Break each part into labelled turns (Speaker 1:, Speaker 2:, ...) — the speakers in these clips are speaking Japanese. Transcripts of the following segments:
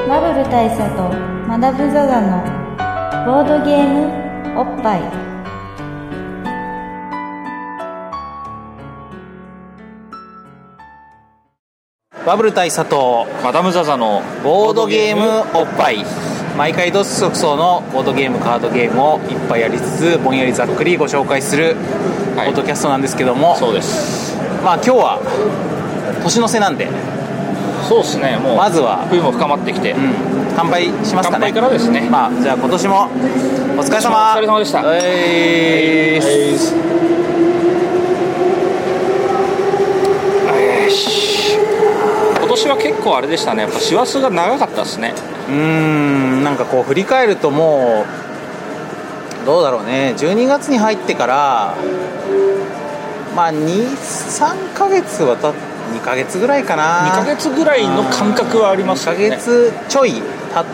Speaker 1: 大佐とマダム・ザ・ザのボードゲームおっぱい
Speaker 2: バブル大佐と
Speaker 3: マダム・ザ・ザの
Speaker 2: ボードゲームおっぱい毎回ドス即走のボードゲームカードゲームをいっぱいやりつつぼんやりざっくりご紹介するポ
Speaker 3: はい
Speaker 2: ッドキャストなんですけども、
Speaker 3: そうです
Speaker 2: まあ今日は年の瀬なんで、
Speaker 3: そうですねもう
Speaker 2: まずは
Speaker 3: 冬も深まってきて、
Speaker 2: うん、乾杯しますか
Speaker 3: 乾
Speaker 2: ね
Speaker 3: 杯からですね、
Speaker 2: まあじゃあ今年もお疲れ様
Speaker 3: お疲れ様でした
Speaker 2: えい
Speaker 3: よし今年は結構あれでしたねやっぱ師走が長かったですね
Speaker 2: うーんなんかこう振り返るともうどうだろうね12月に入ってからまあ23ヶ月はた2ヶ月ぐらいかな
Speaker 3: 2ヶ月ぐらいの感覚はあります
Speaker 2: 2ヶ
Speaker 3: よね
Speaker 2: 月ちょい経っ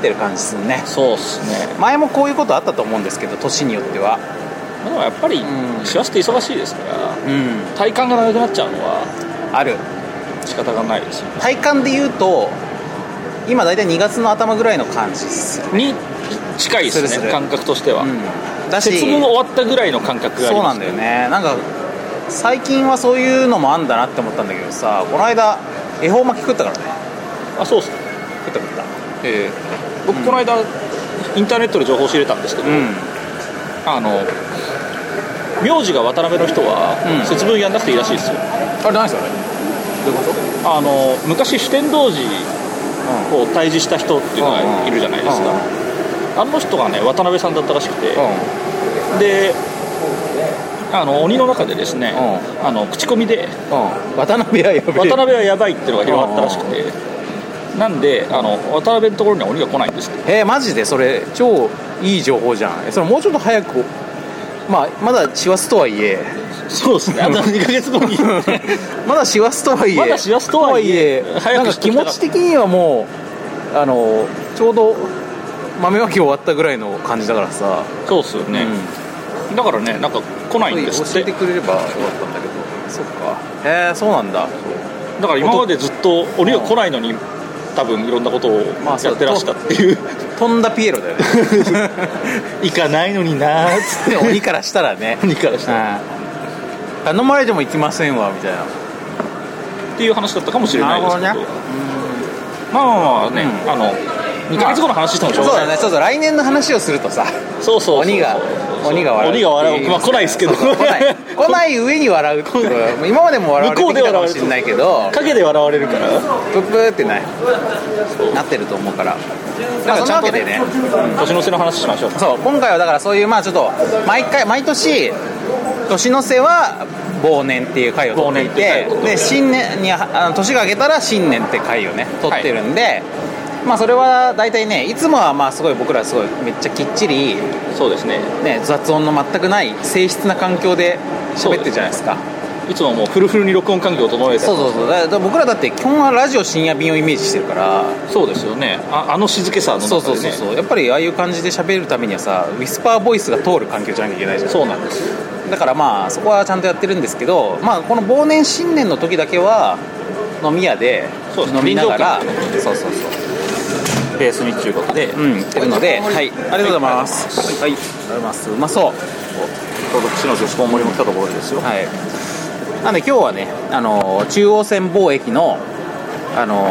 Speaker 2: てる感じでするね
Speaker 3: そうですね
Speaker 2: 前もこういうことあったと思うんですけど年によっては
Speaker 3: まあでもやっぱり
Speaker 2: うん
Speaker 3: 師走って忙しいですから
Speaker 2: うん
Speaker 3: 体感が長くなっちゃうのは
Speaker 2: ある
Speaker 3: 仕方がないですよ
Speaker 2: 体感で言うと今大体2月の頭ぐらいの感じでする
Speaker 3: に近いですね
Speaker 2: するする
Speaker 3: 感覚としては、
Speaker 2: うんだし
Speaker 3: 節分が終わったぐらいの感覚があり
Speaker 2: そう
Speaker 3: ま
Speaker 2: なん
Speaker 3: す
Speaker 2: だよねなんか最近はそういうのもあんだなって思ったんだけどさこの間恵方巻き食ったからね
Speaker 3: あそうっすね
Speaker 2: 食った食った
Speaker 3: ええ僕この間、インターネットで情報を仕入れたんですけど、
Speaker 2: うん
Speaker 3: あの名字が渡辺の人は、
Speaker 2: うん
Speaker 3: 節分やんなくていいらしいですよ
Speaker 2: あれ何それどういうこと
Speaker 3: あの昔酒天童寺
Speaker 2: う
Speaker 3: を退治した人っていう
Speaker 2: う
Speaker 3: の
Speaker 2: んうん
Speaker 3: がいるじゃないですか、あの人がね渡辺さんだったらしくて、
Speaker 2: う
Speaker 3: であの鬼の中でですね、あの口コミで
Speaker 2: んうん渡辺はやべえ
Speaker 3: 渡辺はやばいっていうのが広がったらしくて、なんであの渡辺のところには鬼が来ないんですって
Speaker 2: えーマジでそれ超いい情報じゃんえそれもうちょっと早くまあまだ師走とはい え
Speaker 3: そうですねあと2ヶ月後に
Speaker 2: まだ師走とはいえ
Speaker 3: まだ師走とはいえ
Speaker 2: とはい
Speaker 3: 早く
Speaker 2: なんか気持ち的にはもうあのちょうど豆まき終わったぐらいの感じだからさ、
Speaker 3: そうっすよね、
Speaker 2: うん
Speaker 3: だからねなんか来ないんですっ
Speaker 2: 教えて
Speaker 3: て
Speaker 2: くれればよかったんだけどそっかへえそうなんだ
Speaker 3: だから今までずっと鬼が来ないのに多分いろんなことを
Speaker 2: まあそう
Speaker 3: やってらしたっていう 「
Speaker 2: 飛んだピエロだよね
Speaker 3: 行かないのにな」っつって
Speaker 2: 鬼からしたらね
Speaker 3: 鬼からした
Speaker 2: うん頼まれても行きませんわみたいな
Speaker 3: っていう話だったかもしれないですけ
Speaker 2: な
Speaker 3: ど
Speaker 2: るほど
Speaker 3: まあまあまあね、
Speaker 2: うん
Speaker 3: あの2ヶ月後の話してもし
Speaker 2: そ
Speaker 3: ょ
Speaker 2: う
Speaker 3: うが
Speaker 2: だ
Speaker 3: ない
Speaker 2: ねそうそう来年の話をするとさ
Speaker 3: そうそうそう
Speaker 2: 鬼が鬼が笑う
Speaker 3: 鬼が笑うまあ来ないですけど
Speaker 2: そうそう来 ない来ない上に笑うっていうのはもう 今までも笑われてきたかもしれないけど
Speaker 3: 影で笑われるから、
Speaker 2: プップーってないなってると思うからまあそんなわけでね
Speaker 3: 年の瀬の話しましょう
Speaker 2: そう今回はだからそういうまあちょっと毎回毎年年の瀬は忘年っていう回を取っていて
Speaker 3: 忘年っていう回を取って
Speaker 2: で新年にああの年が明けたら新年って回をね取ってるんで、まあそれは大体ねいつもはまあすごい僕らすごいめっちゃきっちり、
Speaker 3: そうですね
Speaker 2: ね、雑音の全くない静質な環境で喋ってるじゃないですか
Speaker 3: いつももうフルフルに録音環境を整えて
Speaker 2: そうそうそうだから僕らだって基本はラジオ深夜便をイメージしてるから
Speaker 3: そうですよねああの静けさの中で、
Speaker 2: そう
Speaker 3: ね、
Speaker 2: そうそうそうやっぱりああいう感じで喋るためにはさウィスパーボイスが通る環境じゃなきゃいけないじゃん
Speaker 3: そうなんです
Speaker 2: だからまあそこはちゃんとやってるんですけど、まあ、この忘年新年の時だけは飲み屋で
Speaker 3: そうです
Speaker 2: 飲みながら
Speaker 3: 臨場
Speaker 2: そうそうそう
Speaker 3: ベースにっちゅうことで、
Speaker 2: うんってるので、はい、ありがとうございますはい、ありがとうございますうまそう
Speaker 3: ちょうど串の女子校森も来たところですよ、
Speaker 2: はいなんで今日はねあの中央線某駅のあの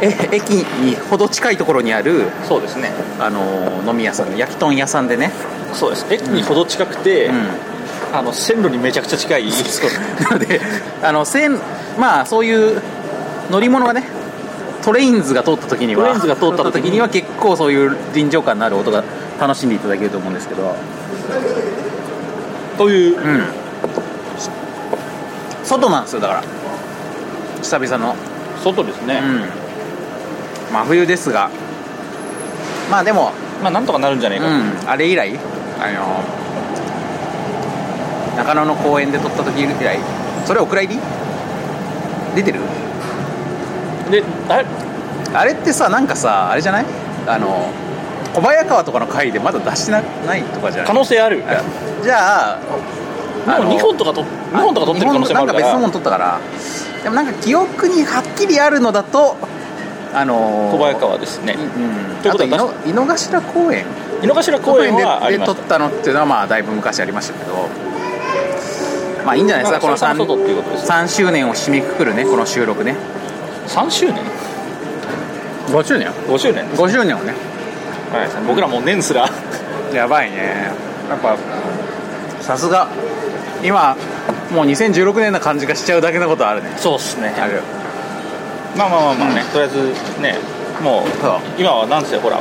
Speaker 2: え駅にほど近いところにある
Speaker 3: そうですね
Speaker 2: あの飲み屋さんで焼き豚屋さんでね、
Speaker 3: そうです駅にほど近くて、
Speaker 2: うん、
Speaker 3: あの線路にめちゃくちゃ近い
Speaker 2: なのであの線まあそういう乗り物がねトレインズが通った時には
Speaker 3: トレインズが通った時に
Speaker 2: は結構そういう臨場感のある音が楽しんでいただけると思うんですけど
Speaker 3: という
Speaker 2: うん外なんですよだから久々の
Speaker 3: 外ですね、
Speaker 2: うん真冬ですがまあでも
Speaker 3: まあなんとかなるんじゃないか、
Speaker 2: うん、あれ以来あの中野の公園で撮った時以来それお蔵入り出てる
Speaker 3: であれ
Speaker 2: あれってさなんかさあれじゃないあの小早川とかの回でまだ出してなないとかじゃな
Speaker 3: 可
Speaker 2: い
Speaker 3: 能性ある
Speaker 2: あじゃああ
Speaker 3: もう
Speaker 2: の
Speaker 3: 2本とかと2本とか取ってる可能性もあるから
Speaker 2: なんか別のもの取ったからでもなんか記憶にはっきりあるのだとあのー
Speaker 3: 小早川ですね
Speaker 2: うんうん
Speaker 3: ということは
Speaker 2: あと井の井の頭公園
Speaker 3: 井の頭公園はあ
Speaker 2: でで
Speaker 3: りま
Speaker 2: 撮っ
Speaker 3: し
Speaker 2: たたのっていうのはまあだいぶ昔ありましたけどまあいいんじゃないですかこの
Speaker 3: 三
Speaker 2: 3,
Speaker 3: 外っていうことです
Speaker 2: 3周年を締めくくるねこの収録ね
Speaker 3: 3周年
Speaker 2: 5周年
Speaker 3: 5周年です、
Speaker 2: 5周年をね
Speaker 3: はい、僕らもう年すら
Speaker 2: やばいねやっぱさすが今もう2016年な感じがしちゃうだけのことあるね
Speaker 3: そうっすね
Speaker 2: ある
Speaker 3: まあまあまあまあね、とりあえずねもう
Speaker 2: そう
Speaker 3: 今はなんせほら、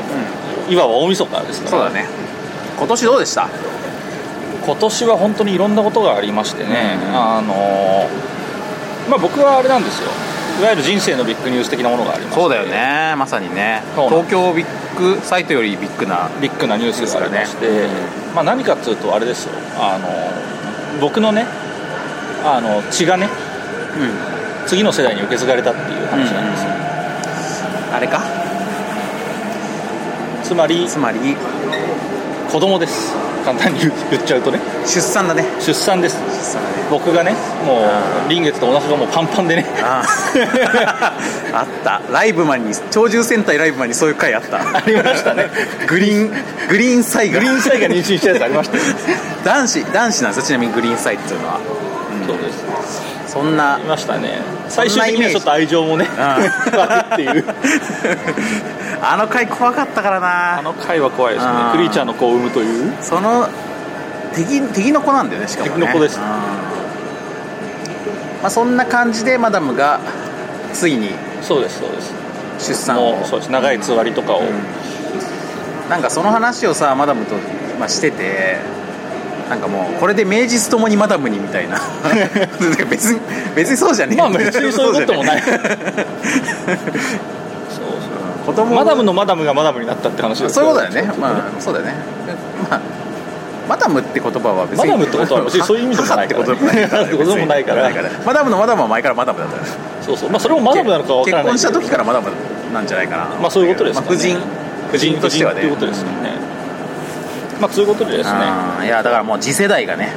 Speaker 3: 今は大晦日ですから
Speaker 2: そうだね今年どうでした
Speaker 3: 今年は本当にいろんなことがありましてね、
Speaker 2: うん
Speaker 3: あのーまあ僕はあれなんですよいわゆる人生のビッグニュース的なものがありまして
Speaker 2: そうだよねまさにね
Speaker 3: そうなん
Speaker 2: 東京ビッグサイトよりビッグな
Speaker 3: ビッグなニュースがありまして、
Speaker 2: ですからね
Speaker 3: まあ、何かっていうとあれですよあの僕のねあの血がね
Speaker 2: うん
Speaker 3: 次の世代に受け継がれたっていう話なんですよ、
Speaker 2: あれか
Speaker 3: つまり
Speaker 2: つまり
Speaker 3: 子供です簡単に言う言っちゃうとね
Speaker 2: 出産だね
Speaker 3: 出産です
Speaker 2: 出産だね
Speaker 3: 僕がねも
Speaker 2: あ
Speaker 3: う臨月とお腹がもうパンパンでね
Speaker 2: あ ああったライブマンに鳥獣戦隊ライブマンにそういう回あった
Speaker 3: ありましたね
Speaker 2: グリーングリーンサイ
Speaker 3: グ
Speaker 2: が
Speaker 3: リーンサイが妊娠したやつありましたよ
Speaker 2: 男子男子なんですよちなみにグリーンサイっていうのは
Speaker 3: そうです
Speaker 2: そん
Speaker 3: あ
Speaker 2: な
Speaker 3: りましたね最終的にはちょっと愛情もね 湧くっていう
Speaker 2: あの回怖かったから
Speaker 3: あ
Speaker 2: な
Speaker 3: の回は怖いですね
Speaker 2: あー
Speaker 3: クリーチャーの子を産むという
Speaker 2: その敵敵の子なんだよねしかもね
Speaker 3: 敵の子です
Speaker 2: うんまあ、そんな感じでマダムがついに
Speaker 3: そうですそうです
Speaker 2: 出産
Speaker 3: も
Speaker 2: を
Speaker 3: うそうです長いつわりとかを、
Speaker 2: うんなんかその話をさマダムと、まあ、しててなんかもうこれで名実ともにマダムにみたい ななんか別に別にそうじゃねえ
Speaker 3: まあ別にそういうことも ない
Speaker 2: そうじゃね
Speaker 3: そう
Speaker 2: え子供
Speaker 3: マダムのマダムがマダムになったって話です
Speaker 2: そういうことだよねまあそうだよねまあマダムって言葉は別に
Speaker 3: マダムってことは別にそういう意味でもないからね
Speaker 2: 母ってこともない から
Speaker 3: 母ってこともないか
Speaker 2: 別
Speaker 3: ら
Speaker 2: にマダムのマダムは前からマダムだったよね
Speaker 3: そうそうまあそれもマダムなのかわからない
Speaker 2: 結婚した時からマダムなんじゃないかな
Speaker 3: まあそういうことですかね
Speaker 2: まあ夫人
Speaker 3: 夫人
Speaker 2: としてはね
Speaker 3: 夫人ってことですよねまあそういうことでですね
Speaker 2: あーいやだからもう次世代がね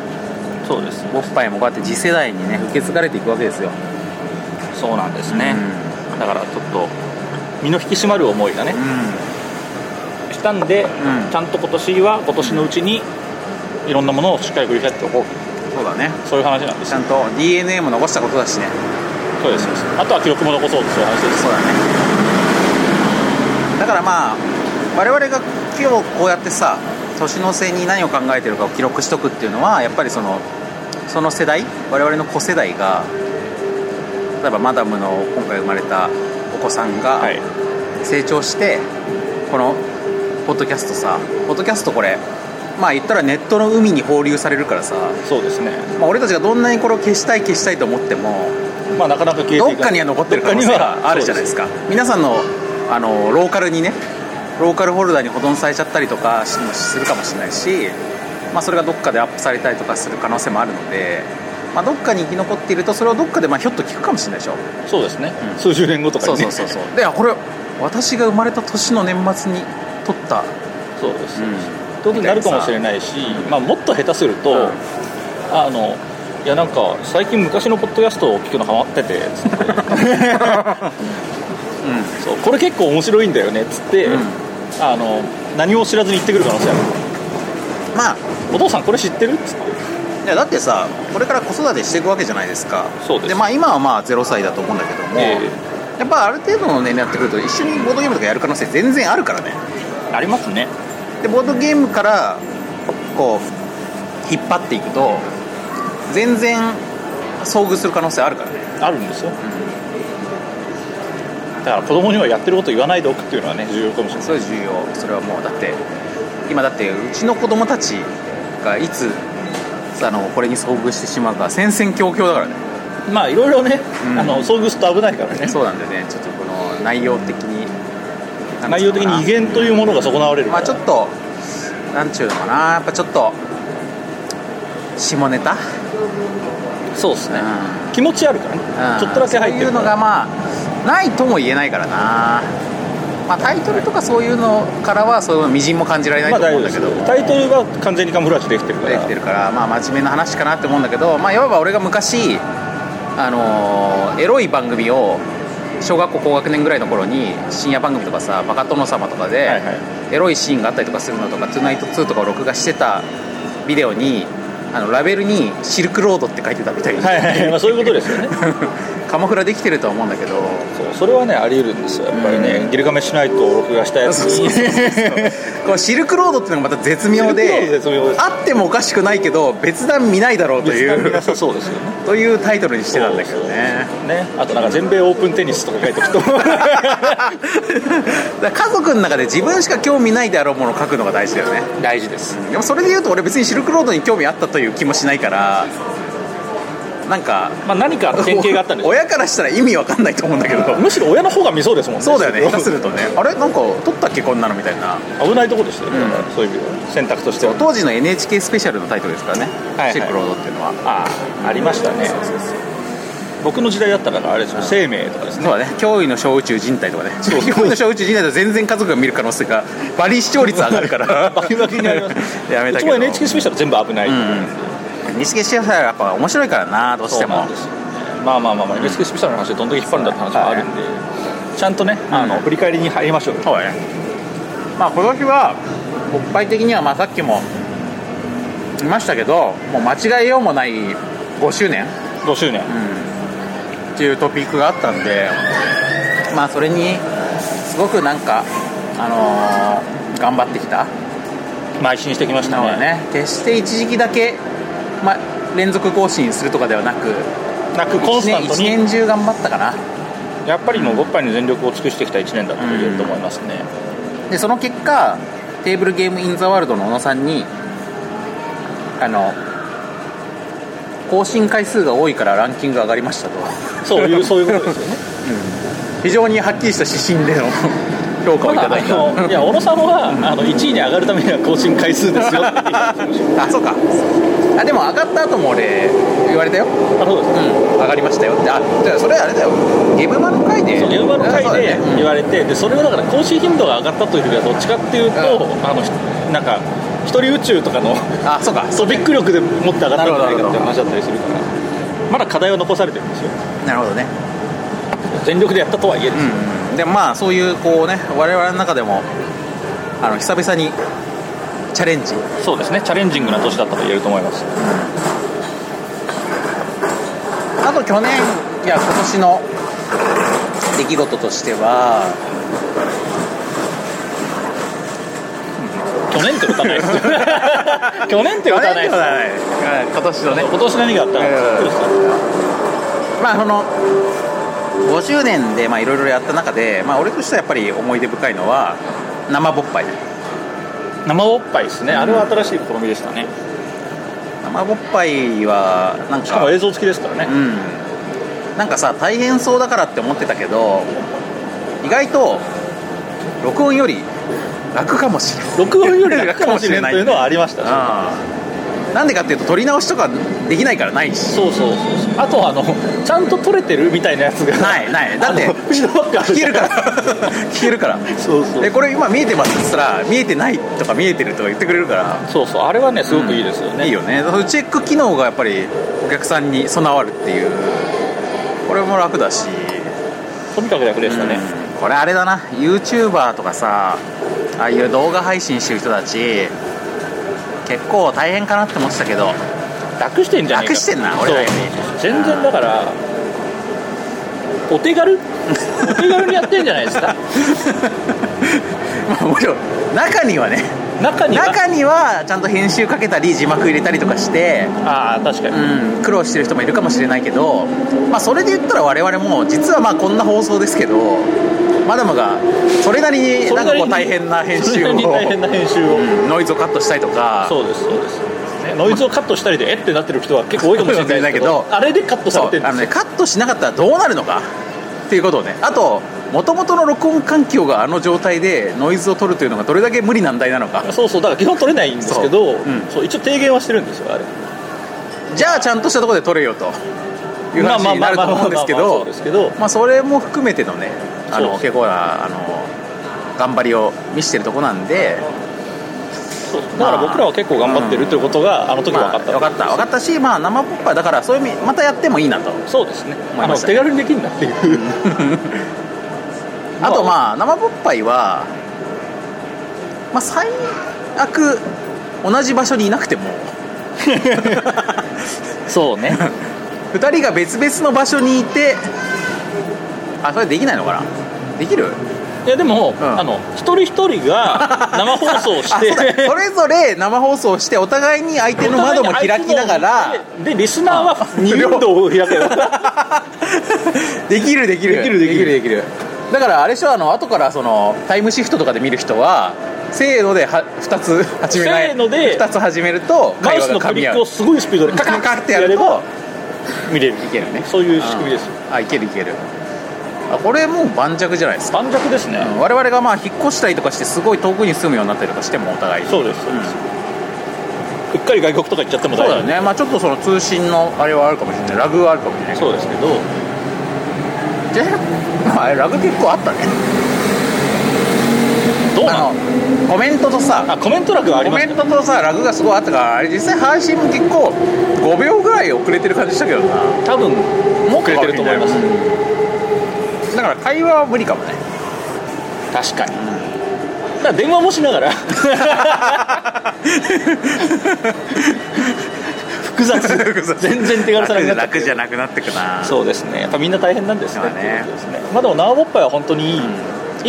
Speaker 3: そうです
Speaker 2: おっぱいもこうやって次世代にね受け継がれていくわけですよ
Speaker 3: そうなんですね、だからちょっと身の引き締まる思いがね
Speaker 2: うん、
Speaker 3: したんで、
Speaker 2: ん
Speaker 3: ちゃんと今年は今年のうちにいろんなものをしっかり振り返っておこう
Speaker 2: そうだね
Speaker 3: そういう話なんです
Speaker 2: ちゃんと DNA も残したことだしね
Speaker 3: そうですそうですあとは記録も残そうとそういう話です
Speaker 2: そうだねだからまあ我々が今日こうやってさ年の瀬に何を考えてるかを記録しとくっていうのはやっぱりそのその世代我々の子世代が例えばマダムの今回生まれたお子さんが
Speaker 3: はい
Speaker 2: 成長して、このポッドキャストさポッドキャストこれまあ言ったらネットの海に放流されるからさ、
Speaker 3: そうですね
Speaker 2: まあ、俺たちがどんなにこれを消したい消したいと思っても
Speaker 3: まあなかなか消えてい
Speaker 2: ど
Speaker 3: か
Speaker 2: っかには残ってる可能性があるじゃないです
Speaker 3: か
Speaker 2: か皆さんのあのローカルにねローカルフォルダに保存されちゃったりとかしもするかもしれないし、まあ、それがどっかでアップされたりとかする可能性もあるので、まあ、どっかに生き残っているとそれをどっかでまあひょっと聞くかもしれないでしょ
Speaker 3: そうですね、
Speaker 2: うん
Speaker 3: 数十年後とか
Speaker 2: そう
Speaker 3: にね
Speaker 2: そうそうそうであこれ私が生まれた年の年末に撮った、
Speaker 3: そうです、ってことになるかもしれないし、まあ、もっと下手すると、
Speaker 2: うん
Speaker 3: あのいやなんか最近昔のポッドキャストを聞くのハマって てつってそうこれ結構面白いんだよねっつって、
Speaker 2: うん
Speaker 3: あの何も知らずに言ってくる可能性ある
Speaker 2: まあ
Speaker 3: お父さんこれ知ってるっつって
Speaker 2: いやだってさこれから子育てしていくわけじゃないですか
Speaker 3: そうです
Speaker 2: まあ、今はまあ0歳だと思うんだけども、
Speaker 3: え
Speaker 2: やっぱある程度の年齢になってくると一緒にボードゲームとかやる可能性全然あるからね
Speaker 3: ありますね
Speaker 2: でボードゲームからこう引っ張っていくと全然遭遇する可能性あるからね
Speaker 3: あるんですよ、だから子供にはやってること言わないでおくっていうのはね重要かもしれない
Speaker 2: それは重要それはもうだって今だってうちの子供たちがいつあのこれに遭遇してしまうか戦々恐々だからね
Speaker 3: まあいろいろね、
Speaker 2: うん
Speaker 3: あの遭遇すると危ないからね
Speaker 2: そうなんでねちょっとこの内容的になん
Speaker 3: 内
Speaker 2: つうの
Speaker 3: 容
Speaker 2: か
Speaker 3: 的
Speaker 2: な
Speaker 3: に威厳というものが損なわれる
Speaker 2: まあ
Speaker 3: から
Speaker 2: ちょっとなんちゅうのかなやっぱちょっと下ネタ、
Speaker 3: そうです
Speaker 2: う
Speaker 3: ね、
Speaker 2: ん
Speaker 3: 気持ちあるからね、ちょっとだけ入って
Speaker 2: そうい
Speaker 3: る
Speaker 2: うのがまあないとも言えないからな、まあ、タイトルとかそういうのからはそういうのみじんも感じられない
Speaker 3: まあ
Speaker 2: と
Speaker 3: 大
Speaker 2: 思う
Speaker 3: 丈
Speaker 2: ん
Speaker 3: 夫
Speaker 2: だ
Speaker 3: で
Speaker 2: け
Speaker 3: す
Speaker 2: ど、
Speaker 3: よタイトルが完全にカムフラージュできてるから
Speaker 2: できてるからまあ真面目な話かなって思うんだけどまあいわば俺が昔あのーエロい番組を小学校高学年ぐらいの頃に深夜番組とかさ「バカ殿様」とかで、
Speaker 3: はいはい
Speaker 2: エロいシーンがあったりとかするのとか「トゥナイト2」とかを録画してたビデオにあのラベルに「シルクロード」って書いてたみたいな、
Speaker 3: はい はいまあそういうことですよね
Speaker 2: カモフラできてるとは思うんだけど
Speaker 3: そうそれはねあり得るんですよやっぱりねギルガメッシュナイトを録画したやつ
Speaker 2: そう
Speaker 3: に
Speaker 2: そう そうこのシルクロードっていうのがまた絶妙
Speaker 3: シルクロード
Speaker 2: で
Speaker 3: 絶妙です
Speaker 2: あってもおかしくないけど別段見ないだろうとい
Speaker 3: 別にな
Speaker 2: う
Speaker 3: さそうですよね
Speaker 2: というタイトルにしてたんだけどね
Speaker 3: そうそうねあとなんか全米オープンテニスとか書いておくと
Speaker 2: だから家族の中で自分しか興味ないであろうものを書くのが 大事だよね
Speaker 3: 大事です
Speaker 2: でもそれで言うと俺別にシルクロードに興味あったという気もしないからなんか
Speaker 3: まあ何か典型があったんです
Speaker 2: 親からしたら意味わかんないと思うんだけど
Speaker 3: むしろ親の方が見そうですもんね
Speaker 2: そうだよね下手するとねあれなんか撮ったっけこんなのみたいな
Speaker 3: 危ないとこでしたよね、だからそういう意味では選択としては
Speaker 2: 当時の NHK スペシャルのタイトルですからね、
Speaker 3: はいはい
Speaker 2: シルクロードっていうのは
Speaker 3: ああありましたね僕の時代だったからあれですよ生命とかですね
Speaker 2: そうだね驚異の小宇宙人体とかね
Speaker 3: そう
Speaker 2: 驚異の小宇宙人体と全然家族が見る可能性がバリ視聴率上がるから
Speaker 3: バキバキになりま す
Speaker 2: やめた
Speaker 3: いつ
Speaker 2: け
Speaker 3: も
Speaker 2: ど
Speaker 3: NHK スペシャル全部危ない、
Speaker 2: 西岸シアターはやっぱ面白いからなどうし
Speaker 3: そ
Speaker 2: て
Speaker 3: うな
Speaker 2: も
Speaker 3: んですよねまあまあまあまあ NHK スペシャルの話でどんだけ引っ張るんだって話もあるんで、ちゃんとねあの、
Speaker 2: うん
Speaker 3: 振り返りに入りましょうよ
Speaker 2: そうだねまあ今年は国会的にはまあさっきも言いましたけどもう間違えようもない5周年
Speaker 3: 5周年、
Speaker 2: っていうトピックがあったんでまあそれにすごくなんかあのー頑張ってきた
Speaker 3: 邁進してきまし
Speaker 2: な
Speaker 3: た
Speaker 2: の
Speaker 3: ね
Speaker 2: でね決して一時期だけ、まあ、連続更新するとかではなく
Speaker 3: なくコン
Speaker 2: 1
Speaker 3: スタン
Speaker 2: 年
Speaker 3: ト
Speaker 2: 一
Speaker 3: に
Speaker 2: 年中頑張ったかな
Speaker 3: やっぱりもう僕杯に全力を尽くしてきた1年だったと言えると思いますね、
Speaker 2: でその結果テーブルゲームインザワールドの小野さんにあの更新回数が多いからランキング上がりましたと
Speaker 3: そういうそういうことですよね
Speaker 2: 非常にはっきりした指針での 評価を
Speaker 3: ま
Speaker 2: いた
Speaker 3: だ
Speaker 2: だ
Speaker 3: あ
Speaker 2: いた
Speaker 3: のいや小野さんはあの1位に上がるためには更新回数ですよって言ってました
Speaker 2: あそうかあでも上がった後も俺言われたよう
Speaker 3: あそうですね
Speaker 2: ん上がりましたよってあじゃあそれあれだよゲームマの回で
Speaker 3: そう現場の
Speaker 2: あそう
Speaker 3: 会
Speaker 2: だね
Speaker 3: で言われてでそれをだから更新頻度が上がったというよりはどっちかっていうとあのひなんか一人宇宙とかの
Speaker 2: あそうか
Speaker 3: ソビック力でもって上がったんじゃないかっていう話だったりするからまだ課題は残されてるんですよ
Speaker 2: なるほどね
Speaker 3: 全力でやったとはいえですよ
Speaker 2: うんでまあそういうこうね我々の中でもあの久々にチャレンジ
Speaker 3: そうですねチャレンジングな年だったと言えると思います
Speaker 2: あと去年いや今年の出来事としては
Speaker 3: 去年ってことはないですよ去年ってことはないですよ
Speaker 2: うん今年のね
Speaker 3: 今年何があったのかびっくりした
Speaker 2: まあその5周年でまあいろいろやった中で、まあ、俺としてはやっぱり思い出深いのは生ぼっぱいね
Speaker 3: 生おっぱいですねあれは新しい試みでしたね
Speaker 2: 生ぼっぱいはなんか
Speaker 3: しかも映像付きですからね
Speaker 2: うん、なんかさ大変そうだからって思ってたけど意外と録音より楽かもしれない
Speaker 3: 録音より楽かもしれないというのはありましたね
Speaker 2: うんなんでかっていうと撮り直しとかできないからないし
Speaker 3: そうそうそうそうあとはあのちゃんと撮れてるみたいなやつが
Speaker 2: ないないだって
Speaker 3: あのフィードバックある
Speaker 2: 聞
Speaker 3: じ
Speaker 2: け
Speaker 3: ゃん
Speaker 2: るから 聞けるから
Speaker 3: そうそう
Speaker 2: でこれ今見えてますって言ったら見えてないとか見えてるとか言ってくれるから
Speaker 3: そうそうあれはねすごくいいですよね、
Speaker 2: いいよねそういうチェック機能がやっぱりお客さんに備わるっていうこれも楽だし
Speaker 3: とにかく楽でしたね、
Speaker 2: これあれだな YouTuber とかさああいう動画配信してる人たち結構大変かなって思ってたけど
Speaker 3: 楽してんじゃねえか
Speaker 2: 楽してんな
Speaker 3: そう
Speaker 2: 俺らより
Speaker 3: 全然だからお手軽お手軽にやってんじゃないですか
Speaker 2: まあもちろん中にはね
Speaker 3: 中には
Speaker 2: 中にはちゃんと編集かけたり字幕入れたりとかして、
Speaker 3: ああ確かに、
Speaker 2: うん、苦労してる人もいるかもしれないけど、まあ、それで言ったら我々も実はまあこんな放送ですけどマダムがそれなりに
Speaker 3: そ
Speaker 2: な
Speaker 3: れ
Speaker 2: んか
Speaker 3: なり
Speaker 2: こ
Speaker 3: に
Speaker 2: う大変な編
Speaker 3: それ
Speaker 2: 集
Speaker 3: な
Speaker 2: を
Speaker 3: りに大変な編集を、
Speaker 2: うんノイズをカットしたりとか
Speaker 3: そうですそうです、ね、ノイズをカットしたりでえってなってる人は結構多いかもしれない
Speaker 2: 多いかもし
Speaker 3: ですけど
Speaker 2: れないけど
Speaker 3: あれでカットさ
Speaker 2: そ
Speaker 3: れて
Speaker 2: う
Speaker 3: るん
Speaker 2: あ
Speaker 3: です
Speaker 2: の、
Speaker 3: よ
Speaker 2: ね、カットしなかったらどうなるのかっていうことをねあともともとの録音環境があの状態でノイズを取るというのがどれだけ無理難題なのか
Speaker 3: そうそうだから基本取れないんですけど
Speaker 2: そううん
Speaker 3: そう一応提言はしてるんですよあれ
Speaker 2: じゃあちゃんとしたところで取れよという話になると思うんですけ
Speaker 3: まあまあまあまあまあまあそう
Speaker 2: ど
Speaker 3: ですけど
Speaker 2: まあそれも含めてのねあ
Speaker 3: そう
Speaker 2: の結構なあの頑張りを見せてるとこなんで
Speaker 3: そうだから僕らは結構頑張ってるということがあの時分
Speaker 2: まあ
Speaker 3: かった
Speaker 2: 分かった分かったしまあ生ポッパーだからそういう意味またやってもいいなと
Speaker 3: そうですね
Speaker 2: 思いま
Speaker 3: あの
Speaker 2: した
Speaker 3: 手軽にできるんだっていう
Speaker 4: あとまあ生物杯は、まあ、最悪同じ場所にいなくても
Speaker 3: そ うね
Speaker 4: 2人が別々の場所にいてあそれできないのかなできる
Speaker 3: いやでも、
Speaker 4: ん
Speaker 3: あの一人一人が生放送をし
Speaker 4: あ
Speaker 3: て
Speaker 4: そうだそれぞれ生放送してお互いに相手の窓も開きな がら
Speaker 3: でリスナーは二運動を開けば
Speaker 4: できるできる
Speaker 2: できるできる
Speaker 4: できる
Speaker 2: だからあれでしょあの後からそのタイムシフトとかで見る人は
Speaker 4: せーのでは2つ始めない
Speaker 3: せーので
Speaker 4: 2つ始めると
Speaker 3: マ
Speaker 4: 会
Speaker 3: ウ
Speaker 4: 話
Speaker 3: ス
Speaker 4: が
Speaker 3: のク
Speaker 4: 噛
Speaker 3: リ
Speaker 4: み
Speaker 3: ッ
Speaker 4: 合
Speaker 3: ク
Speaker 4: う
Speaker 3: をすごいスピードで
Speaker 4: カ
Speaker 3: カ
Speaker 4: カ
Speaker 3: カ
Speaker 4: カ
Speaker 3: カ
Speaker 4: っ
Speaker 3: ってて
Speaker 4: や
Speaker 3: や
Speaker 4: る
Speaker 3: れ
Speaker 4: と
Speaker 3: ば見れる
Speaker 4: いけるね
Speaker 3: そういう仕組みです
Speaker 4: あいけるいけるあこれもう盤石じゃないですか
Speaker 3: 盤石ですね、
Speaker 2: 我々がまあ引っ越したりとかしてすごい遠くに住むようになったりとかしてもお互いに
Speaker 3: そうですそうです、うっかり外国とか行っちゃっても
Speaker 2: そ
Speaker 3: 大
Speaker 2: う
Speaker 3: 丈
Speaker 2: だ
Speaker 3: 夫
Speaker 2: よねまあちょっとその通信のあれはあるかもしれないラグはあるかもしれない
Speaker 3: そうですけど
Speaker 2: じゃああれラグ結構あったね
Speaker 3: どうな
Speaker 2: あ
Speaker 3: の
Speaker 2: のコメントとさ
Speaker 3: あコメント楽はあり
Speaker 2: コ
Speaker 3: ま
Speaker 2: メ
Speaker 3: す
Speaker 2: ントとさラグがすごいあったからあれ実際配信も結構5秒ぐらい遅れてる感じしたけどな
Speaker 3: 多分もうくれてると思います
Speaker 2: だから会話は無理かもね
Speaker 3: 確かにだから電話もしながら複雑 全然手軽さなくなっちゃって
Speaker 2: 楽じゃなくなってくな
Speaker 3: そうですねやっぱみんな大変なんですね
Speaker 2: まあね
Speaker 3: っていうことですねまあでも縄ぼっぱいは本当にいい、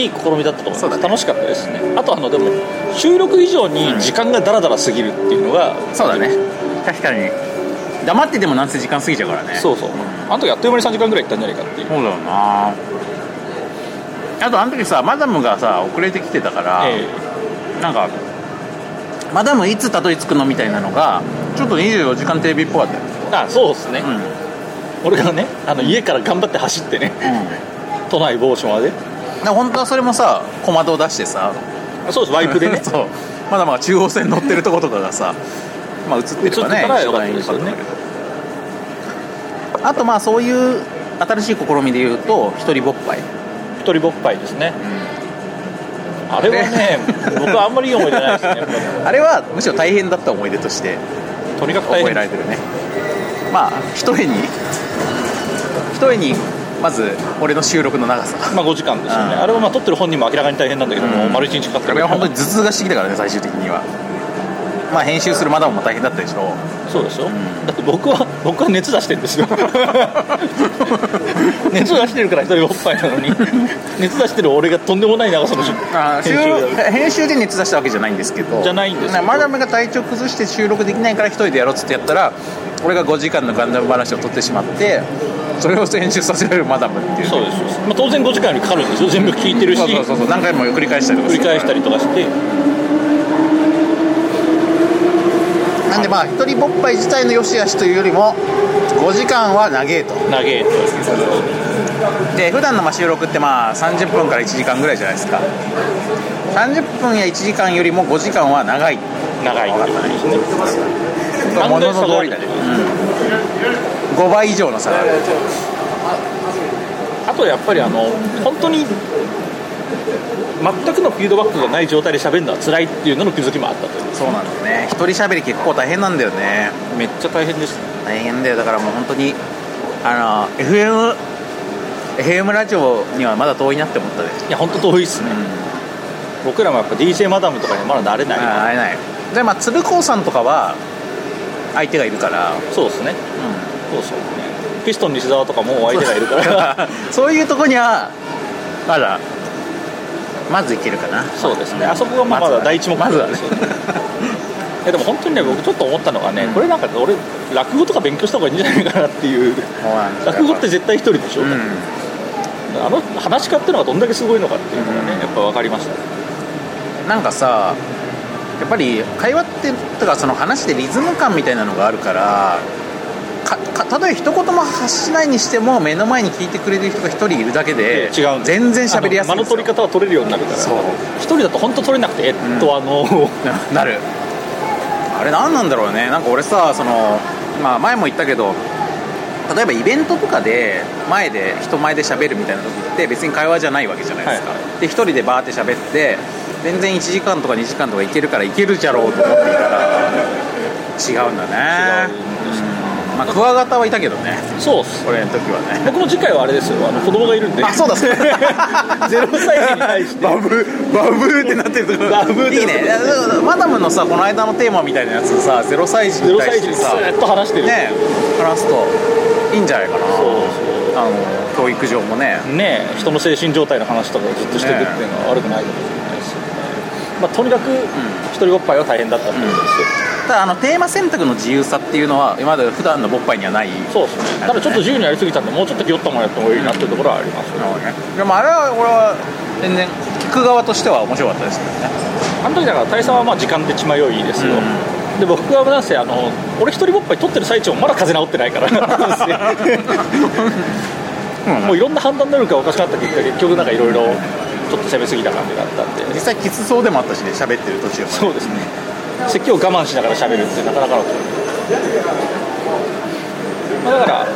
Speaker 3: いい試みだったと思います、
Speaker 2: そうだね
Speaker 3: 楽しかったですねあとあのでも収録以上に時間がダラダラ過ぎるっていうのが、
Speaker 2: そうだね確かに黙っててもなんせ時間過ぎちゃうからね
Speaker 3: そうそうあとやっという間に3時間ぐらい行ったんじゃないかっていう、
Speaker 2: そうだよなあとあの時さマダムがさ遅れてきてたから、
Speaker 3: え
Speaker 2: なんかマダムいつたどり着くのみたいなのがちょっと24時間テレビっぽかったよ、
Speaker 3: えあそうですね、
Speaker 2: うん
Speaker 3: 俺がねあの家から頑張って走ってね都内某所まで
Speaker 2: で本当はそれもさ小窓を出してさ
Speaker 3: そうですワイプでね
Speaker 2: そうまだまだ中央線乗ってるとことかがさまあ映ってればね
Speaker 3: 映ってたらよかったですよね
Speaker 2: あとまあそういう新しい試みで言うと一人ぼっぱい
Speaker 3: 一人ぼっぱいですね、あれはね僕はあんまりいい思い出ないですねやっぱり
Speaker 2: あれはむしろ大変だった思い出として
Speaker 3: とにかく大
Speaker 2: 覚え
Speaker 3: 変
Speaker 2: ら
Speaker 3: で
Speaker 2: れてるねまあ一重に一重にまず俺の収録の長さ
Speaker 3: すまあ5時間ですよね、
Speaker 2: うん
Speaker 3: あれはまあ撮ってる本人も明らかに大変なんだけども、
Speaker 2: うん
Speaker 3: 丸1日かかって
Speaker 2: こ
Speaker 3: る
Speaker 2: れは本当に頭痛がしてきたからね最終的にはまあ編集するマダムも大変だったでしょ
Speaker 3: そうですよ、
Speaker 2: ん
Speaker 3: だって僕は僕は熱出してるんですよ 熱出してるから一人ぼっぱいなのに熱出してる俺がとんでもない長さの
Speaker 2: あ
Speaker 3: 編集だ
Speaker 2: 編集で熱出したわけじゃないんですけど
Speaker 3: じゃないんですけど
Speaker 2: マダムが体調崩して収録できないから一人でやろうっつってやったら俺が5時間のガンダム話を撮ってしまってそれを編集させられるマダムっていう
Speaker 3: そうですそうです、まあ、当然5時間よりかかるんですよ全部聞いてるし
Speaker 2: そうそうそうそう何回も繰り返したりとか
Speaker 3: 繰
Speaker 2: す
Speaker 3: り
Speaker 2: るから
Speaker 3: 返したりとかして
Speaker 2: なんでまあ一人ぼっぱい自体の良し悪しというよりも5時間は長えと
Speaker 3: 投げ
Speaker 2: で普段のまあ収録ってまあ30分から1時間ぐらいじゃないですか30分や1時間よりも5時間は長い
Speaker 3: 長いっていうことですね
Speaker 2: ものの通りだね、うん、5倍以上の差がある
Speaker 3: あとやっぱりあの本当に全くのフィードバックがない状態で喋るのは辛いっていうのの気づきもあったという
Speaker 2: そうなんだよね一人喋り結構大変なんだよね
Speaker 3: めっちゃ大変ですね
Speaker 2: 大変だよだからもう本当にあの FM FM ラジオにはまだ遠いなって思ったです、
Speaker 3: いや本当遠いっすね、僕らもやっぱ DJ マダムとかにはまだ慣れない、
Speaker 2: あ会えないでまあ鶴光さんとかは相手がいるから
Speaker 3: そうですね、そうそうピストン西澤とかもうお相手がい るから
Speaker 2: そういうとこにはまだまずいけるかな
Speaker 3: そうですねあそこがまあま
Speaker 2: まずは
Speaker 3: だ第一目
Speaker 2: まず
Speaker 3: 標
Speaker 2: はね
Speaker 3: ですよね、 いやでも本当にね僕ちょっと思ったのがね、これなんか俺落語とか勉強した方がいいんじゃないかなっ ていう
Speaker 2: そうなんですよ
Speaker 3: 落語って絶対一人でしょ、
Speaker 2: うん
Speaker 3: あの話し家っていうのがどんだけすごいのかっていうのがね、やっぱ分かりました
Speaker 2: なんかさやっぱり会話ってとかその話でリズム感みたいなのがあるからかかたとえ一言も発しないにしても目の前に聞いてくれる人が一人いるだけで
Speaker 3: 違うんです
Speaker 2: 全然喋りやすい
Speaker 3: あ
Speaker 2: ん
Speaker 3: の
Speaker 2: ですよ
Speaker 3: 間の取り方は取れるようになるから
Speaker 2: そう
Speaker 3: 一人だと本当取れなくてえっと、あの
Speaker 2: ななるあれ何なんだろうねなんか俺さその、まあ、前も言ったけど例えばイベントとかで前で人前で喋るみたいな時って別に会話じゃないわけじゃないですか、
Speaker 3: は
Speaker 2: で一人でバーって喋って全然1時間とか2時間とかいけるからいけるじゃろうと思っていたら違うんだね
Speaker 3: 違うんです
Speaker 2: うんまあクワガタはいたけどね
Speaker 3: そうっす
Speaker 2: 俺の時はね
Speaker 3: 僕も次回はあれですよあの子供がいるんで
Speaker 2: あそうだそう
Speaker 3: ゼロ歳児に対して
Speaker 2: バブーバブーってなってるところ
Speaker 3: バブーって
Speaker 2: いいねマダムのさこの間のテーマみたいなやつさゼロ歳児
Speaker 3: ゼ
Speaker 2: に
Speaker 3: ロ
Speaker 2: 対
Speaker 3: 歳児
Speaker 2: して
Speaker 3: にず
Speaker 2: さ
Speaker 3: ーっと話してる
Speaker 2: ね話すといいんじゃないかな
Speaker 3: そう
Speaker 2: あの教育上もね
Speaker 3: ねえ人の精神状態の話とかをずっとしていくっていうのは悪くないかもしれないですよね、まあ、とにかく一人おっぱいは大変だったってことですよ、
Speaker 2: ただあのテーマ選択の自由さっていうのは今まで普段のボッパイにはない
Speaker 3: そうですねただちょっと自由にやりすぎたんでもうちょっと気負ったものやった方がいいなっていうところはありますよね、
Speaker 2: ねでもあれは俺は全然聞く側としては面白かったですけどね
Speaker 3: あの時だから大佐はまあ時間で血迷いですよ、
Speaker 2: う
Speaker 3: で僕はなんせあの俺一人ぼっぱい取ってる最中もまだ風邪治ってないからなんせ もういろんな判断能力がおかしくなった結果結局なんかいろいろちょっと攻めすぎた感じがあったんで
Speaker 2: 実際きつそうでもあったしね喋ってる途中も
Speaker 3: そうですね咳を我慢しながら喋るってなかなかのまあだから、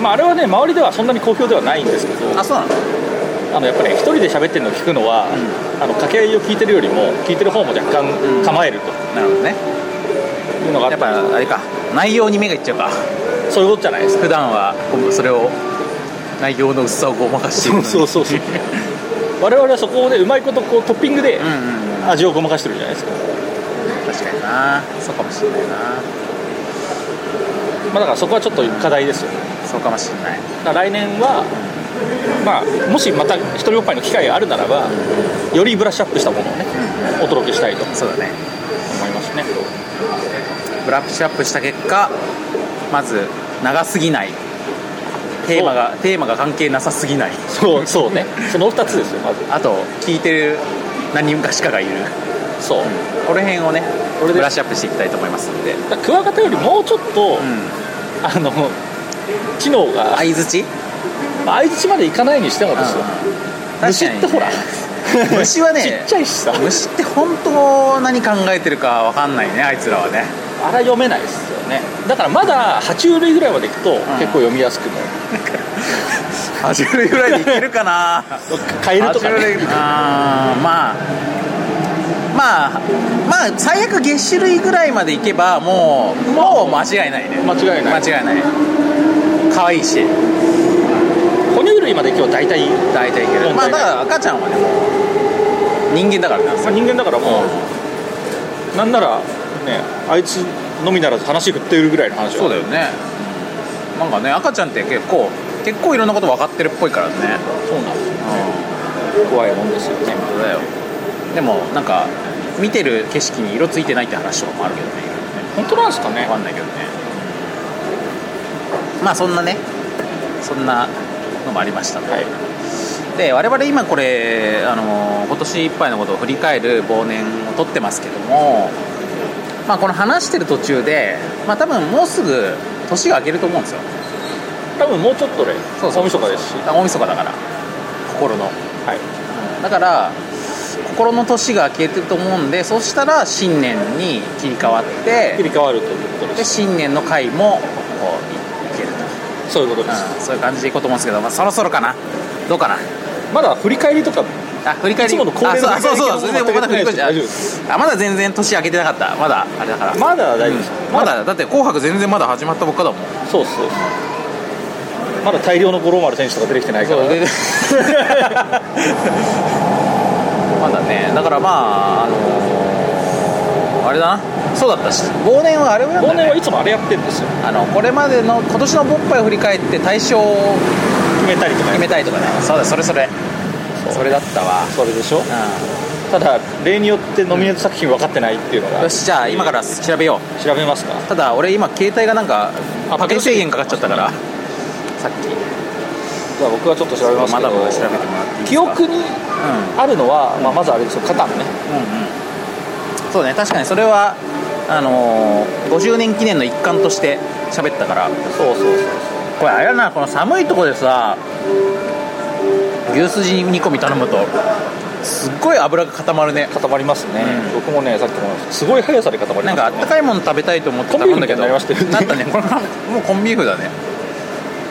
Speaker 3: まあ、あれはね周りではそんなに好評ではないんですけど
Speaker 2: あそうなの
Speaker 3: あのやっぱり一人で喋ってるのを聞くのは、あの掛け合いを聞いてるよりも聞いてる方も若干構えると
Speaker 2: なるほどね
Speaker 3: いうのがあ
Speaker 2: やっ
Speaker 3: っ
Speaker 2: たぱあれか内容に目がいっちゃうか
Speaker 3: そういうことじゃないですか
Speaker 2: 普段はそれを内容の薄さをごまかしているのに
Speaker 3: そうそうそう 我々はそこでうまいことこうトッピングで
Speaker 2: うんうんうん
Speaker 3: 味をごまかしてるじゃないですか、
Speaker 2: 確かになそうかもしれないな
Speaker 3: まあ、だからそこはちょっと課題ですよね
Speaker 2: そうかもしれない
Speaker 3: だから来年は、まあ、もしまた一人おっぱいの機会があるならばよりブラッシュアップしたものをねお届けしたいと思い
Speaker 2: そうだね
Speaker 3: ますね
Speaker 2: ブラッシュアップした結果まず長すぎないテーマがテーマが関係なさすぎない
Speaker 3: そうそうねその2つですよまず
Speaker 2: あと聞いてる何人かしかがいる
Speaker 3: そう
Speaker 2: この辺をね
Speaker 3: これで
Speaker 2: ブラッシュアップしていきたいと思いますんで、
Speaker 3: だからクワガタよりもうちょっと、あの知能が
Speaker 2: 相づち
Speaker 3: まあ相づちまでいかないにしてもですよ、虫ってほら
Speaker 2: 虫はね
Speaker 3: ちっちゃいしさ
Speaker 2: 虫って本当何考えてるかわかんないねあいつらはね
Speaker 3: あら読めないですよねだからまだ爬虫類ぐらいまでいくと結構読みやすくなる、
Speaker 2: 爬虫類ぐらいでいけるかな
Speaker 3: カエルとか
Speaker 2: 爬虫
Speaker 3: ね
Speaker 2: 類あーまあまあまあ最悪月種類ぐらいまでいけばもうもう間違いないね
Speaker 3: 間違いない
Speaker 2: 間違いない可愛いし
Speaker 3: 哺乳類まで今日大体、ま
Speaker 2: 大体いける
Speaker 3: 問
Speaker 2: まあ
Speaker 3: 題
Speaker 2: だ
Speaker 3: ない
Speaker 2: から赤ちゃんはねもう人間だからなんです
Speaker 3: あ、
Speaker 2: よ
Speaker 3: 人間だからもうなんならねあいつのみならず話振ってるぐらいの話は
Speaker 2: そうだよねなんかね赤ちゃんって結構結構いろんなこと分かってるっぽいからね
Speaker 3: そうなんですよ怖いもんですよね
Speaker 2: そうだよでもなんか見てる景色に色ついてないって話とかもあるけどね
Speaker 3: 本当なんですかね
Speaker 2: 分かんないけどねまあそんなねそんなのもありましたと、
Speaker 3: はい
Speaker 2: で我々今これ、あの今年いっぱいのことを振り返る忘年を取ってますけども、まあ、この話してる途中で、まあ、多分もうすぐ年が明けると思うんですよ
Speaker 3: 多分もうちょっとで
Speaker 2: そうそう
Speaker 3: 大晦日ですし
Speaker 2: 大晦日だから心の
Speaker 3: はい
Speaker 2: だから心の年が明けてると思うんでそしたら新年に切り替わって
Speaker 3: 切り替わるということ
Speaker 2: で
Speaker 3: です
Speaker 2: 新年の回もこういけると、
Speaker 3: そういうことです、
Speaker 2: うん、そういう感じでいこうと思うんですけど、まあ、そろそろかなどうかな
Speaker 3: まだ振り返りとか
Speaker 2: あ振り返り
Speaker 3: いつもの恒例の
Speaker 2: あそうあそうそうそ
Speaker 3: 振
Speaker 2: れ
Speaker 3: り返
Speaker 2: で
Speaker 3: り
Speaker 2: まだ振り返り
Speaker 3: 大丈夫です
Speaker 2: あまだ全然年明けてなかったまだあれだから
Speaker 3: まだ大丈夫です
Speaker 2: うんまだだって「紅白」全然まだ始まったばっかだもん
Speaker 3: そうっすそうっすまだ大量の五郎丸選手とか出てきてないから
Speaker 2: で まだねだからまああのあれだなそうだったし忘年はあれもやん
Speaker 3: 忘
Speaker 2: だ
Speaker 3: 年
Speaker 2: よ
Speaker 3: は
Speaker 2: ね
Speaker 3: いつもあれやってるんですよ
Speaker 2: あのこれまでの今年のボッパイを振り返って大賞を
Speaker 3: 決めたりとか
Speaker 2: 決めたいとかねそうだそれそれそれだったわ
Speaker 3: それでしょ
Speaker 2: う
Speaker 3: ただ例によってノミネート作品分かってないっていうのが
Speaker 2: んよしじゃあ今から調べよう
Speaker 3: 調べますか
Speaker 2: ただ俺今携帯がなんか
Speaker 3: あ
Speaker 2: パケ制限かかっちゃったからさっき
Speaker 3: じゃあ僕はちょっと調べます
Speaker 2: ま
Speaker 3: け
Speaker 2: だ
Speaker 3: ど
Speaker 2: まだ調べてもらっていいですか
Speaker 3: 記憶に
Speaker 2: う
Speaker 3: あるのは、まあ、まずあれですよカタンね
Speaker 2: んうんうんそうね確かにそれはあのー50年記念の一環として喋ったから
Speaker 3: そうそうそう
Speaker 2: これあれだなこの寒いとこでさ牛すじ煮込み頼むとすっごい油が固まるね
Speaker 3: 固まりますね、
Speaker 2: う
Speaker 3: 僕もねさっきもすごい速さで固まりま
Speaker 2: なんか
Speaker 3: し
Speaker 2: あ
Speaker 3: た、
Speaker 2: ったかいもの食べたいと思って頼んだけど
Speaker 3: コンビーフみたいになりましたよね
Speaker 2: なったねこれもうコンビーフだね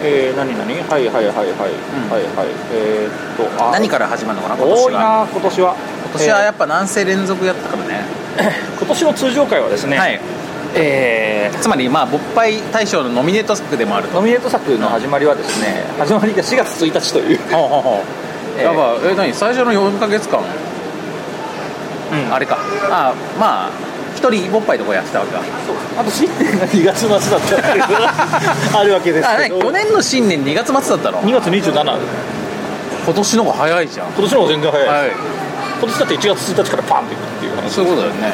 Speaker 3: えー、何何はいはいはいはい、はいはいえー、っとあ
Speaker 2: 何から始まるのかな今
Speaker 3: 多
Speaker 2: 年
Speaker 3: い
Speaker 2: は
Speaker 3: な今年は
Speaker 2: 今年は
Speaker 3: え
Speaker 2: やっぱ南西連続やったからね、
Speaker 3: ー今年の通常回はですね、
Speaker 2: はいえーつまりまあ勃発大賞のノミネート作でもあると
Speaker 3: ノミネート作の始まりはですね始まりが4月1日という、
Speaker 2: ほうほうほう
Speaker 3: えー
Speaker 2: やばいえ何最初の4か月間あれかあまあ一人勃発とかやってたわけか
Speaker 3: あと新年が2月末だったっていう のがあるわけです
Speaker 2: あ何
Speaker 3: けど
Speaker 2: 去年の新年2月末だったの
Speaker 3: 2月27今
Speaker 2: 今年の方が早いじゃん
Speaker 3: 年の方が全然早い、
Speaker 2: はい
Speaker 3: 今年だって1月1日からパンっていくっていう話
Speaker 2: そういうことだよね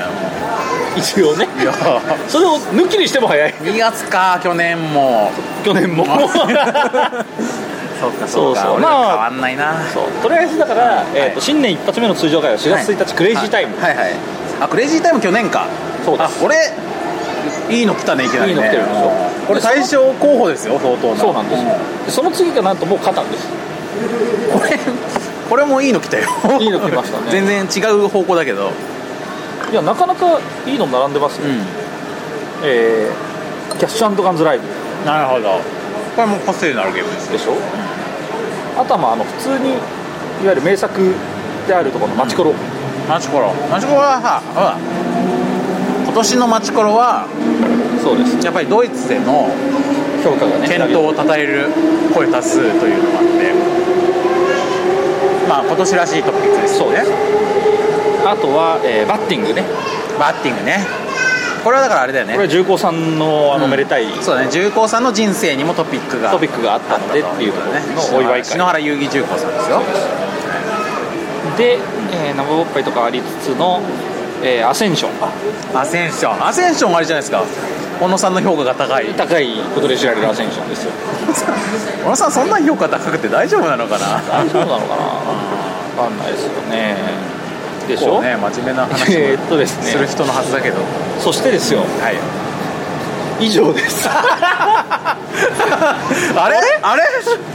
Speaker 3: 一応ね
Speaker 2: いや
Speaker 3: それを抜きにしても早い
Speaker 2: 2月か去年も
Speaker 3: 去 年も
Speaker 2: そうか
Speaker 3: そうか
Speaker 2: ま
Speaker 3: まあ
Speaker 2: 変わんないな
Speaker 3: そうとりあえずだから、えーと新年一発目の通常会は4月1日、クレイジータイム、
Speaker 2: はいはいはいあクレイジータイム去年か
Speaker 3: そうで
Speaker 2: あ
Speaker 3: す
Speaker 2: これいいの来たねいきなりね
Speaker 3: いいの来てるでしょ
Speaker 2: これ大賞候補ですよ相当な
Speaker 3: そうなんですよ、でその次がなんともう勝たんです
Speaker 2: これこれもいいの来たよ
Speaker 3: いいの来ましたね
Speaker 2: 全然違う方向だけど
Speaker 3: いやなかなかいいの並んでますよ、
Speaker 2: ん
Speaker 3: えーキャッシュガンズライブ
Speaker 2: なるほどこれも個性のあるゲームです
Speaker 3: でしょ、あとはまああの普通にいわゆる名作であるところのマチコロ、
Speaker 2: マチコロマチコロはさほら今年のマチコロは
Speaker 3: そうです
Speaker 2: やっぱりドイツでの
Speaker 3: 評価がね
Speaker 2: 検討を称える声多数というのがあってまあ今年らしいトピックです
Speaker 3: そう
Speaker 2: ね
Speaker 3: ですあとは、えーバッティングね
Speaker 2: バッティングねこれはだからあれだよね
Speaker 3: これは重工さんのあの
Speaker 2: うん
Speaker 3: めでたい、
Speaker 2: そうだね重工さんの人生にもトピックが
Speaker 3: トピックがあったのでっていうところのお祝い会
Speaker 2: 篠原遊戯重工さんですよ
Speaker 3: で、えー、生ぼっぱいとかありつつの、えーアセンション
Speaker 2: アセンションアセンションあれじゃないですか小野さんの評価が高い
Speaker 3: 高いことで知られるアセンションですよ
Speaker 2: 小野さんそんな評価高くて大丈夫なのかな
Speaker 3: 大丈夫なのかな分かんないですよねでし
Speaker 2: こ
Speaker 3: ょ、
Speaker 2: うね真面目な 話
Speaker 3: え
Speaker 2: を
Speaker 3: ーっとですね
Speaker 2: する人のはずだけどは
Speaker 3: そしてですよ
Speaker 2: い
Speaker 3: 以上です
Speaker 2: あれあれ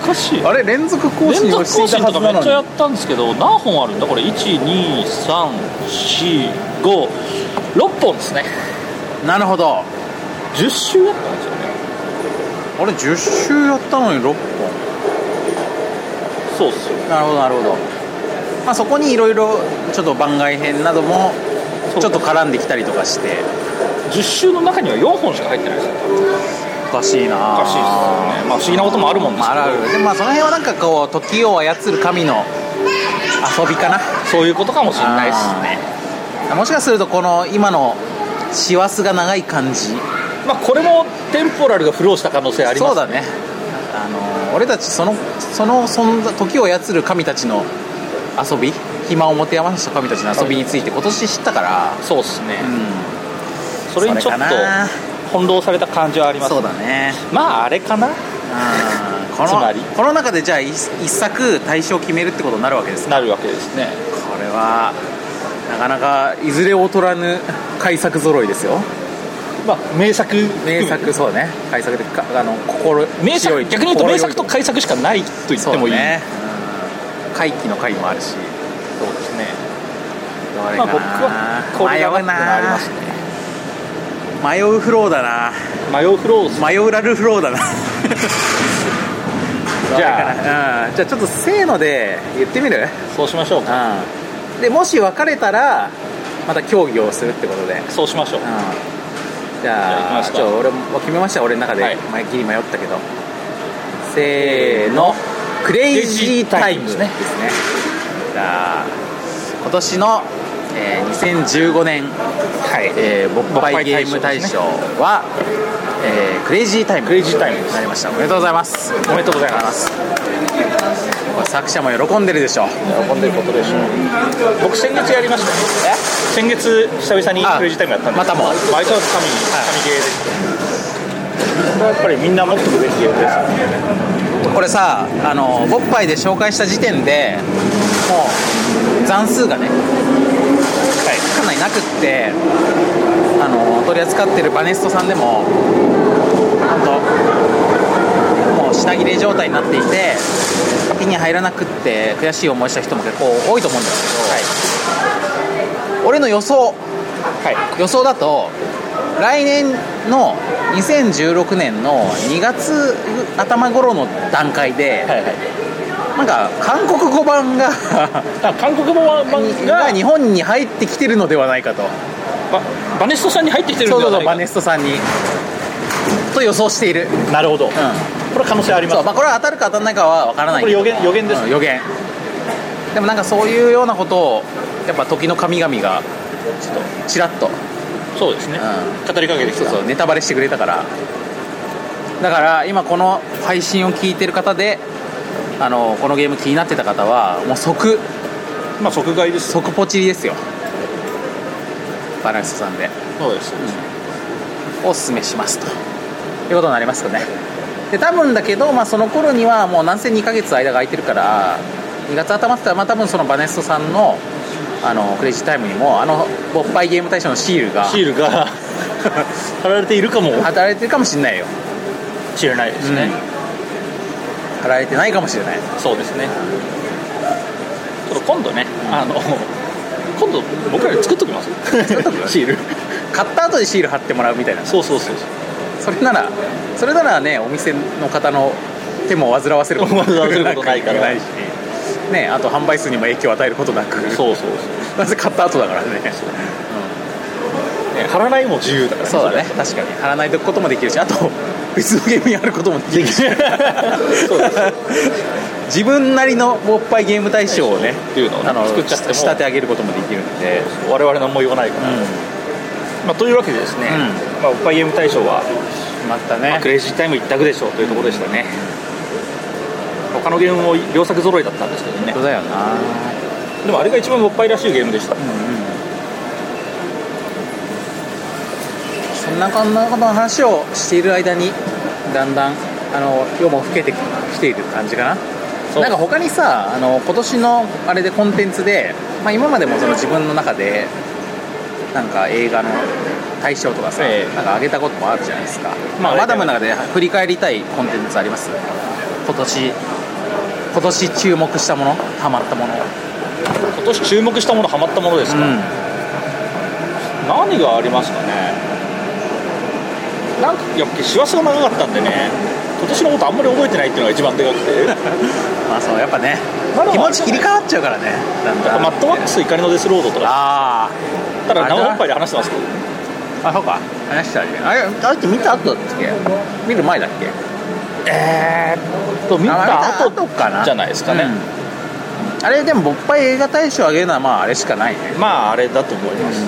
Speaker 3: おかしい
Speaker 2: あれ連続更
Speaker 3: 連
Speaker 2: 新を
Speaker 3: 続
Speaker 2: して
Speaker 3: 更
Speaker 2: いた
Speaker 3: 新
Speaker 2: はず
Speaker 3: と
Speaker 2: な
Speaker 3: かめ
Speaker 2: の
Speaker 3: っ
Speaker 2: に
Speaker 3: ちゃやったんですけど何本あるんだこれ12345本ですね
Speaker 2: なるほど
Speaker 3: 10週やったんですよね
Speaker 2: 俺10周やったのに6本
Speaker 3: そうっすよ
Speaker 2: なるほどなるほど、まあ、そこにいろいろちょっと番外編なども
Speaker 3: そう
Speaker 2: ちょっと絡んできたりとかして
Speaker 3: 10週の中には4本しか入ってないですよ
Speaker 2: おかしいな
Speaker 3: お
Speaker 2: お
Speaker 3: かしいですよねまあ不思議なこともあるもんです
Speaker 2: まあ、
Speaker 3: け
Speaker 2: あ
Speaker 3: ど
Speaker 2: るあるでまあその辺はなんかこう時を操る神の遊びかな
Speaker 3: そういうことかもしれないですね
Speaker 2: ねもしかするとこの今の師走が長い感じ
Speaker 3: まあこれもテンポラルがフローした可能性あります
Speaker 2: そうだねあの俺たちそのその存在時を操る神たちの遊び暇を持て余した神たちの遊びについて今年知ったから
Speaker 3: そうっすね
Speaker 2: うん
Speaker 3: それにちょっ
Speaker 2: それかな
Speaker 3: と翻弄された感じはあります
Speaker 2: そうだね
Speaker 3: まああれかな
Speaker 2: うんこの
Speaker 3: つまり
Speaker 2: この中でじゃあ一一作対象決めるってことになるわけですね
Speaker 3: なるわけですね
Speaker 2: これはなかなかいずれ劣らぬ改作揃いですよ
Speaker 3: まあ名作
Speaker 2: 名 作そうだね改作でかあの心
Speaker 3: 名
Speaker 2: 強
Speaker 3: 作
Speaker 2: い
Speaker 3: 逆に言うと名作と
Speaker 2: 心
Speaker 3: 改作しかないと言っ
Speaker 2: 良
Speaker 3: てもいい
Speaker 2: そうだねうん回帰の回もあるし
Speaker 3: そうですね
Speaker 2: どれ
Speaker 3: ま
Speaker 2: かな
Speaker 3: あ僕はこれだなっていうのはありますね
Speaker 2: 迷うフローだな
Speaker 3: 迷うフローズ
Speaker 2: 迷うラルフローだなだから
Speaker 3: じゃあ
Speaker 2: うんじゃあちょっとせーので言ってみる
Speaker 3: そうしましょうか
Speaker 2: うんでもし別れたらまた協議をするってことで、うん、
Speaker 3: そうしましょう
Speaker 2: じ
Speaker 3: ゃあ
Speaker 2: ゃあ
Speaker 3: 行きますか
Speaker 2: ちょ俺も決めました俺の中
Speaker 3: はい
Speaker 2: で前切り迷ったけど、せーのクレイジータイムですねじゃあ今年の、えー2015年、
Speaker 3: はい
Speaker 2: えー、勃発ゲーム大賞は、えークレイジータイム
Speaker 3: クレイジータイムです
Speaker 2: になりましたおめでとうございます
Speaker 3: おめでとうございます
Speaker 2: これ作者も喜んでるでしょ
Speaker 3: 喜んでることでしょう僕先月やりましたね先月久々に
Speaker 2: あ
Speaker 3: クレイジータイムやったんで
Speaker 2: またも
Speaker 3: バイトは神神ゲーでしたこれはやっぱりみんな持ってくべきゲームです
Speaker 2: これさあのボッパイで紹介した時点でもう残数がねかなりなくってあの取り扱ってるバネストさんでも本当もう品切れ状態になっていて手に入らなくって悔しい思いした人も結構多いと思うんですけど、俺の予想
Speaker 3: はいはい
Speaker 2: 予想だと来年の2016年の2月頭頃の段階で、
Speaker 3: はいはい
Speaker 2: なんか韓国語版が
Speaker 3: あ韓国語版
Speaker 2: が
Speaker 3: が
Speaker 2: 日本に入ってきてるのではないかと
Speaker 3: ばバネストさんに入ってきてる
Speaker 2: そ
Speaker 3: ん
Speaker 2: う
Speaker 3: で
Speaker 2: そ
Speaker 3: は
Speaker 2: うそう
Speaker 3: ない
Speaker 2: バ
Speaker 3: か
Speaker 2: ネストさんにと予想している
Speaker 3: なるほど、こ
Speaker 2: う
Speaker 3: れは可能性あり
Speaker 2: ん
Speaker 3: ます
Speaker 2: そうまあこれは当たるか当たらないかは分からない
Speaker 3: これ予言予言です
Speaker 2: うん予言でもなんかそういうようなことをやっぱ時の神々がちょっとちらっと
Speaker 3: そうですね、
Speaker 2: う
Speaker 3: 語りかけてき
Speaker 2: そう
Speaker 3: た
Speaker 2: そうネタバレしてくれたからだから今この配信を聞いてる方であのこのゲーム気になってた方はもう即
Speaker 3: まあ即買いです
Speaker 2: 即ポチリですよバランスさんで
Speaker 3: そうです
Speaker 2: おすすめしますということになりますよねで多分だけど、まあ、その頃にはもうなんせ2ヶ月間が空いてるから2月頭って言ったら、まあ、多分そのバネストさんのあのクレジットタイムにもあの勃発ゲーム大賞のシールが
Speaker 3: シールが 貼られているかも
Speaker 2: 貼られてるかもしれないよ
Speaker 3: しれないですね、
Speaker 2: 貼られてないかもしれない
Speaker 3: そうですねちょっと今度ねあの今度僕らで作っときますシール
Speaker 2: 買った後でシール貼ってもらうみたいな
Speaker 3: そうそうそう
Speaker 2: それならそれならねお店の方の手も煩わせることなく
Speaker 3: 煩わせることないから
Speaker 2: ないしねあと販売数にも影響を与えることなく
Speaker 3: そうそうそう
Speaker 2: なぜ買った後だからね
Speaker 3: ね貼らないも自由だから
Speaker 2: そうだね確かに貼らないこともできるしあと別のゲームやることもでき るし
Speaker 3: そうです
Speaker 2: 自分なりのもっぱいゲーム大賞をね
Speaker 3: っていうのをね
Speaker 2: あの
Speaker 3: 作っちゃっても
Speaker 2: 仕立て上げることもできるんで、
Speaker 3: 我々何も言わないから、まあ、というわけでですね、まあ、おっぱいゲーム大賞は、
Speaker 2: また
Speaker 3: まあ
Speaker 2: ね
Speaker 3: クレイジータイム一択でしょうというところでしたね他のゲームも良作揃いだったんですけどね
Speaker 2: そうだよな
Speaker 3: でもあれが一番おっぱいらしいゲームでした、
Speaker 2: そんなこんなことの話をしている間にだんだんあの夜も更けてきている感じか
Speaker 3: そ
Speaker 2: な
Speaker 3: う
Speaker 2: なんか他にさあの今年のあれでコンテンツで、まあ、今までもその自分の中でなんか映画の大賞とかさ、
Speaker 3: ええ
Speaker 2: なんか上げたこともあるじゃないですか、まあ、
Speaker 3: あれ
Speaker 2: マダムの中で振り返りたいコンテンツあります今年今年注目したものハマったもの
Speaker 3: 今年注目したものハマったものですか、何がありますかねなんかやっぱ師走が長かったんでね今年のことあんまり覚えてないっていうのが一番でかく てやっ
Speaker 2: まあそうやっぱね
Speaker 3: マダム
Speaker 2: 気持ち切り替わっちゃうからねだんだ
Speaker 3: ぱ
Speaker 2: ん
Speaker 3: マットマックス怒りのデスロードとか
Speaker 2: ああ
Speaker 3: ただ生本杯で話してますけど
Speaker 2: あそうか話したねあれあれって見た後だっけ見る前だっけ
Speaker 3: えーっと見
Speaker 2: あ
Speaker 3: た
Speaker 2: 見た後
Speaker 3: 後
Speaker 2: かな
Speaker 3: じゃないですかね、
Speaker 2: うんあれでも勃発映画大賞あげるのはまああれしかないね
Speaker 3: まああれだと思います、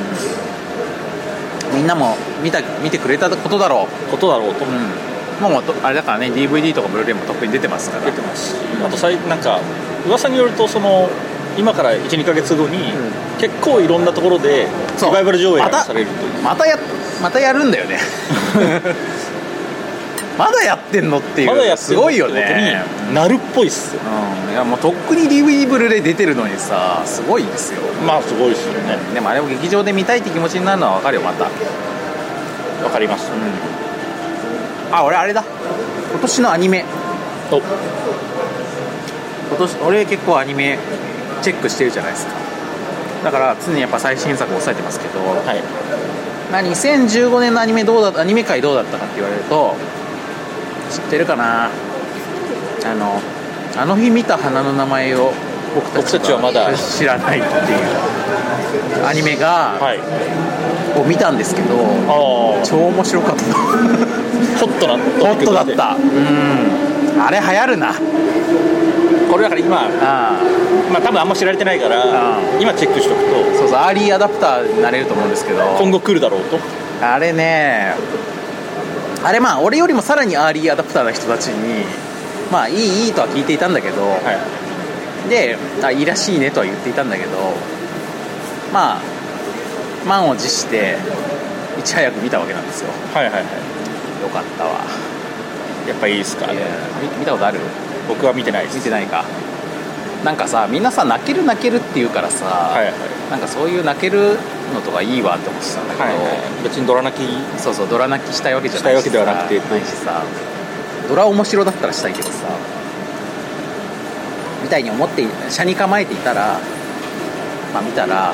Speaker 2: みんなも見た見てくれたことだろ
Speaker 3: ことだろうと
Speaker 2: う、うん、もうとあれだからね DVD とかブルーレイも特に出てますから
Speaker 3: 出てますしあとさいなんか噂によるとその今から12か月後に、
Speaker 2: うん
Speaker 3: 結構いろんなところで
Speaker 2: そう
Speaker 3: リバイバル上映
Speaker 2: また
Speaker 3: がされるという、
Speaker 2: またやまたやるんだよ ねまだやってんのっていう
Speaker 3: まだやって
Speaker 2: す
Speaker 3: るの
Speaker 2: ご
Speaker 3: っ
Speaker 2: い
Speaker 3: て
Speaker 2: よ
Speaker 3: ことに
Speaker 2: ね
Speaker 3: なるっぽいっすよ
Speaker 2: うん、いやもうとっくに DVD ブルーレイ出てるのにさすごいですよ
Speaker 3: まあすごいっすよね
Speaker 2: でもあれを劇場で見たいって気持ちになるのは分かるよまた
Speaker 3: わかります
Speaker 2: あ俺あれだ今年のアニメ
Speaker 3: お
Speaker 2: 今年俺結構アニメチェックしてるじゃないですかだから常にやっぱ最新作を抑えてますけど、
Speaker 3: はい
Speaker 2: まあ、2015年のアニメどうだったアニメ界どうだったかって言われると知ってるかなあのあの日見た花の名前を僕たち
Speaker 3: 僕たちはまだ
Speaker 2: 知らないっていうアニメが、
Speaker 3: はい
Speaker 2: を見たんですけど
Speaker 3: ああホ
Speaker 2: 超面白かった
Speaker 3: ットな
Speaker 2: ホットだったうんあれ流行るな
Speaker 3: これだから今、
Speaker 2: あ
Speaker 3: まあ、多分あんま知られてないか
Speaker 2: あ
Speaker 3: ら今チェックしとく
Speaker 2: あ
Speaker 3: と
Speaker 2: そうそうアーリーアダプターになれると思うんですけど
Speaker 3: 今後来るだろうと
Speaker 2: あれねあれまあ俺よりもさらにアーリーアダプターな人たちにまあいいいいとは聞いていたんだけど、
Speaker 3: はい
Speaker 2: であいいらしいねとは言っていたんだけどまあ満を持していち早く見たわけなんですよ
Speaker 3: はいはいはい
Speaker 2: よかったわ
Speaker 3: やっぱいいっすか
Speaker 2: いや見見たことある
Speaker 3: 僕は見てないです
Speaker 2: 見てないかなんかさみんなさ泣ける泣けるって言うからさ、
Speaker 3: はいはい
Speaker 2: なんかそういう泣けるのとかいいわって思ってたんだけど、
Speaker 3: はいはい別にドラ泣き
Speaker 2: そうそうドラ泣きしたいわけじゃないしさ
Speaker 3: したいわけではなくて
Speaker 2: ないしさドラ面白だったらしたいけどさみたいに思って車に構えていたらまあ見たら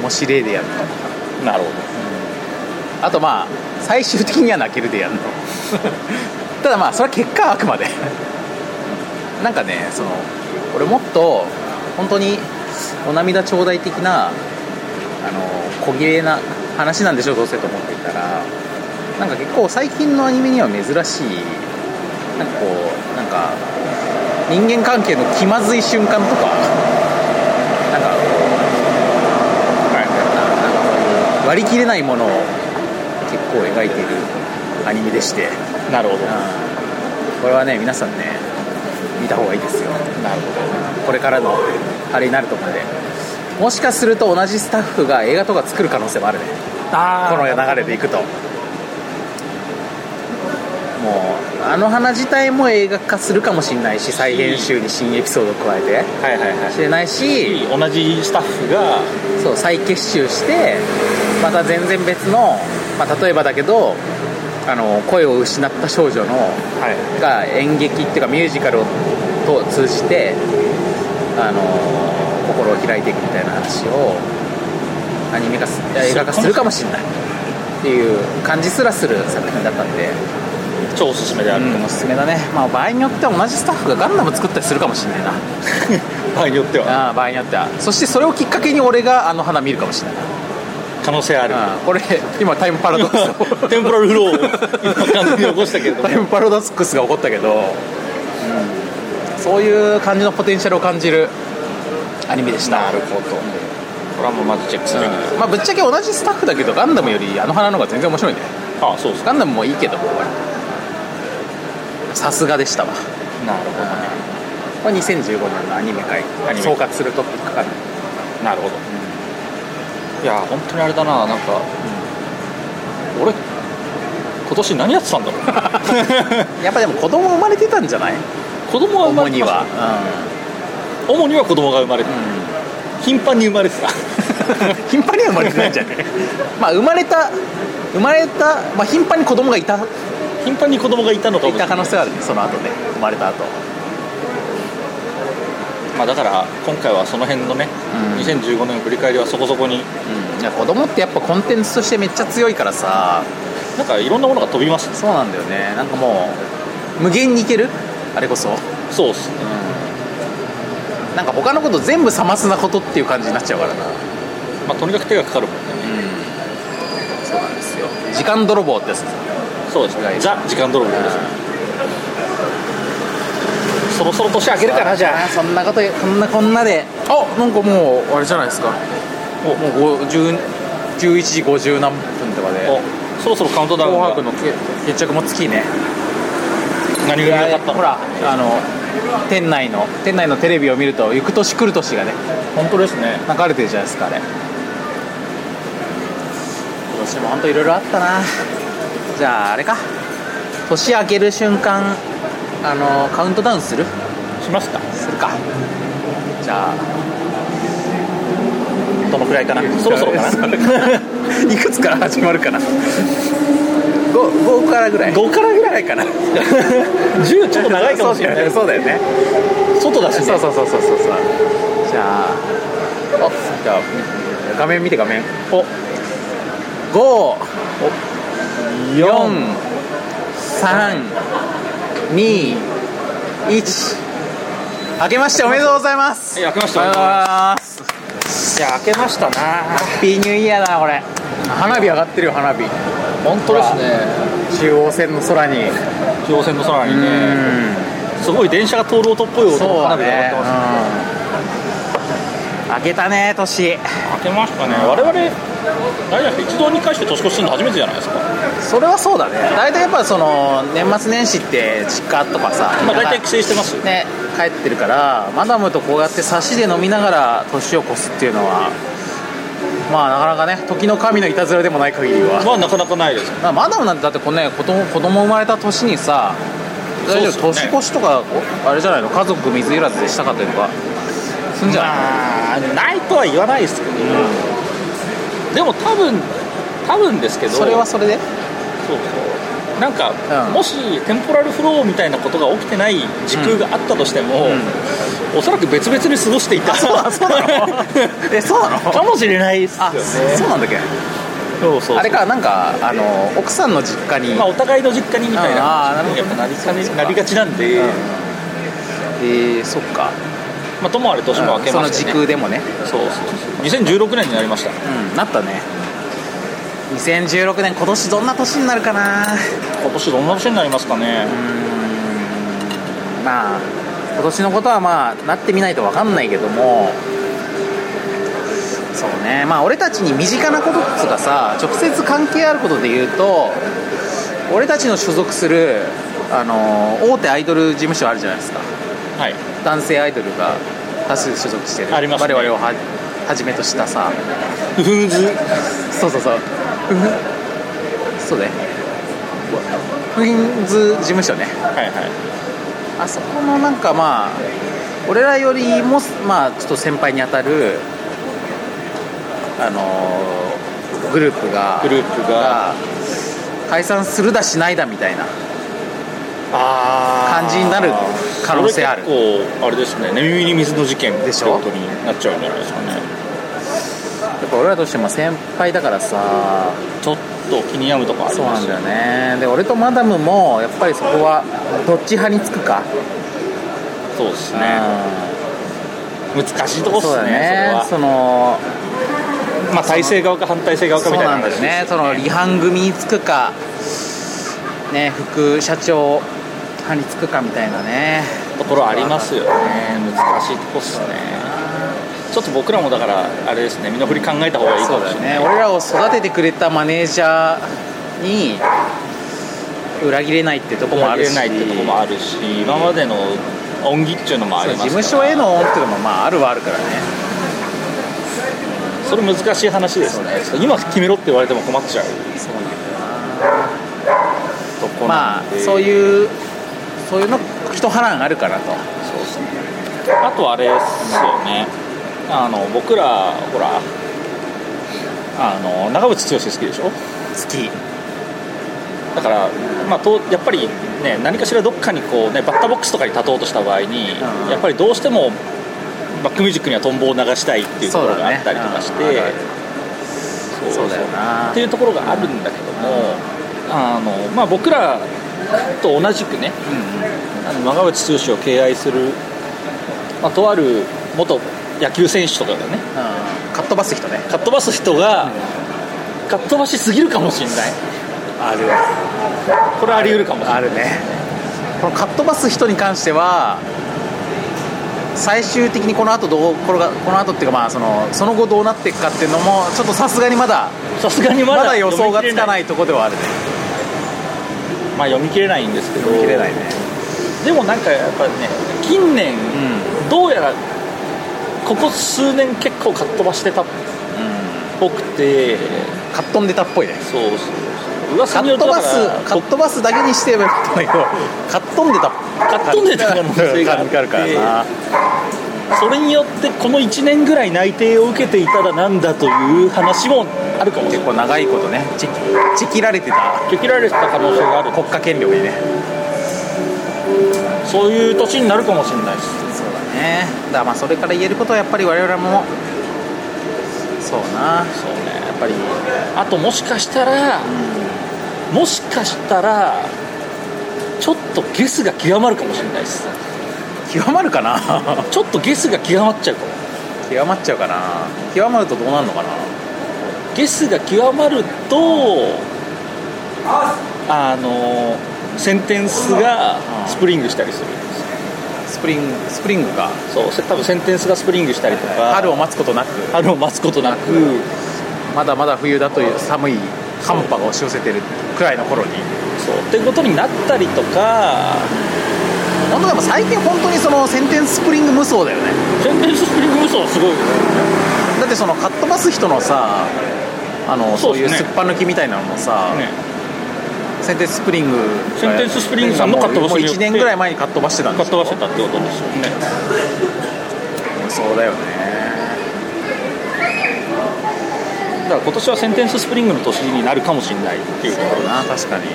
Speaker 2: 面白いでやる
Speaker 3: なるほ
Speaker 2: あとまあ最終的には泣けるでやるの ただまあそれは結果はあくまで なんかねその俺もっと本当にお涙頂戴的なあの小切れな話なんでしょどうせと思っていたらなんか結構最近のアニメには珍しいなんかこうなんか人間関係の気まずい瞬間とかなんかこうなんかこう割り切れないものを結構描いているアニメでして
Speaker 3: なるほど
Speaker 2: うんこれはね皆さんね見た方がいいですよ
Speaker 3: なるほ
Speaker 2: これからのあれになると思うんでもしかすると同じスタッフが映画とか作る可能性もあるね
Speaker 3: どあ
Speaker 2: この流れでいくともうあの花自体も映画化するかもしれないし再編集に新エピソードを加えて
Speaker 3: はいはいはい
Speaker 2: しれないし
Speaker 3: 同じスタッフが
Speaker 2: そう再結集してまた全然別の、まあ、例えばだけどあの声を失った少女の
Speaker 3: はい
Speaker 2: が演劇っていうかミュージカルをと通じて、あの心を開いていくみたいな話をアニメ化すいや映画化するかもしれないっていう感じすらする作品だったんで、
Speaker 3: 超おすすめである、
Speaker 2: うん、おすすめだね、まあ、場合によっては同じスタッフがガンダム作ったりするかもしれないな
Speaker 3: 場合によっては
Speaker 2: ああ場合によってはそしてそれをきっかけに俺があの花見るかもしれない
Speaker 3: 可能性ある
Speaker 2: な、うん、これ今タイムパラドックスを
Speaker 3: テンポラルフローを今完全に起こしたけれども
Speaker 2: タイムパラドックスが起こったけど、そういう感じのポテンシャルを感じるアニメでしたなるほど、
Speaker 3: これはもうまずチェックすべきです、
Speaker 2: まあ、ぶっちゃけ同じスタッフだけどガンダムよりあの花の方が全然面白いね
Speaker 3: ああそうですか
Speaker 2: ガンダムもいいけどさすがでしたわ
Speaker 3: なるほ
Speaker 2: これ2015年のアニメ界
Speaker 3: アニメ
Speaker 2: 総括するトピックかな
Speaker 3: どなるほど、いや本当にあれだななんか、俺今年何やってたんだろう
Speaker 2: やっぱでも子供生まれてたんじゃない
Speaker 3: 子供は生ま
Speaker 2: 主
Speaker 3: れて
Speaker 2: に
Speaker 3: ました
Speaker 2: は、
Speaker 3: 主には子供が生まれて
Speaker 2: う
Speaker 3: た、
Speaker 2: ん
Speaker 3: 頻繁に生まれてた
Speaker 2: 頻繁には生まれてないんじゃねまあ生まれた生まれた、まあ、頻繁に子供がいた
Speaker 3: 頻繁に子供がいたのか
Speaker 2: い
Speaker 3: もしれ
Speaker 2: た可
Speaker 3: な
Speaker 2: 能
Speaker 3: い
Speaker 2: 性があるねその後ね生まれた後
Speaker 3: まあ、だから今回はその辺のね、
Speaker 2: うん
Speaker 3: 2015年の振り返りはそこそこに
Speaker 2: うんいや子供ってやっぱコンテンツとしてめっちゃ強いからさ
Speaker 3: なんかいろんなものが飛びます
Speaker 2: そうなんだよねなんかもう無限にいけるあれこそ、
Speaker 3: そうっすね
Speaker 2: なんか他のこと全部さますなことっていう感じになっちゃうからな
Speaker 3: まあ、とにかく手がかかるもんね
Speaker 2: そうなんですよ時間泥棒ってやつです
Speaker 3: そうです
Speaker 2: はい
Speaker 3: ねザ時間泥棒ですねそろそろ年明けるかなじゃあ
Speaker 2: そんなことこんなこんなであなんかもうあれじゃないですかおもう50 11時50何分とかで
Speaker 3: おそろそろカウントダウン
Speaker 2: 紅白の
Speaker 3: が
Speaker 2: け決着もつきね
Speaker 3: 何が見なかったの
Speaker 2: ほらあの店内の店内のテレビを見ると行く年来る年がね
Speaker 3: 本当ですね
Speaker 2: 流れてるじゃないですかあれ今年も本当いろいろあったなじゃああれか年明ける瞬間あのカウントダウンする
Speaker 3: しますか
Speaker 2: するかじゃあどのくらいかな
Speaker 3: そろそろか
Speaker 2: いくつから始まるかな 5, からぐらい
Speaker 3: 5
Speaker 2: からぐらいか な
Speaker 3: 10ちょっと長いかもしれない
Speaker 2: そうだよね
Speaker 3: 外だしね
Speaker 2: そうそうそうそうそうそうじゃあおじゃあ画面見て画面お五四三二一明けましておめでとうございます
Speaker 3: はい明けまして
Speaker 2: お
Speaker 3: お
Speaker 2: め
Speaker 3: め
Speaker 2: で
Speaker 3: で
Speaker 2: とう
Speaker 3: とう
Speaker 2: ご
Speaker 3: ご
Speaker 2: ざ
Speaker 3: ざ
Speaker 2: います
Speaker 3: いや明けましたな
Speaker 2: ハッピーニューイヤーだなこれ花火上がってるよ花火
Speaker 3: 本当ですね
Speaker 2: 中央線の空に
Speaker 3: 中央線の空にねすごい電車が通る音っぽい音
Speaker 2: そう
Speaker 3: の
Speaker 2: だ
Speaker 3: 花火が上がっ
Speaker 2: ね
Speaker 3: てます
Speaker 2: うん明けたね年
Speaker 3: 明けましたね、我々、あれじゃないですか、一堂に会して年越しするの初めてじゃないですか、ま
Speaker 2: それはそうだね大体やっぱその年末年始って実家とかさ、
Speaker 3: あ、大体帰省してます、
Speaker 2: ね帰ってるからマダムとこうやって差しで飲みながら年を越すっていうのはまあなかなかね時の神のいたずらでもない限りは、
Speaker 3: まあ、なかなかないです、
Speaker 2: まあマダムなんてだってこのね子供子供生まれた年にさ
Speaker 3: そう
Speaker 2: 大
Speaker 3: っ
Speaker 2: 丈
Speaker 3: す
Speaker 2: 夫
Speaker 3: よね
Speaker 2: 年越しとかおあれじゃないの家族水入らずでしたかというかすんじゃない、
Speaker 3: まあ、ないとは言わないですけど、でも多分多分ですけど、
Speaker 2: それはそれで
Speaker 3: そうそうなんか、
Speaker 2: うん
Speaker 3: もしテンポラルフローみたいなことが起きてない時空があったとしても、おそらく別々に過ごしていた、
Speaker 2: あそうなのえそうなの
Speaker 3: かもしれないですよ
Speaker 2: あ
Speaker 3: ね、
Speaker 2: そうなんだっけ
Speaker 3: そうそう
Speaker 2: あれかなんかあの奥さんの実家に
Speaker 3: まあ、お互いの実家にみたいな
Speaker 2: あーなるほど
Speaker 3: 話にやっぱなりかね
Speaker 2: そうか
Speaker 3: なりがちなんで、
Speaker 2: えー、そっか、
Speaker 3: まあ、ともあれ年も明け
Speaker 2: そ
Speaker 3: ま
Speaker 2: の
Speaker 3: して、
Speaker 2: 時
Speaker 3: ね
Speaker 2: 空でもね
Speaker 3: そうそうそう2016年になりました
Speaker 2: うんなったね2016年今年どんな年になるかな
Speaker 3: 今年どんな年になりますかね
Speaker 2: まあ今年のことはまあなってみないと分かんないけどもそうねまあ俺たちに身近なことっつうかさ直接関係あることで言うと俺たちの所属するあの大手アイドル事務所あるじゃないですか
Speaker 3: はい
Speaker 2: 男性アイドルが多数所属してる
Speaker 3: ありますね
Speaker 2: 我々をははじめとしたさ
Speaker 3: ふんず
Speaker 2: そうそうそうそうねフィンズ事務所ね
Speaker 3: はいはい
Speaker 2: あそこのなんかまあ俺らよりもまあちょっと先輩にあたるあのーグループが
Speaker 3: グループが
Speaker 2: 解散するだしないだみたいな
Speaker 3: あ
Speaker 2: 感じになる可能性ある
Speaker 3: これ結構あれですね寝耳に水の事件
Speaker 2: でしょ
Speaker 3: ってことになっちゃうんじゃないですかね
Speaker 2: やっぱ俺らとしても先輩だからさ
Speaker 3: ちょっと気に病むとこあり
Speaker 2: そう
Speaker 3: ま
Speaker 2: なん
Speaker 3: す
Speaker 2: だよねで俺とマダムもやっぱりそこはどっち派につくか
Speaker 3: そうですね難しいとこっす
Speaker 2: そうだ
Speaker 3: ね
Speaker 2: ね
Speaker 3: そ
Speaker 2: その
Speaker 3: れはまあ体制側か反対性側か
Speaker 2: そう
Speaker 3: みたいな
Speaker 2: なん
Speaker 3: 話
Speaker 2: だ
Speaker 3: で
Speaker 2: よ
Speaker 3: すね
Speaker 2: ねその離反組につくかね副社長派につくかみたいなね
Speaker 3: ところありますよね難しいとこっすねちょっと僕らもだからあれですね身の振り考えた方がいいか
Speaker 2: そう
Speaker 3: も
Speaker 2: だ
Speaker 3: し
Speaker 2: よ
Speaker 3: れない
Speaker 2: ね俺らを育ててくれたマネージャーに裏切れないってとこもあ
Speaker 3: 裏切
Speaker 2: るし
Speaker 3: れないってとこもあるし今までの恩義っていうのもあ
Speaker 2: そう
Speaker 3: り
Speaker 2: 事
Speaker 3: ますか
Speaker 2: 務
Speaker 3: ら
Speaker 2: 所への恩っていうのもまああるはあるからね
Speaker 3: それ難しい話ですね
Speaker 2: そう
Speaker 3: 今決めろって言われても困っちゃう
Speaker 2: そうなんだよ
Speaker 3: とこ
Speaker 2: ま
Speaker 3: な
Speaker 2: あ
Speaker 3: んで、
Speaker 2: そう
Speaker 3: う
Speaker 2: いうそういうの一波乱あるかなと
Speaker 3: そうですねあとあれですよねあの僕らほらあの長渕剛好きでしょ
Speaker 2: 好き
Speaker 3: だから、まあ、とやっぱり、ね、何かしらどっかにこう、ね、バッターボックスとかに立とうとした場合に、
Speaker 2: うん
Speaker 3: やっぱりどうしてもバックミュージックにはトンボを流したいっていうところがあったりとかして
Speaker 2: そうだねうんある
Speaker 3: そう
Speaker 2: そうだよな
Speaker 3: っていうところがあるんだけどもあの、まあ、僕らと同じくねあの長渕剛を敬愛する、まあ、とある元野球選手とかがね
Speaker 2: うんかっ飛ばす人ね
Speaker 3: かっ飛ばす人が、かっ飛ばしすぎるかもしれない
Speaker 2: ある
Speaker 3: これあり得るかもしれない
Speaker 2: あるねこのかっ飛ばす人に関しては最終的にこの後どうこれがこの後っていうかまあそのその後どうなっていくかっていうのもちょっとさすがにまだ
Speaker 3: さすがにま
Speaker 2: ま
Speaker 3: だ
Speaker 2: だ予想がつかないいとこではあるね
Speaker 3: まあ読み切れないんですけど
Speaker 2: 見切れないね
Speaker 3: でもなんかやっぱね近年
Speaker 2: うん
Speaker 3: どうやらここ数年結構かっ飛ばしてたっぽくて
Speaker 2: かっ飛んでたっぽいね
Speaker 3: そうそうそう噂
Speaker 2: かっ
Speaker 3: によ
Speaker 2: 飛
Speaker 3: っては
Speaker 2: ば
Speaker 3: だから
Speaker 2: すかっ飛ばすだけにしてはよかったんだけどかっ飛んでた
Speaker 3: かっ飛んでた可能性があ
Speaker 2: 感
Speaker 3: っ
Speaker 2: じがあるからな
Speaker 3: それによってこの1年ぐらい内定を受けていただなんだという話もあるかもしれ
Speaker 2: 結
Speaker 3: な
Speaker 2: 構
Speaker 3: い
Speaker 2: 長いことねちち切られてた
Speaker 3: 受けられてた可能性がある
Speaker 2: 国家権力にね
Speaker 3: そういう年になるかもしれないです
Speaker 2: そうだねだからまあそれから言えることはやっぱり我々もそうな
Speaker 3: そうねやっぱりあともしかしたら、もしかしたらちょっとゲスが極まるかもしれないです
Speaker 2: 極まるかな
Speaker 3: ちょっとゲスが極まっちゃうかも
Speaker 2: 極まっちゃうかな極まるとどうなるのかな
Speaker 3: ゲスが極まるとあのセンテンスがスプリングしたりする
Speaker 2: スプリングスプリングか
Speaker 3: そうせ多分センテンスがスプリングしたりとか
Speaker 2: 春を待つことなく
Speaker 3: 春を待つことなく
Speaker 2: まだまだ冬だという寒い寒波が押し寄せてるくらいの頃に
Speaker 3: そうっていうことになったりとか
Speaker 2: 本当でも最近本当にそのセンテンススプリング無双だよね
Speaker 3: センテンススプリング無双はすごいよね
Speaker 2: だってそのかっ飛ばす人のさあのそう
Speaker 3: そ
Speaker 2: う,、
Speaker 3: で
Speaker 2: いう
Speaker 3: すね
Speaker 2: すっぱ抜きみたいなのもさ、
Speaker 3: ね
Speaker 2: センテンススプリング
Speaker 3: センテンススプリングさんのかっ飛ばし
Speaker 2: もう
Speaker 3: によって
Speaker 2: 1年ぐらい前にかっ飛ばしてたん
Speaker 3: か
Speaker 2: で
Speaker 3: っ
Speaker 2: す
Speaker 3: 飛ばしてたってことですよね
Speaker 2: そうだよね
Speaker 3: だから今年はセンテンススプリングの年になるかもしれないっていうところ
Speaker 2: な確かに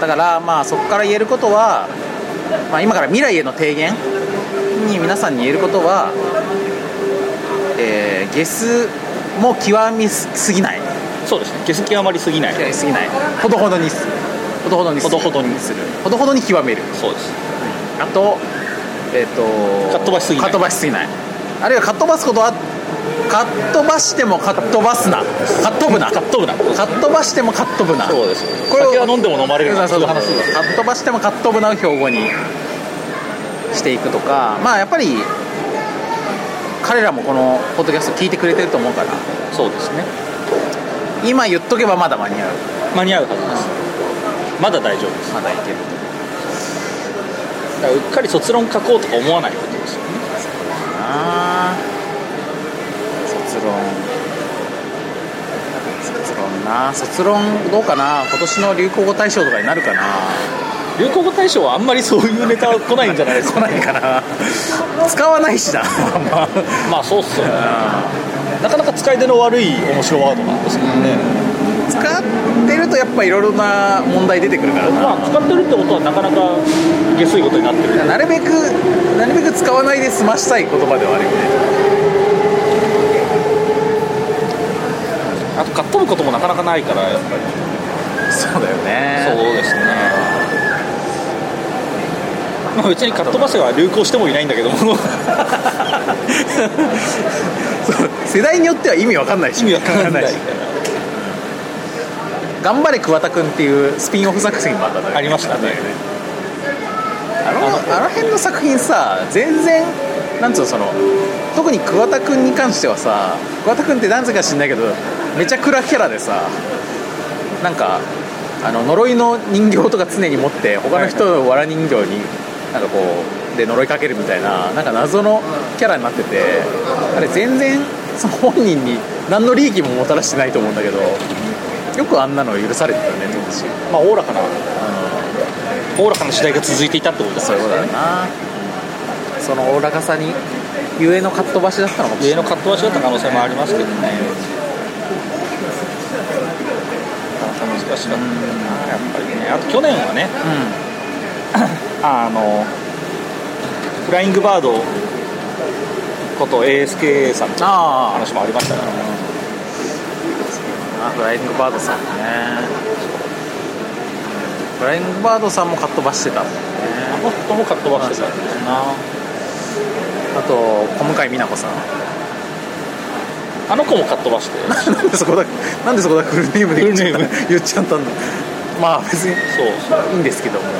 Speaker 2: だからまあそこから言えることは、まあ、今から未来への提言に皆さんに言えることは、えーゲスも極みすぎない
Speaker 3: そうですね毛先あまりすぎない
Speaker 2: 極みすぎないほどほどにするほどほどにする
Speaker 3: ほどほどに
Speaker 2: するほどほどに極める
Speaker 3: そうです
Speaker 2: あとえっ、と
Speaker 3: かっ飛ばしすぎない
Speaker 2: かっ飛ばしすぎないあるいはかっ飛ばすことはかっ飛ばしてもかっ飛ばすなかっ飛ぶな
Speaker 3: カ
Speaker 2: かっ
Speaker 3: ット部な
Speaker 2: 飛ばしてもかっ飛ぶな
Speaker 3: そうです
Speaker 2: これを
Speaker 3: 酒は飲んでも飲まれるな
Speaker 2: そうそう
Speaker 3: そういう話です
Speaker 2: かっ飛ばしてもかっ飛ぶなを標語にしていくとかまあやっぱり彼らもこのポッドキャスト聞いてくれてると思うから
Speaker 3: そうですね
Speaker 2: 今言っとけばまだ間に合う
Speaker 3: 間に合うはずですまだ大丈夫です
Speaker 2: まだいける
Speaker 3: だからうっかり卒論書こうとか思わないことですよね
Speaker 2: な卒論卒論な卒論どうかな今年の流行語大賞とかになるかな
Speaker 3: 流行語大賞はあんまりそういうネタは来ないんじゃないです
Speaker 2: 来
Speaker 3: か
Speaker 2: ないかな使わないしな まあ
Speaker 3: まあそうっすよねなかなか使い手の悪い面白ワードなんですけどね、
Speaker 2: 使ってるとやっぱいろいろな問題出てくるからな
Speaker 3: まあ使ってるってことはなかなか下水ことになってる
Speaker 2: なるべくなるべく使わないで済ましたい言葉ではあるよね
Speaker 3: あとかっ飛ぶこともなかなかないからやっぱり
Speaker 2: そうだよ
Speaker 3: そう
Speaker 2: ね
Speaker 3: ですねまあ別にかっ飛ばせは流行してもいないんだけども
Speaker 2: 世代によっては意味わかんないし
Speaker 3: 意味わからない
Speaker 2: し頑張れ桑田君っていうスピンオフ作品もあったんだよね
Speaker 3: ありましたね
Speaker 2: あのあの辺の作品さ全然なんつうのその特に桑田君に関してはさ桑田君って何故か知んないけどめちゃ暗キャラでさなんかあの呪いの人形とか常に持って他の人の藁人形になんかこうで呪いかけるみたいななんか謎のキャラになっててあれ全然その本人に何の利益ももたらしてないと思うんだけどよくあんなの許されてたね当時
Speaker 3: まあおおらかなおおらかな時代が続いていたってことです
Speaker 2: そういうことだなそのおおらかさにゆえのかっ飛ばしだったのかもしれ
Speaker 3: 上
Speaker 2: ない
Speaker 3: のかっ飛ばしだった可能性もありますけどねなかなか難しかったなやっぱりねあと去年はねあのフライングバードこと ASK さんと
Speaker 2: あ
Speaker 3: 話もありましたから
Speaker 2: あフライングバードさんねフライングバードさんもかっ飛ばしてたあ
Speaker 3: あの人もかっ飛ばしてたんですな
Speaker 2: と小向井美奈子さん
Speaker 3: あの子もかっ飛ばしてそう
Speaker 2: なんでそこだなんでそこだフルネームで言っちゃった
Speaker 3: フルネ
Speaker 2: 言っちゃったんだまあ別に
Speaker 3: そう、
Speaker 2: いいんですけども
Speaker 3: ね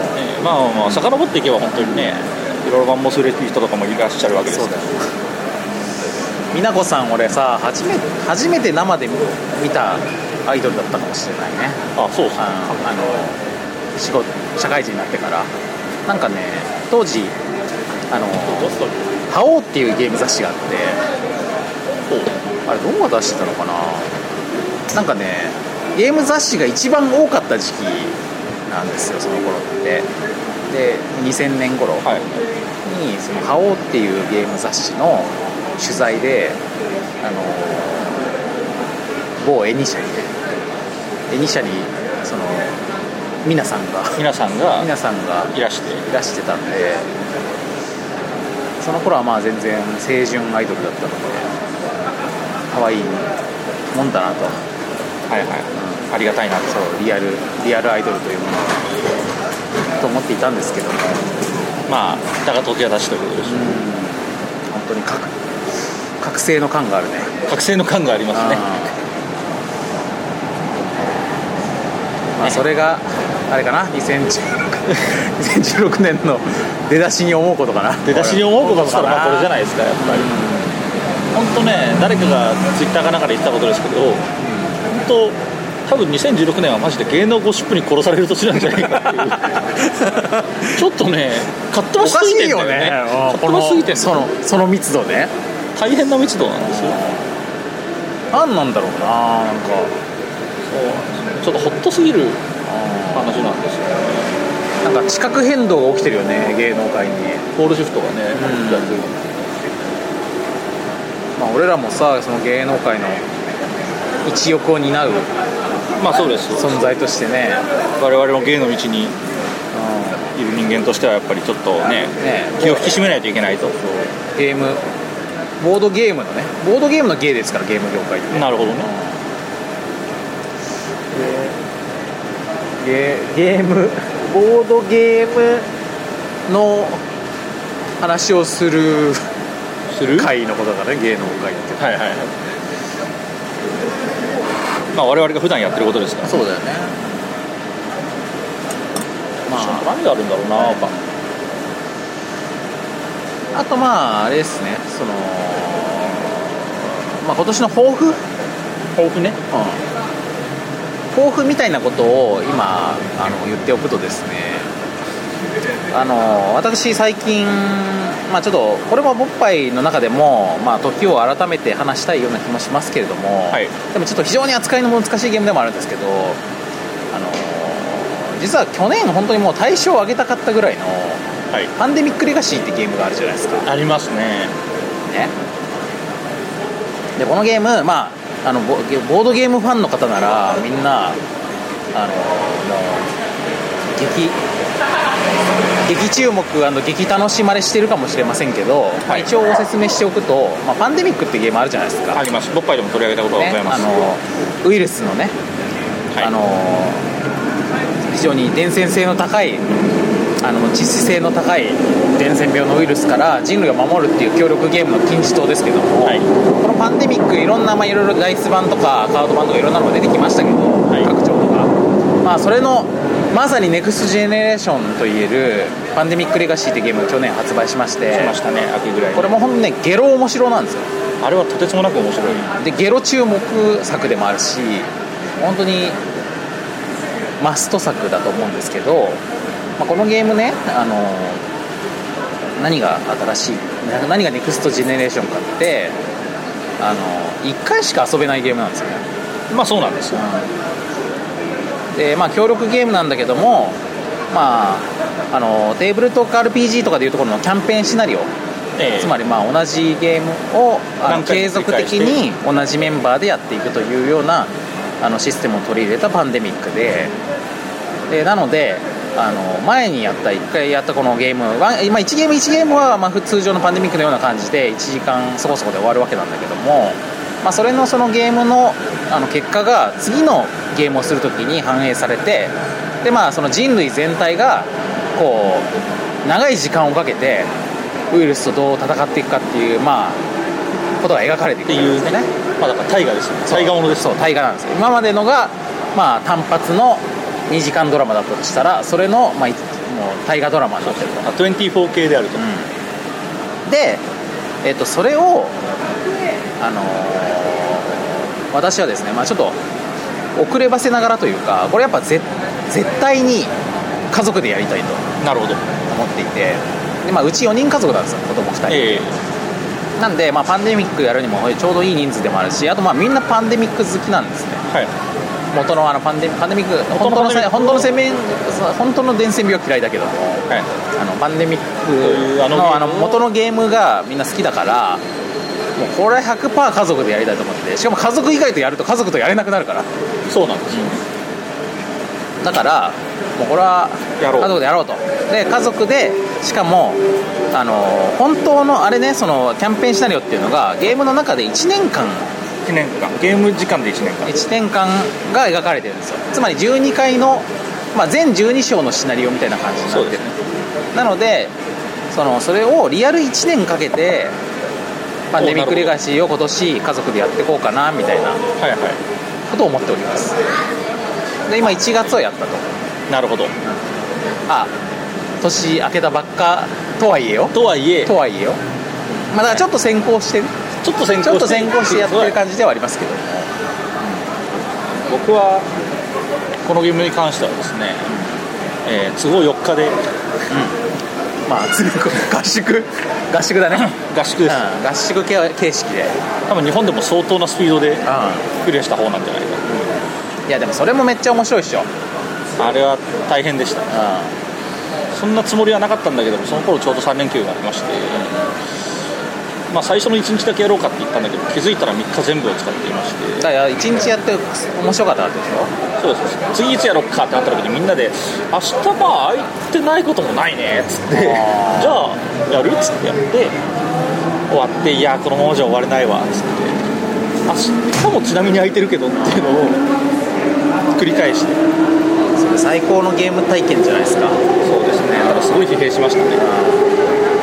Speaker 3: まあまあ遡っていけば本当にねいろいろ晩もする人とかもいらっしゃるわけですから
Speaker 2: 美奈子さん俺さ初め初めて生で見たアイドルだったかもしれないね
Speaker 3: あそうそう
Speaker 2: あのあの仕事社会人になってからなんかね当時あの「覇王」っていうゲーム雑誌があってあれどこが出してたのかななんかねゲーム雑誌が一番多かった時期なんですよその頃ってで2000年頃
Speaker 3: はい
Speaker 2: に「その覇王」っていうゲーム雑誌の取材であの某エニシャにねエニシャにその皆さんが
Speaker 3: 皆さんが
Speaker 2: 皆さんが
Speaker 3: いらして
Speaker 2: いらしてたんでその頃はまあ全然清純アイドルだったので可愛いもんだなと
Speaker 3: はいはいありがたいなと
Speaker 2: そうリアルリアルアイドルというものはと思っていたんですけども
Speaker 3: まあだが解き果たしということでしょう
Speaker 2: 本当に覚覚醒の感があるね
Speaker 3: 覚醒の感がありますね
Speaker 2: うんまあ、それがあれかな2016 2016年の出だしに思うことかな
Speaker 3: 出だしに思うことしたらまあこれじゃ
Speaker 2: い
Speaker 3: ないですかやっぱり本当ね誰かがツイッターかなんかで言ってたことですけど本当多分2016年はマジで芸能ゴシップに殺される年なんじゃないかっていうちょっとねかっ飛ば
Speaker 2: お
Speaker 3: し
Speaker 2: か
Speaker 3: すぎ
Speaker 2: して
Speaker 3: ん
Speaker 2: い
Speaker 3: だよ
Speaker 2: よ
Speaker 3: ね
Speaker 2: ね
Speaker 3: か
Speaker 2: う
Speaker 3: っ
Speaker 2: ん
Speaker 3: 飛ばしすぎてんだ
Speaker 2: そ
Speaker 3: よ
Speaker 2: のその密度ね
Speaker 3: 大変な密度なんですよ
Speaker 2: 何なんだろうななんか
Speaker 3: ちょっとホッとすぎる
Speaker 2: あ
Speaker 3: 話なんですよ
Speaker 2: ーなんか地殻変動が起きてるよね芸能界に
Speaker 3: ポールシフトがね
Speaker 2: んまあ俺らもさその芸能界の一翼を担う
Speaker 3: まあそうです
Speaker 2: 存在としてね、
Speaker 3: 我々も芸の道に
Speaker 2: う
Speaker 3: いる人間としてはやっぱりちょっとね
Speaker 2: んね
Speaker 3: 気を引き締めないといけないと
Speaker 2: ゲームボードゲームのねボードゲームの芸ですからゲーム業界って
Speaker 3: なるほどね
Speaker 2: ゲゲームボードゲームの話をする
Speaker 3: する
Speaker 2: 会のことだからね芸能界って
Speaker 3: はいはいはいまあ我々が普段やってることですから
Speaker 2: そうだよね
Speaker 3: まあ何があるんだろうなやっぱ
Speaker 2: あとまああれですねそのまあ今年の抱負、うん、
Speaker 3: 豊富ね
Speaker 2: 抱負みたいなことを今あの言っておくとですねあの私最近まあちょっとこれもボッパイの中でもまあ時を改めて話したいような気もしますけれども、
Speaker 3: はい
Speaker 2: でもちょっと非常に扱いの難しいゲームでもあるんですけどあの実は去年本当にもう大賞を上げたかったぐらいの
Speaker 3: はい
Speaker 2: パンデミックレガシーってゲームがあるじゃないですか
Speaker 3: ありますね
Speaker 2: ねでこのゲームまああのボボードゲームファンの方ならみんなあのもう激激注目激楽しまれしてるかもしれませんけど、まあ一応ご説明しておくと、まあ、パンデミックってゲームあるじゃないですか、
Speaker 3: ありますボッパイでも取り上げたことがご
Speaker 2: ね
Speaker 3: ざいま
Speaker 2: あ
Speaker 3: す、
Speaker 2: のウイルスのね、
Speaker 3: はい
Speaker 2: あの非常に伝染性の高いあの致死性の高い伝染病のウイルスから人類を守るっていう協力ゲームの金字塔ですけども、
Speaker 3: はい
Speaker 2: このパンデミックいろんな、まあ、いろいろダイス版とかカード版とかいろんなのが出てきましたけど、
Speaker 3: い
Speaker 2: 拡張とか、まあ、それのまさにネクストジェネレーションといえるパンデミックレガシーってゲームが去年発売しまして
Speaker 3: しましたね秋ぐらいに
Speaker 2: これもほんとねゲロ面白なんですよ
Speaker 3: あれはとてつもなく面白い
Speaker 2: でゲロ注目作でもあるし本当にマスト作だと思うんですけど、まあ、このゲームねあの何が新しいな何がネクストジェネレーションかってあの1回しか遊べないゲームなんですよね
Speaker 3: まあそうなんですよ
Speaker 2: でまあ協力ゲームなんだけどもまああのテーブルトーク RPG とかでいうところのキャンペーンシナリオ
Speaker 3: ええ
Speaker 2: つまりまあ同じゲームをあの
Speaker 3: 何回
Speaker 2: 継
Speaker 3: も
Speaker 2: 続
Speaker 3: 繰り返し
Speaker 2: 的
Speaker 3: て
Speaker 2: に同じメンバーでやっていくというようなあのシステムを取り入れたパンデミックででなのであの前にやった1回やったこのゲームは、まあ、1ゲーム1ゲームはまあ普通常のパンデミックのような感じで1時間そこそこで終わるわけなんだけども、まあ、それのそのゲームのあの結果が次のゲームをするときに反映されてで、まあ、その人類全体がこう長い時間をかけてウイルスとどう戦っていくかっていう、まあ、ことが描かれてい
Speaker 3: っ
Speaker 2: く
Speaker 3: て
Speaker 2: わけ
Speaker 3: い
Speaker 2: で
Speaker 3: う
Speaker 2: す
Speaker 3: ね
Speaker 2: よね。
Speaker 3: まあだから大河ですよね大河ものです
Speaker 2: そう大河なんですよ今までのが、まあ、単発の2時間ドラマだったとしたらそれの、まあ、いもう大河ドラマになってると、
Speaker 3: あ24系であると、
Speaker 2: うんで、えっとそれを、あのー私はですね、まあ、ちょっと遅ればせながらというかこれやっぱぜ絶対に家族でやりたいと
Speaker 3: なるほど
Speaker 2: 思っていてで、まあ、うち4人家族なんですよ子供2人、
Speaker 3: ええ
Speaker 2: なんで、まあ、パンデミックやるにもちょうどいい人数でもあるしあとまあみんなパンデミック好きなんですね
Speaker 3: はい
Speaker 2: 元のあのパンデミパンデミック
Speaker 3: 元
Speaker 2: 本
Speaker 3: の
Speaker 2: 当の
Speaker 3: パンデミック
Speaker 2: 本当の生命本当の伝染病は嫌いだけども
Speaker 3: はい
Speaker 2: あのパンデミッ
Speaker 3: いう
Speaker 2: ク
Speaker 3: あのゲーム
Speaker 2: のあの元のゲームがみんな好きだからもうこれは100%家族でやりたいと思っててしかも家族以外とやると家族とやれなくなるから
Speaker 3: そうなんですよ、
Speaker 2: だからもうこれは
Speaker 3: やろう
Speaker 2: 家族でやろうとで家族でしかもあの本当のあれねそのキャンペーンシナリオっていうのがゲームの中で1年間
Speaker 3: 1年間ゲーム時間で1年間
Speaker 2: 1年間が描かれてるんですよつまり12回の、まあ、全12章のシナリオみたいな感じになってる、
Speaker 3: そう
Speaker 2: なのでそのそれをリアル1年かけてパンデミックレガシーを今年家族でやっていこうかなみたいな
Speaker 3: はいは
Speaker 2: ことを思っておりますで今1月をやったと
Speaker 3: いなるほど
Speaker 2: あ年明けたばっかとはいえよ
Speaker 3: とはいえ
Speaker 2: とはいえよまあだからちょっと先行してね
Speaker 3: ちょっと先行
Speaker 2: ちょっと先行してやってる
Speaker 3: じ
Speaker 2: 感じではありますけど
Speaker 3: 僕はこのゲームに関してはですね、えー都合4日で
Speaker 2: まあつまり 合宿合宿だね
Speaker 3: 合宿です、
Speaker 2: うん、合宿形形式で、
Speaker 3: 多分日本でも相当なスピードでクリアした方なんじゃない
Speaker 2: いやでもそれもめっちゃ面白いっしょ、
Speaker 3: かあれは大変でしたそんなつもりはなかったんだけどもその頃ちょうど3連休がありまして、まあ、最初の1日だけやろうかって言ったんだけど気づいたら3日全部を使っていまして
Speaker 2: だから1日やって面白かったわけでしょ
Speaker 3: そうです次いつやろっかってなった時にみんなで明日まあ空いてないこともないねっつってじゃ
Speaker 2: あー
Speaker 3: あやるっつってやって終わっていやこのままじゃ終われないわっつって明日もちなみに空いてるけどっていうのを繰り返して
Speaker 2: それ最高のゲーム体験じゃないですか
Speaker 3: そうですねただすごい疲弊しましたね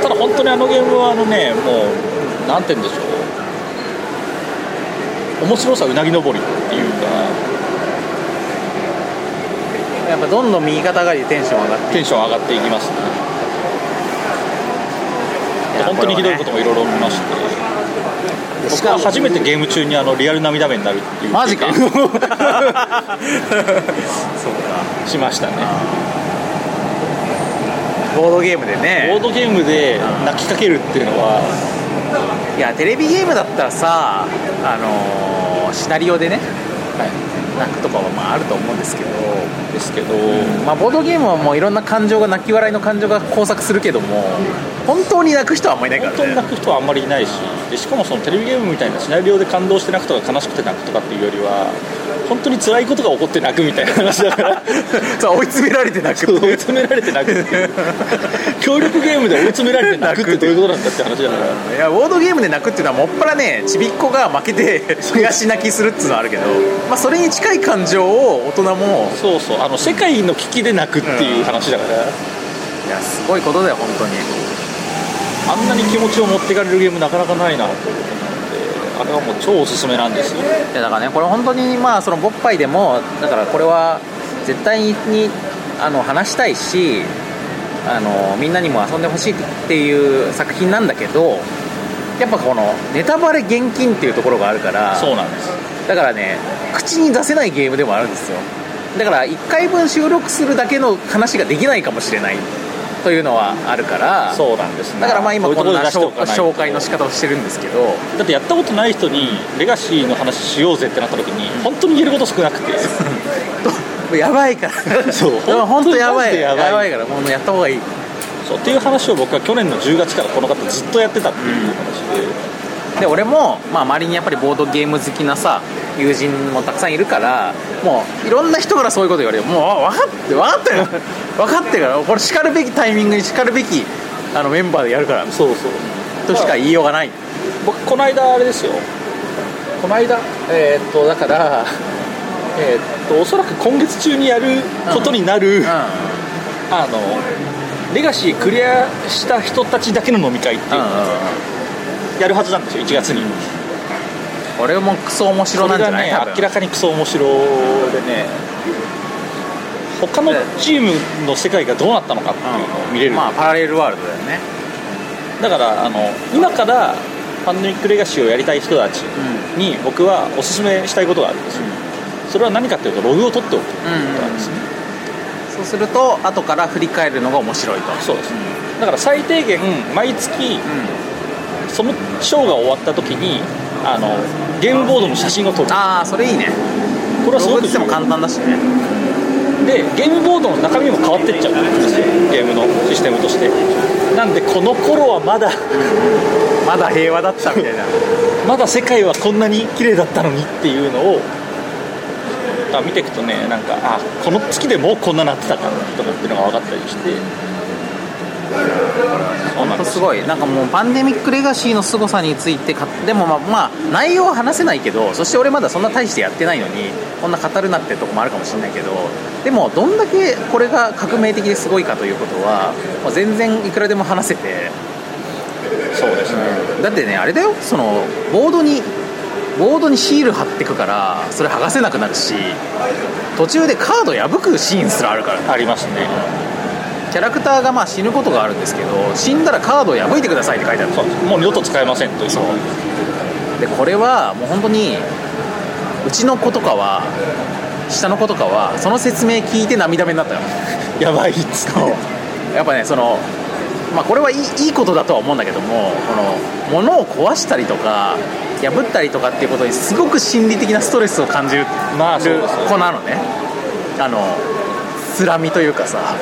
Speaker 3: ただ本当にあのゲームはあのねもうなんて言うんでしょう面白さうなぎ登りっていうか
Speaker 2: やっぱどんどん右肩上がりでテンション上がって
Speaker 3: テンション上がっていきますね
Speaker 2: いや
Speaker 3: 本当にひどいこともいろいろ見まして、
Speaker 2: し
Speaker 3: 僕
Speaker 2: か
Speaker 3: は
Speaker 2: も
Speaker 3: 初めてゲーム中にあのリアル涙目になるっていう
Speaker 2: マジか
Speaker 3: 経験
Speaker 2: そうか
Speaker 3: しましたね
Speaker 2: ボードゲームで
Speaker 3: ボー
Speaker 2: ね
Speaker 3: ドゲームで泣きかけるっていうのはい
Speaker 2: やテレビゲームだったらさあのーシナリオでね、泣くとかはまああると思うんですけど
Speaker 3: ですけど、
Speaker 2: まあ、ボードゲームはもういろんな感情が泣き笑いの感情が交錯するけども本当に泣く人はあんまりいないか
Speaker 3: 本当に
Speaker 2: らね
Speaker 3: 泣く人はあんまりいないしでしかもそのテレビゲームみたいなシナリオで感動して泣くとか悲しくて泣くとかっていうよりは本当に辛いことが起こって泣くみたいな話だから
Speaker 2: そう追い詰められて泣
Speaker 3: ちょっ
Speaker 2: く
Speaker 3: と追い詰められて泣くっていう協力ゲームで追い詰められて泣くってどういうことなんだって話だから
Speaker 2: いやボードゲームで泣くっていうのはもっぱらねちびっ子が負けて悔し泣きするっつうのはあるけど、まあ、それに近い感情を大人も
Speaker 3: そうそうあの世界の危機で泣くっていう話だから、
Speaker 2: いやすごいことだよ本当に
Speaker 3: あんなに気持ちを持っていかれるゲームなかなかないなと思ってあれはもう超おすすめなんですよ
Speaker 2: いやだからねこれ本当にまあそのボッパイでもだからこれは絶対にあの話したいしあのみんなにも遊んでほしいっていう作品なんだけどやっぱこのネタバレ厳禁っていうところがあるから
Speaker 3: そうなんです
Speaker 2: だからね口に出せないゲームでもあるんですよだから1回分収録するだけの話ができないかもしれないというのはあるから
Speaker 3: そうなんですね
Speaker 2: だからまあ今
Speaker 3: こういう
Speaker 2: ことん
Speaker 3: こ
Speaker 2: な
Speaker 3: で出してお
Speaker 2: 紹
Speaker 3: かないと
Speaker 2: 紹介の仕方をしてるんですけど
Speaker 3: だってやったことない人にレガシーの話しようぜってなった時に本当に言えること少なく て
Speaker 2: やばいから
Speaker 3: そう
Speaker 2: でも本当やば
Speaker 3: マジ
Speaker 2: い
Speaker 3: でや
Speaker 2: や
Speaker 3: ば
Speaker 2: ば
Speaker 3: い
Speaker 2: いからもうやった方がいい
Speaker 3: そうっていう話を僕は去年の10月からこの方ずっとやってたっていう話で、
Speaker 2: で俺も、まあ、周りにやっぱりボードゲーム好きなさ友人もたくさんいるからもういろんな人からそういうこと言われるもうあ分かって分かった よ分かってるからこれしかるべきタイミングにしかるべきあのメンバーでやるから
Speaker 3: そうそ
Speaker 2: と
Speaker 3: う
Speaker 2: しか言いようがない
Speaker 3: 僕この間あれですよこの間えーっとだからえーっとおそらく今月中にやることになる、
Speaker 2: う
Speaker 3: あのレガシークリアした人たちだけの飲み会ってい
Speaker 2: ん
Speaker 3: うのをやるはずなんですよ1月に
Speaker 2: 俺もクソ面白なんじゃない
Speaker 3: それがね明らかにクソ面白でね他のチームの世界がどうなったのかっていうのを見れる、
Speaker 2: まあパラレルワールドだよね
Speaker 3: だからあの今からパンデミックレガシーをやりたい人たちに僕はおすすめしたいことがあるんですよ、それは何かっていうとログを取っておくっていうことなんですね、
Speaker 2: そうすると後から振り返るのが面白いと
Speaker 3: そうです、だから最低限毎月そのショーが終わった時にあのゲームボードの写真を撮るこ
Speaker 2: ああそれいいね
Speaker 3: れはすご
Speaker 2: 動
Speaker 3: く
Speaker 2: 物でも簡単だしね
Speaker 3: でゲームボードの中身も変わってっちゃうんですよゲームのシステムとしてなんでこの頃はまだ
Speaker 2: まだ平和だったみたいな
Speaker 3: まだ世界はこんなに綺麗だったのにっていうのをあ見ていくとねなんかあこの月でもうこんななってたかとかっていうのが分かったりしてそうなんです
Speaker 2: すごいなんかもうパンデミックレガシーの凄さについてかでもまあ、まあ、内容は話せないけどそして俺まだそんな大してやってないのにこんな語るなってとこもあるかもしれないけどでもどんだけこれが革命的ですごいかということはもう全然いくらでも話せて
Speaker 3: そうですね
Speaker 2: だってねあれだよそのボードにボードにシール貼ってくからそれ剥がせなくなるし途中でカード破くシーンすらあるからね
Speaker 3: ありますね
Speaker 2: キャラクターがまあ死ぬことがあるんですけど死んだらカードを破いてくださいって書いてある
Speaker 3: そうもう二度と使えませんという
Speaker 2: そうでこれはもう本当にうちの子とかは下の子とかはその説明聞いて涙目になったよ
Speaker 3: やばいっつって
Speaker 2: やっぱねそのまあこれはいいいいことだとは思うんだけどもこの物を壊したりとか破ったりとかっていうことにすごく心理的なストレスを感じる
Speaker 3: まあそうですよ
Speaker 2: 子なのねあのつらみというかさ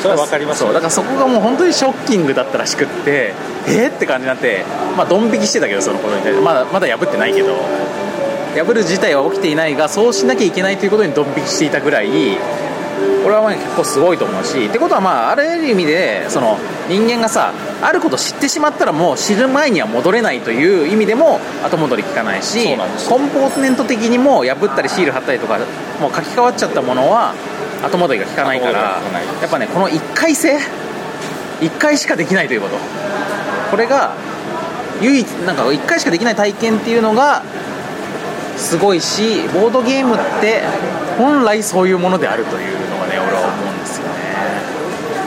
Speaker 3: それは分かります
Speaker 2: そ
Speaker 3: よ
Speaker 2: うだからそこがもう本当にショッキングだったらしくってえー、って感じになってまあドン引きしてたけどそのことに対してまだまだ破ってないけど破る事態は起きていないがそうしなきゃいけないということにドン引きしていたぐらい俺はまあ結構すごいと思うしってことはまあある意味でその人間がさあること知ってしまったらもう知る前には戻れないという意味でも後戻り効かないし
Speaker 3: そう
Speaker 2: コ
Speaker 3: なんです
Speaker 2: ンポーネント的にも破ったりシール貼ったりとかもう書き換わっちゃったものは後戻りが効かないから
Speaker 3: 後戻りが効かない
Speaker 2: やっぱねこの1回性1回しかできないということこれが唯一なんか1回しかできない体験っていうのがすごいしボードゲームって本来そういうものであるというのがね俺は思うんですよね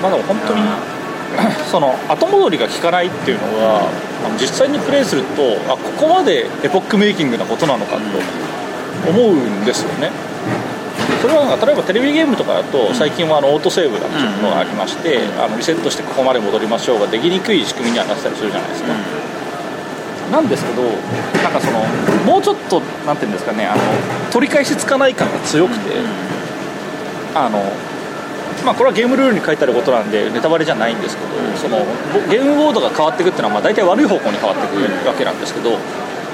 Speaker 3: まあでも本当に その後戻りが効かないっていうのはあの実際にプレイするとあここまでエポックメイキングなことなのかと思うんですよねそれはなんか例えばテレビゲームとかだと最近はあのオートセーブだっていうのがありましてあのリセットしてここまで戻りましょうができにくい仕組みにはなってたりするじゃないですかなんですけどなんかそのもうちょっとなんていうんですかねあの取り返しつかない感が強くてあのまあ、これはゲームルールに書いてあることなんでネタバレじゃないんですけどそのぼゲームボードが変わっていくっていうのはまあ大体悪い方向に変わっていくわけなんですけど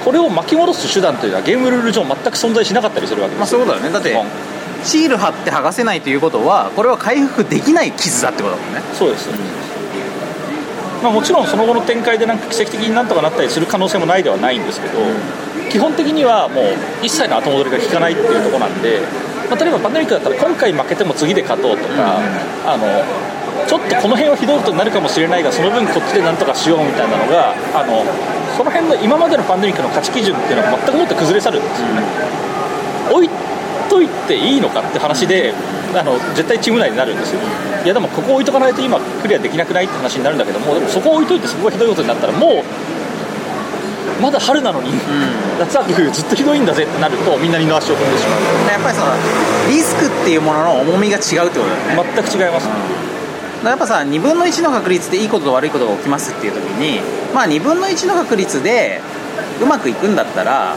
Speaker 3: これを巻き戻す手段というのはゲームルール上全く存在しなかったりするわけ
Speaker 2: ま
Speaker 3: で
Speaker 2: あ
Speaker 3: す
Speaker 2: そう
Speaker 3: よ
Speaker 2: いうことだよねだっ
Speaker 3: 基
Speaker 2: て
Speaker 3: 本
Speaker 2: シール貼って剥がせないということはこれは回復できない傷だってことだもんね
Speaker 3: そうです、まあ、もちろんその後の展開でなんか奇跡的になんとかなったりする可能性もないではないんですけど、基本的にはもう一切の後戻りが効かないっていうところなんで、まあ、例えばパンデミックだったら今回負けても次で勝とうとか、あのちょっとこの辺はひどいことになるかもしれないがその分こっちでなんとかしようみたいなのがあのその辺の今までのパンデミックの価値基準っていうのが全くもって崩れ去るんですよね。置いといていいのかって話で、あの絶対チーム内になるんですよ、いやでもここ置いとかないと今、クリアできなくないって話になるんだけども、でもそこ置いといて、そこがひどいことになったら、もう、まだ春なのに、夏は冬、ずっとひどいんだぜってなると、みんな二の足を踏んでしまう、
Speaker 2: やっぱりそのリスクっていうものの重みが違うってことだよね
Speaker 3: 全く違いま
Speaker 2: だか
Speaker 3: す、
Speaker 2: らやっぱさ2分の1の確率でいいことと悪いことが起きますっていう時にまあ2分の1の確率でうまくいくんだったら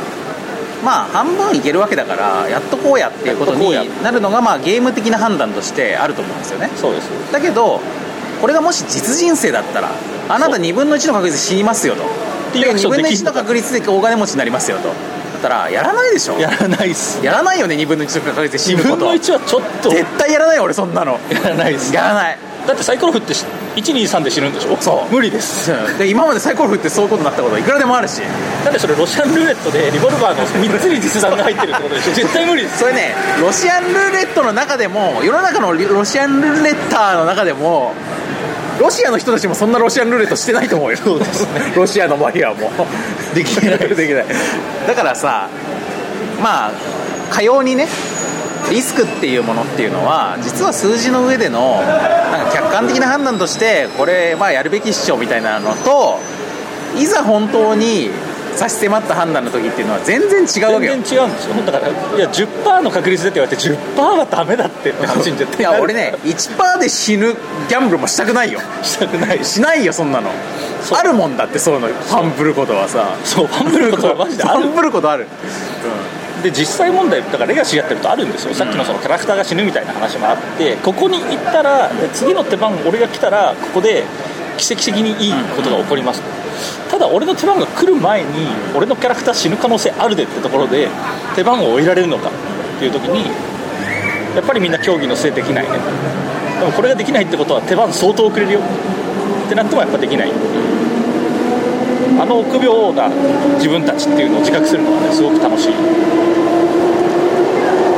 Speaker 2: まあ半分いけるわけだからやっとこうやっていうことに
Speaker 3: やっとこ
Speaker 2: なるのがまあゲーム的な判断としてあると思うんですよね
Speaker 3: そうです、
Speaker 2: だけどこれがもし実人生だったらあなた
Speaker 3: そう
Speaker 2: 2分の1の確率で死にますよと
Speaker 3: ていうアクシ
Speaker 2: 2
Speaker 3: ョン
Speaker 2: 分の
Speaker 3: でき
Speaker 2: 1
Speaker 3: ん
Speaker 2: の
Speaker 3: のか
Speaker 2: 確率で大金持ちになりますよとだったらやらないでしょ
Speaker 3: やらないっす、
Speaker 2: やらないよね2分の1の確率で死
Speaker 3: 2
Speaker 2: ぬこ
Speaker 3: 分
Speaker 2: と
Speaker 3: の1はちょっと
Speaker 2: 絶対やらないよ俺そんなの
Speaker 3: やらないっす、
Speaker 2: や
Speaker 3: だ
Speaker 2: らない
Speaker 3: ってサイコロ振ってし1、2、3で死ぬんでしょ、
Speaker 2: そう
Speaker 3: 無理です。
Speaker 2: で今までサイコロ振ってそういうことになったことはいくらでもあるし
Speaker 3: だってそれロシアンルーレットでリボルバーの3つに実弾が入ってるってことで しょ絶対無理です
Speaker 2: それねロシアンルーレットの中でも世の中のリロシアンルーレッターの中でもロシアの人たちもそんなロシアンルーレットしてないと思うよそうです、ね、ロシアの場合はもうできないできないだからさまあかようにねリスクっていうものっていうのは実は数字の上でのなんか客観的な判断としてこれまあやるべきっしょみたいなのといざ本当に差し迫った判断の時っていうのは全然違うわ
Speaker 3: 全
Speaker 2: けよ
Speaker 3: 然違うんですよだからいや10%の確率でって言われて10%はダメだって って話に絶対
Speaker 2: い
Speaker 3: なる
Speaker 2: や俺ね1%で死ぬギャンブルもしたくないよ
Speaker 3: したくないし
Speaker 2: しないよそんなの
Speaker 3: そう
Speaker 2: あるもんだってそういうのファンブルことはさ
Speaker 3: そうファンブ ルことはマジであ
Speaker 2: ファ
Speaker 3: る
Speaker 2: ンブルことある
Speaker 3: で実際問題だからレガシーやってるとあるんですよ、さっきのそのキャラクターが死ぬみたいな話もあってここに行ったらで次の手番俺が来たらここで奇跡的にいいことが起こります、ただ俺の手番が来る前に俺のキャラクター死ぬ可能性あるでってところで手番を終えられるのかっていう時にやっぱりみんな競技のせいできないねでもこれができないってことは手番相当遅れるよってなってもやっぱできないあの臆病な自分たちっていうのを自覚するのはねすごく楽しい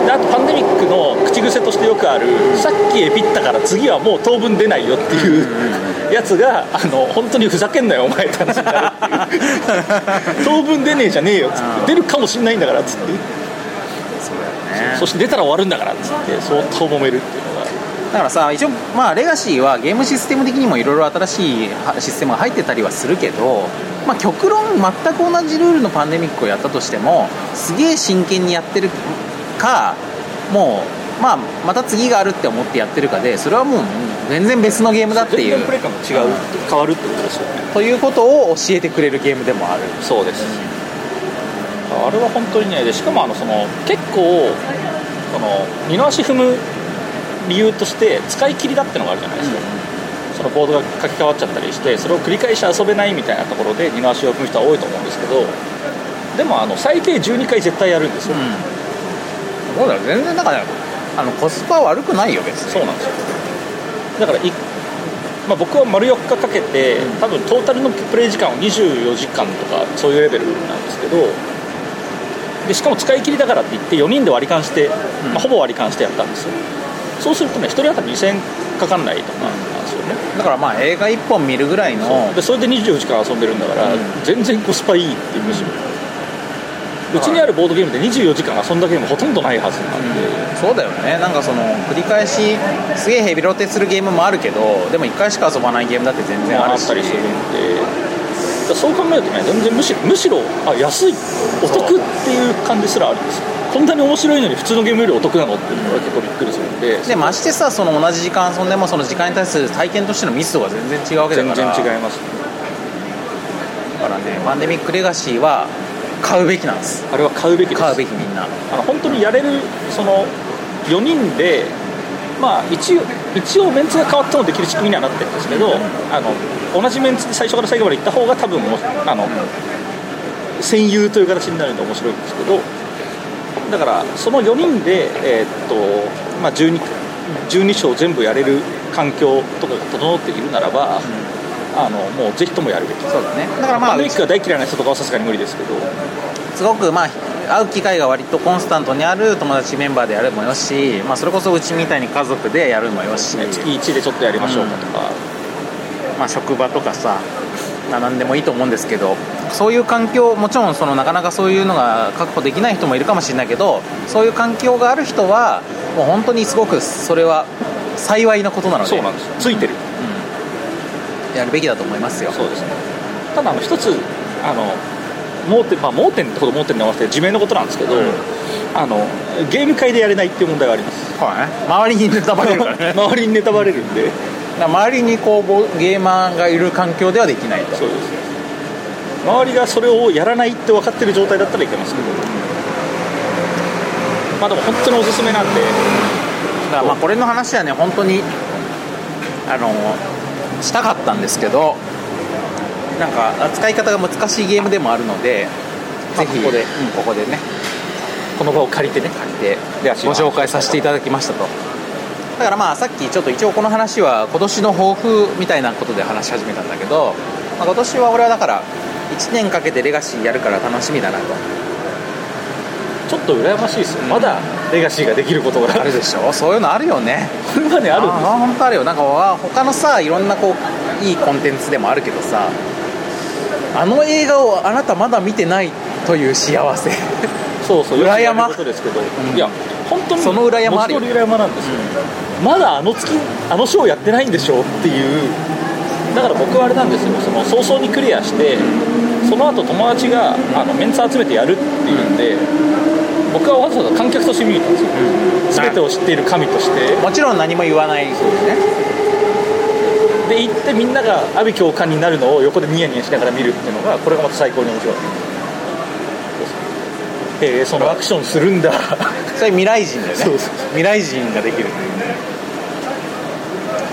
Speaker 3: であとパンデミックの口癖としてよくあるさっきエピったから次はもう当分出ないよっていうやつがあの本当にふざけんなよお前って話になるって いう当分出ねえじゃねえよっつって出るかもしんないんだからっつってそして出たら終わるんだからっつって相当揉めるっていうのが
Speaker 2: だからさ一応まあレガシーはゲームシステム的にもいろいろ新しいはシステムが入ってたりはするけどまあ極論全く同じルールのパンデミックをやったとしてもすげえ真剣にやってるかもうまあまた次があるって思ってやってるかでそれはもう全然別のゲームだってい
Speaker 3: 全
Speaker 2: う
Speaker 3: 然プレイ感が違う変わるってことですよね
Speaker 2: ということを教えてくれるゲームでもある
Speaker 3: そうです、あれは本当にねでしかもあのその結構その二の足踏む理由として使い切りだってのがあるじゃないですか、そのボードが書き換わっちゃったりしてそれを繰り返し遊べないみたいなところで二の足を踏む人は多いと思うんですけどでもあの最低12回絶対やるんですよ、
Speaker 2: そうだよ全然だからあのコスパ悪くないよ別に
Speaker 3: そうなんですよだからい、まあ、僕は丸4日かけて多分トータルのプレイ時間は24時間とかそういうレベルなんですけどでしかも使い切りだからって言って4人で割り勘して、まあほぼ割り勘してやったんですよそうするとね1人当たり2000かかんないとか、ですよね
Speaker 2: だからまあ映画1本見るぐらいの
Speaker 3: でそれで24時間遊んでるんだから、
Speaker 2: うん
Speaker 3: 全然コスパいいってむしろうちにあるボードゲームで24時間遊んだゲームほとんどないはずなんで、
Speaker 2: そうだよねなんかその繰り返しすげえヘビロテするゲームもあるけどでも1回しか遊ばないゲームだって全然
Speaker 3: まあ
Speaker 2: あ
Speaker 3: あ
Speaker 2: る
Speaker 3: っ
Speaker 2: した
Speaker 3: りするんでだからそう考えるとね全然むしろむしろあ安いお得っていう感じすらあるんですよこんなに面白いのに普通のゲームよりお得なのっていうのが結構びっくりするんで
Speaker 2: でましてさその同じ時間遊んでもその時間に対する体験としてのミスとか全然違うわけだか
Speaker 3: 全
Speaker 2: ら
Speaker 3: 然違いますね
Speaker 2: だからねパンデミックレガシーは買うべきなんです
Speaker 3: あれは買うべきです
Speaker 2: 買うべきみんな
Speaker 3: あの本当にやれるその4人でまあ一応一応メンツが変わってもできる仕組みにはなってるんですけどあの同じメンツで最初から最後まで行った方が多分もあの戦友という形になるので面白いんですけどだからその4人で、えーっとまあ、12, 12章全部やれる環境とかが整っているならば、あのもうぜひともやるべき
Speaker 2: そうだねだからま
Speaker 3: まあ、
Speaker 2: あ
Speaker 3: メイクが大嫌いな人とかはさすがに無理ですけど
Speaker 2: すごくまあ会う機会が割とコンスタントにある友達メンバーでやるもよし、まあ、それこそうちみたいに家族でやるもよし、
Speaker 3: ね月1でちょっとやりましょうかとか、
Speaker 2: まあ、職場とかさまあ何でもいいと思うんですけどそういう環境もちろんそのなかなかそういうのが確保できない人もいるかもしれないけどそういう環境がある人はもう本当にすごくそれは幸いなことなので
Speaker 3: そうなんですよついてる
Speaker 2: やるべきだと思いますよ
Speaker 3: そうですねただあの一つあの盲点まあ盲点ってほど盲点に合わせて自明のことなんですけど、あのゲーム会でやれないっていう問題があり ます
Speaker 2: はい、周りにネタバレるから ね
Speaker 3: 周りにネタバレるんで
Speaker 2: だから周りにこうボゲーマーがいる環境ではできないと
Speaker 3: そうです周りがそれをやらないって分かってる状態だったらいけますけどまあでも本当におすすめなんで
Speaker 2: だからまあこれの話はね本当にあのしたかったんですけどなんか扱い方が難しいゲームでもあるのでぜ
Speaker 3: まあ
Speaker 2: ひ
Speaker 3: ここで
Speaker 2: うんここでね
Speaker 3: この場を借りてね
Speaker 2: で
Speaker 3: で
Speaker 2: ご紹介させていただきましたとだからまあさっきちょっと一応この話は今年の抱負みたいなことで話し始めたんだけど、まあ、今年は俺はだから1年かけてレガシーやるから楽しみだなと
Speaker 3: ちょっと羨ましいですよ、まだレガシーができることがあ
Speaker 2: あ
Speaker 3: る
Speaker 2: るでしょそういうのあるよね
Speaker 3: これはねあるんです
Speaker 2: ああ本当あるよなんかわ他のさいろんなこういいコンテンツでもあるけどさあの映画をあなたまだ見てないという幸せ
Speaker 3: そうそう、
Speaker 2: 裏
Speaker 3: よく言
Speaker 2: 山
Speaker 3: われることですけど、
Speaker 2: ん
Speaker 3: いや、本当に
Speaker 2: その裏山あるよ
Speaker 3: 文字通り裏山なんですよ、まだあの月、あのショーやってないんでしょっていう、だから僕はあれなんですよ、その早々にクリアして、その後友達があのメンツ集めてやるっていうんで、僕はわざわざ観客として見に行ったんですよ、すべてを知っている神として。
Speaker 2: もちろん何も言わないそうですね
Speaker 3: で行ってみんなが阿鼻教官になるのを横でニヤニヤしながら見るっていうのがこれがまた最高に面白いえー、そのアクションするんだ
Speaker 2: それ未来人だよね
Speaker 3: そうそう
Speaker 2: 未来人ができる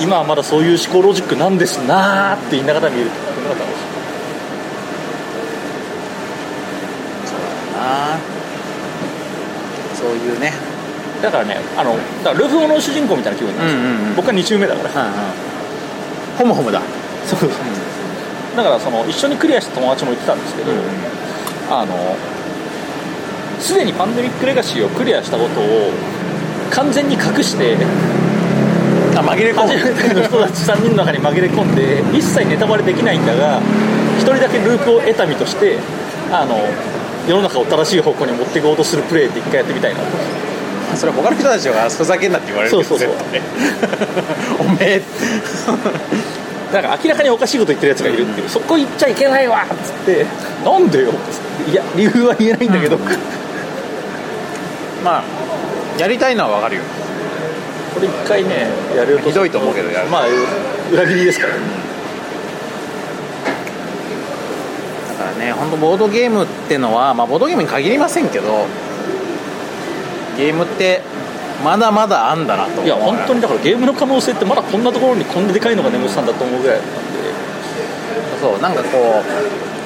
Speaker 3: 今はまだそういう思考ロジックなんですなーって言いながら見るっていうのが楽しい
Speaker 2: あそういうね
Speaker 3: だからねあのだからルフオの主人公みたいな気分になるんですよ、
Speaker 2: うんうんうん
Speaker 3: 僕は2周目だから
Speaker 2: うんうんホムホムだ
Speaker 3: そうだからその一緒にクリアした友達も言ってたんですけど、あのすでにパンデミックレガシーをクリアしたことを完全に隠して
Speaker 2: あ紛れ 込
Speaker 3: 初
Speaker 2: む
Speaker 3: めての人たち3人の中に紛れ込んで一切ネタバレできないんだが1人だけループを得た身としてあの世の中を正しい方向に持っていこうとするプレーって一回やってみたいなと
Speaker 2: それ他の人たちがふざけんなって言われるけど
Speaker 3: そうそうそう
Speaker 2: 絶対 おめえ
Speaker 3: だから明らかにおかしいこと言ってるやつがいるっていうそこ行っちゃいけないわっつってなんでよっつっていや理由は言えないんだけど、こ
Speaker 2: まあやりたいのはわかるよ
Speaker 3: れ1回ねやれると
Speaker 2: ひどいと思うけどやる
Speaker 3: まあ裏切りですからね
Speaker 2: だからね本当ボードゲームってのは、まあ、ボードゲームに限りませんけどゲームってまだまだあんだなと思う
Speaker 3: いや本当にだからゲームの可能性ってまだこんなところにこんなでかいのが眠ってたんだと思うぐらいなんで
Speaker 2: そうなんかこ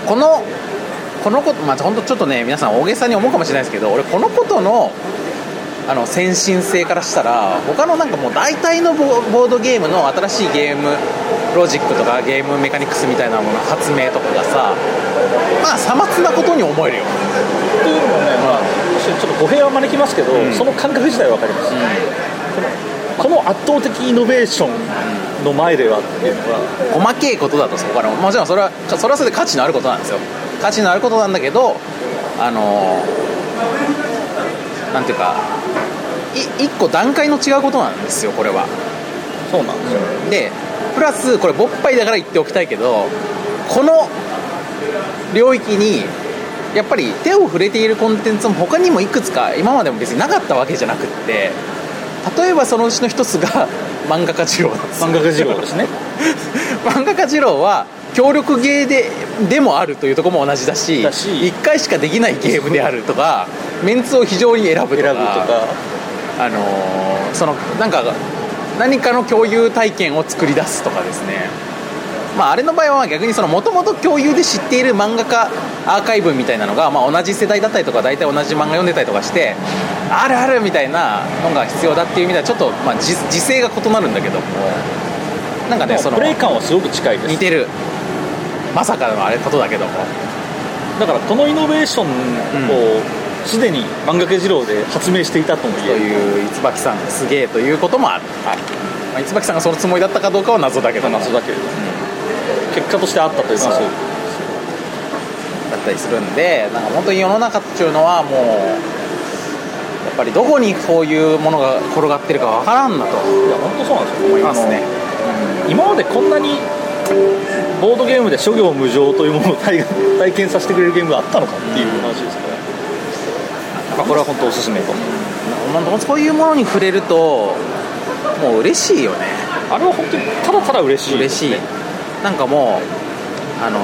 Speaker 2: うこのこのことまあ本当ちょっとね皆さん大げさに思うかもしれないですけど俺このことのあの先進性からしたら他のなんかもう大体のボボードゲームの新しいゲームロジックとかゲームメカニクスみたいなものの発明とかがさまあさまつなことに思えるよ
Speaker 3: というのもね、まあ、ちょっと語弊は招きますけど、その感覚自体は分かります、このこの圧倒的イノベーションの前ではっていうのは
Speaker 2: 細けいことだとそこからもちろんそれはそれはそれで価値のあることなんですよ価値のあることなんだけどあのなんていうかい一個段階の違うことなんですよこれは
Speaker 3: そうなんですよ
Speaker 2: でプラスこれ勃発だから言っておきたいけどこの領域にやっぱり手を触れているコンテンツも他にもいくつか今までも別になかったわけじゃなくって例えばそのうちの一つが漫画家二郎なんです
Speaker 3: 漫画家事業ですね
Speaker 2: 漫画家二郎は協力ゲーででもあるというところも同じだし
Speaker 3: だし
Speaker 2: 1回しかできないゲームであるとかメンツを非常に選ぶとか
Speaker 3: 選ぶとか
Speaker 2: あのーそのなんか何かの共有体験を作り出すとかですねまあ、あれの場合は逆にもともと共有で知っている漫画家アーカイブみたいなのが、まあ、同じ世代だったりとか大体同じ漫画読んでたりとかしてあるあるみたいなのが必要だっていう意味ではちょっと、まあ、時時勢が異なるんだけどもなんかねその
Speaker 3: プレイ感はすごく近いで
Speaker 2: 似
Speaker 3: す
Speaker 2: てるまさかのあれことだけども
Speaker 3: だからこのイノベーションをすでに漫画家二郎で発明していたとも
Speaker 2: と
Speaker 3: 言える
Speaker 2: いういつばきさんすげえということもある、まあ、いつばきさんがそのつもりだったかどうかは謎だけども
Speaker 3: 謎だけれども、結果としてあったというのは
Speaker 2: そう
Speaker 3: そう
Speaker 2: だったりするんでなんか本当に世の中っていうのはもうやっぱりどこにこういうものが転がってるかわからんなと
Speaker 3: いや本当そうなんですよ
Speaker 2: 思いますね
Speaker 3: あの今までこんなにボードゲームで諸行無常というものを 体体験させてくれるゲームがあったのかっていう話ですから、まあ、これは本当おすすめと
Speaker 2: 本当こういうものに触れるともう嬉しいよね
Speaker 3: あれは本当にただただ嬉しい
Speaker 2: 嬉しいなんかもうあのー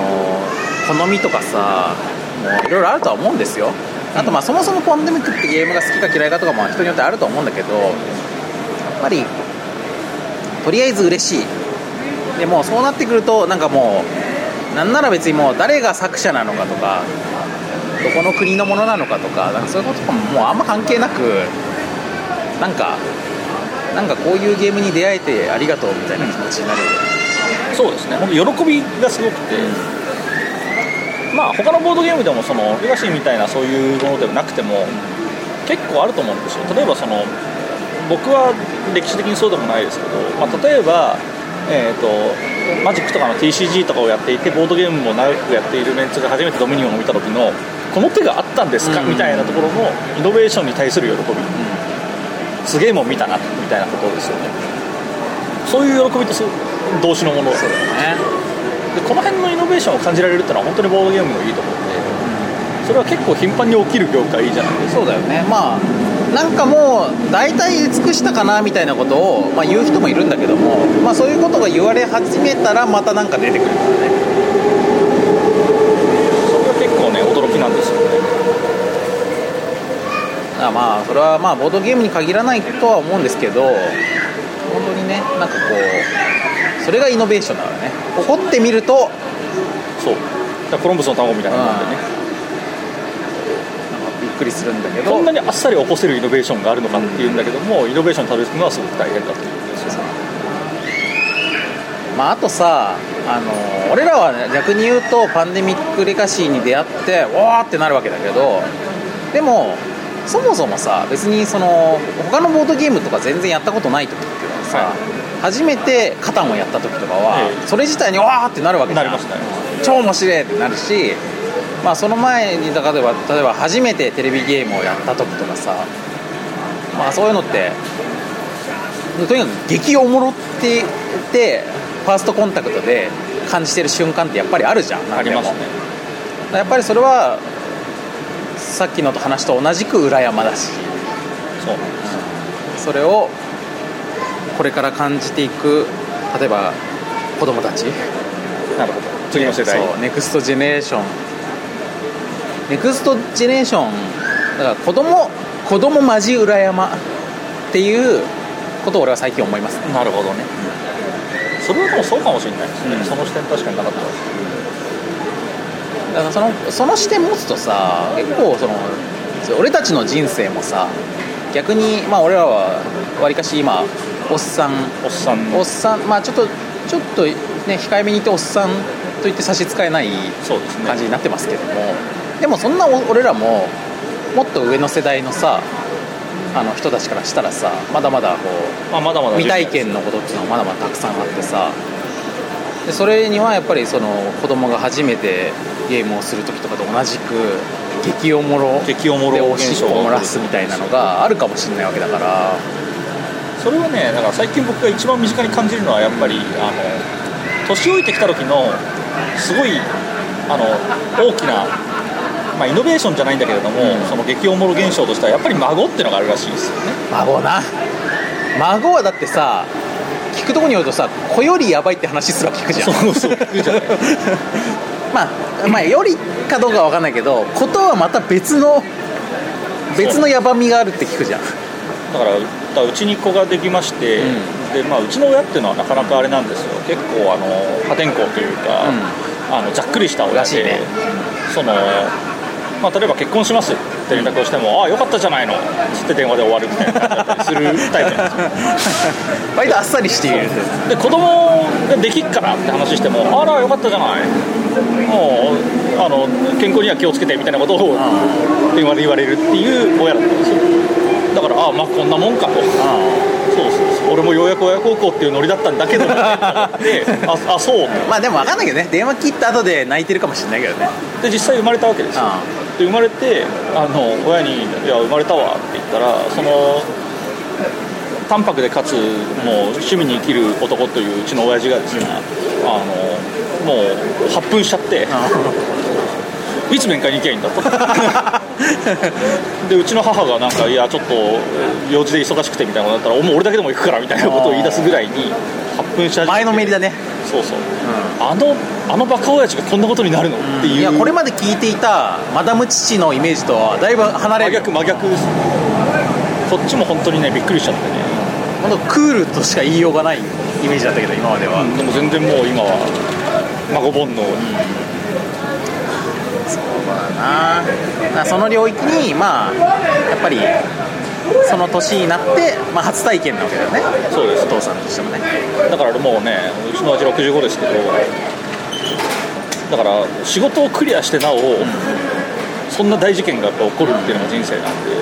Speaker 2: 好みとかさもういろいろあるとは思うんですよあとまあそもそもパンデミックってゲームが好きか嫌いかとかも人によってあると思うんだけどやっぱりとりあえず嬉しいでもうそうなってくるとなんかもうなんなら別にもう誰が作者なのかとかどこの国のものなのかとかなんかそういうこととかももうあんま関係なくなんかなんかこういうゲームに出会えてありがとうみたいな気持ちになる、
Speaker 3: そうですね本当喜びがすごくて、まあ他のボードゲームでもそのレガシーみたいなそういうものでもなくても、結構あると思うんですよ例えばその僕は歴史的にそうでもないですけど、まあ、例えば、えー、とマジックとかの TCG とかをやっていてボードゲームも長くやっているメンツが初めてドミニオンを見た時のこの手があったんですか、みたいなところのイノベーションに対する喜び、すげえもん見たなみたいなことですよねそういう喜びとす動詞のものですよね
Speaker 2: ね
Speaker 3: でこの辺のイノベーションを感じられるってのは本当にボードゲームのいいところで、それは結構頻繁に起きる業界じゃないですか
Speaker 2: そうだよねまあなんかもう大体尽くしたかなみたいなことを、まあ、言う人もいるんだけども、まあ、そういうことが言われ始めたらまたなんか出てくるからね
Speaker 3: それは結構ね驚きなんですよね
Speaker 2: だからまあそれはまあボードゲームに限らないとは思うんですけど本当にねなんかこうそれがイノベーションだからね怒ってみると
Speaker 3: そうだからコロンブスの卵みたいなもんでね、
Speaker 2: びっくりするんだけど
Speaker 3: こんなにあっさり起こせるイノベーションがあるのかっていうんだけども、イノベーションにたどり着くのはすごく大変だということですよね
Speaker 2: まあ、あとさあの俺らはね逆に言うとパンデミックレガシーに出会っておーってなるわけだけどでもそもそもさ別にその他のボードゲームとか全然やったことない時っていうのはさ、
Speaker 3: は
Speaker 2: 初めてカタンをやった時とかは、
Speaker 3: ええ
Speaker 2: それ自体にわーってなるわけじゃ
Speaker 3: なんりますね
Speaker 2: 超面白いってなるし、まあ、その前に例えば例えば初めてテレビゲームをやった時とかさ、まあ、そういうのってとにかく激おもろってってファーストコンタクトで感じてる瞬間ってやっぱりあるじゃん
Speaker 3: ありますね
Speaker 2: やっぱりそれはさっきの話と同じく裏山だし
Speaker 3: そうなんです
Speaker 2: それをこれから感じていく例えば子供たち
Speaker 3: なるほど次の世代
Speaker 2: そうネクストジェネレーションネクストジェネレーションだから子供子供マジ裏山っていうことを俺は最近思いますね
Speaker 3: なるほどねそれはでもそうかもしれないですね、
Speaker 2: うん
Speaker 3: その視点確かになかったです
Speaker 2: だからそのその視点持つとさ結構その俺たちの人生もさ逆にまあ俺らはわりかし今おっさん
Speaker 3: おっさんの
Speaker 2: おっさんまあちょっとちょっとね控えめに言っておっさんと言って差し支えない
Speaker 3: そうですね
Speaker 2: 感じになってますけどもでもそんなお俺らももっと上の世代のさあの人たちからしたらさまだまだこ
Speaker 3: まあ、まだま
Speaker 2: う
Speaker 3: だ
Speaker 2: 未体験のことっていうのはまだまだたくさんあってさでそれにはやっぱりその子供が初めてゲームをする時とかと同じく激おもろ
Speaker 3: 激おもろ
Speaker 2: でお
Speaker 3: 現
Speaker 2: しっ
Speaker 3: 象
Speaker 2: こ漏らすみたいなのがあるかもしれないわけだから
Speaker 3: それはねだから最近僕が一番身近に感じるのはやっぱりあの年老いてきた時のすごいあの大きな、まあ、イノベーションじゃないんだけれども、その激おもろ現象としてはやっぱり孫っていうのがあるらしいですよね
Speaker 2: 孫な孫はだってさ聞くとこによるとさ子よりやばいって話すら聞くじゃん
Speaker 3: そうそう聞くじゃない
Speaker 2: まあ、まあよりかどうかわかんないけどことはまた別の別のやばみがあるって聞くじゃん
Speaker 3: だからだからうちに子ができまして、
Speaker 2: うん
Speaker 3: でまあ、うちの親っていうのはなかなかあれなんですよ結構あの破天荒というか、あのざっくりした親で
Speaker 2: らしいね
Speaker 3: そのまあ、例えば結婚しますって連絡をしても、ああよかったじゃないのっつって電話で終わるみたいな感じだったりするタイプなんですよ
Speaker 2: 割とあっさりしている
Speaker 3: で子供ができっからって話してもあらよかったじゃないもうあの健康には気をつけてみたいなことを電話で言われるっていう親だったんですよだからああまあこんなもんかとそうそうそう俺もようやく親孝行っていうノリだったんだけどでああそう
Speaker 2: まあでもわかんないけどね電話切った後で泣いてるかもしれないけどね
Speaker 3: で実際生まれたわけですよ
Speaker 2: あ
Speaker 3: で生まれてあの親に「いや生まれたわ」って言ったらその淡白でかつもう趣味に生きる男といううちの親父がですね、あのもう発奮しちゃっていつ面会に行きゃいいんだとでうちの母がなんか「いやちょっと用事で忙しくて」みたいなことだったら「もう俺だけでも行くから」みたいなことを言い出すぐらいに発奮し始めて
Speaker 2: 前のめりだね、
Speaker 3: そうそう、あのあのバカ親父がこんなことになるの、っていう
Speaker 2: いやこれまで聞いていたマダム父のイメージとはだいぶ離れ
Speaker 3: 真
Speaker 2: る
Speaker 3: 逆真逆ですこっちも本当にねびっくりしちゃってね、
Speaker 2: 本当クールとしか言いようがないイメージだったけど今までは、
Speaker 3: でも全然もう今は孫煩悩に
Speaker 2: なあその領域にまあやっぱりその年になって、まあ、初体験なわけだよね
Speaker 3: そうです
Speaker 2: お父さんとしてもね
Speaker 3: だからもうねうちの味65ですけどだから仕事をクリアしてなおそんな大事件がやっぱ起こるっていうのが人生なんで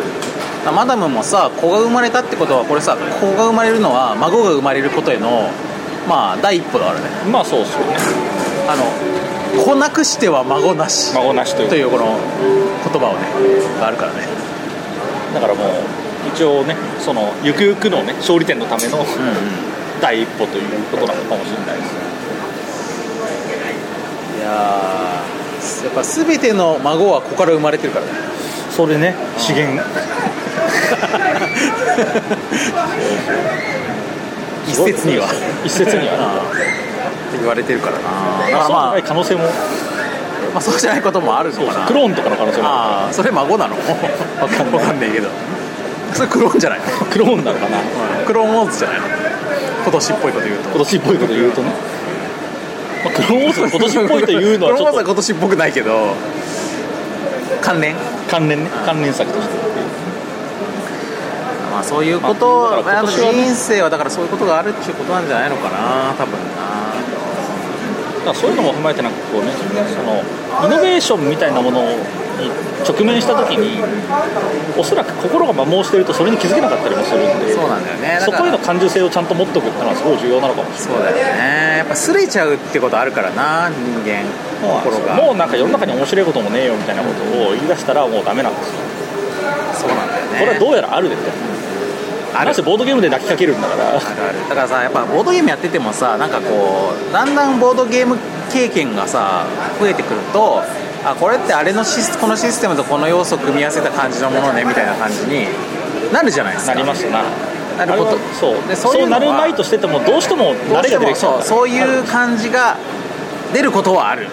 Speaker 2: マダムもさ子が生まれたってことはこれさ子が生まれるのは孫が生まれることへのまあ第一歩だからね
Speaker 3: まあそうっすよね
Speaker 2: あの子なくしては孫なし
Speaker 3: 孫なしという
Speaker 2: と
Speaker 3: か
Speaker 2: いうこの言葉をねがあるからね
Speaker 3: だからもう一応ねそのゆくゆくのね勝利点のための、第一歩ということなのかもしれないです
Speaker 2: い
Speaker 3: ね
Speaker 2: やーやっぱ全ての孫は子から生まれてるからね
Speaker 3: それね資源
Speaker 2: 一説にはって
Speaker 3: 一説には
Speaker 2: 言われてるからなだか
Speaker 3: ま
Speaker 2: ら
Speaker 3: あ、
Speaker 2: まあ
Speaker 3: そうじゃない可能性も
Speaker 2: まあ、そうじゃないこともあるのかな
Speaker 3: クローンとかの可能性もあ
Speaker 2: ああそれ孫なの わかんないけどそれクローンじゃないの
Speaker 3: るクローンなのかな
Speaker 2: クローンオーズじゃないの今年っぽいこと言うと
Speaker 3: 今年っぽいこと言うとね、まあ、クローンオースが今年っぽいというのは
Speaker 2: クローンオー
Speaker 3: ち
Speaker 2: ズ
Speaker 3: ょ
Speaker 2: は
Speaker 3: っ
Speaker 2: 今年っぽくないけど関連
Speaker 3: と関連ね関連策として
Speaker 2: まあそういうこと
Speaker 3: まあだから今年はね
Speaker 2: 人生はだからそういうことがあるっていうことなんじゃないのかな多分な
Speaker 3: だからそういうのも踏まえてなんかこうねそのイノベーションみたいなものに直面した時におそらく心が摩耗してるとそれに気づけなかったりもするんで
Speaker 2: そうなんだよねだ
Speaker 3: そ
Speaker 2: から
Speaker 3: こへの感受性をちゃんと持っておくっていうのはすごい重要なのかもし
Speaker 2: そうだよねやっぱすれちゃうってことあるからな人間
Speaker 3: れない
Speaker 2: 心が
Speaker 3: もうなんか世の中に面白いこともねえよみたいなことを言い出したらもうダメなんですよ
Speaker 2: そうなんだよね
Speaker 3: これはどうやらあるでって
Speaker 2: ある
Speaker 3: なぜボードゲームで泣きかけるんだから
Speaker 2: あるあるだからさやっぱボードゲームやっててもさなんかこうだんだんボードゲーム経験がさ増えてくるとあこれってあれのシスこのシステムとこの要素を組み合わせた感じのものねみたいな感じになるじゃないです
Speaker 3: な
Speaker 2: か
Speaker 3: りますな
Speaker 2: なること
Speaker 3: あれはそう
Speaker 2: で
Speaker 3: そ
Speaker 2: そういう
Speaker 3: う
Speaker 2: の
Speaker 3: な
Speaker 2: は
Speaker 3: るまいとしててもどうしても
Speaker 2: どう
Speaker 3: 慣れ
Speaker 2: して
Speaker 3: が
Speaker 2: も
Speaker 3: 出てきちゃ
Speaker 2: そうそういう感じが出ることはある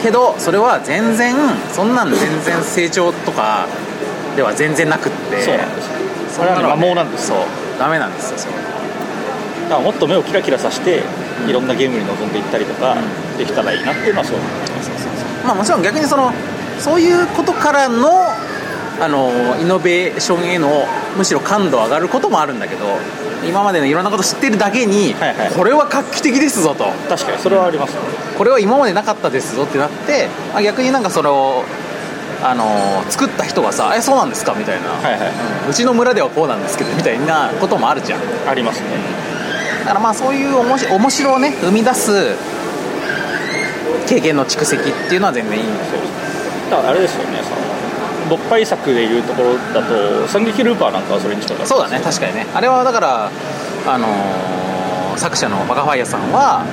Speaker 2: けどそれは全然そんなん全然成長とかでは全然なくって
Speaker 3: そうなんですよ
Speaker 2: そんなのは
Speaker 3: それはね摩耗なんです
Speaker 2: そうダメなんですよそう
Speaker 3: だからもっと目をキラキラさせていろんなゲームに臨んでいったりとかできたらいいなっていうのはそう
Speaker 2: まあ、もちろん逆にそのそういうことからのあのイノベーションへのむしろ感度上がることもあるんだけど今までのいろんなこと知ってるだけに、
Speaker 3: はいはい
Speaker 2: これは画期的ですぞと
Speaker 3: 確かにそれはありますね
Speaker 2: これは今までなかったですぞってなってあ逆になんかそのあの作った人がさ「えそうなんですか?」みたいな、
Speaker 3: はいはいう
Speaker 2: ちの村ではこうなんですけど」みたいなこともあるじゃん
Speaker 3: ありますね
Speaker 2: だからまあそういうおもし面白をね生み出す経験の蓄積っていうのは全然いいんですよ
Speaker 3: だからあれですよねその勃発作でいうところだと「三撃ルーパー」なんかはそれに近かった
Speaker 2: そうだね確かにねあれはだからあのー作者のバカファイヤさんは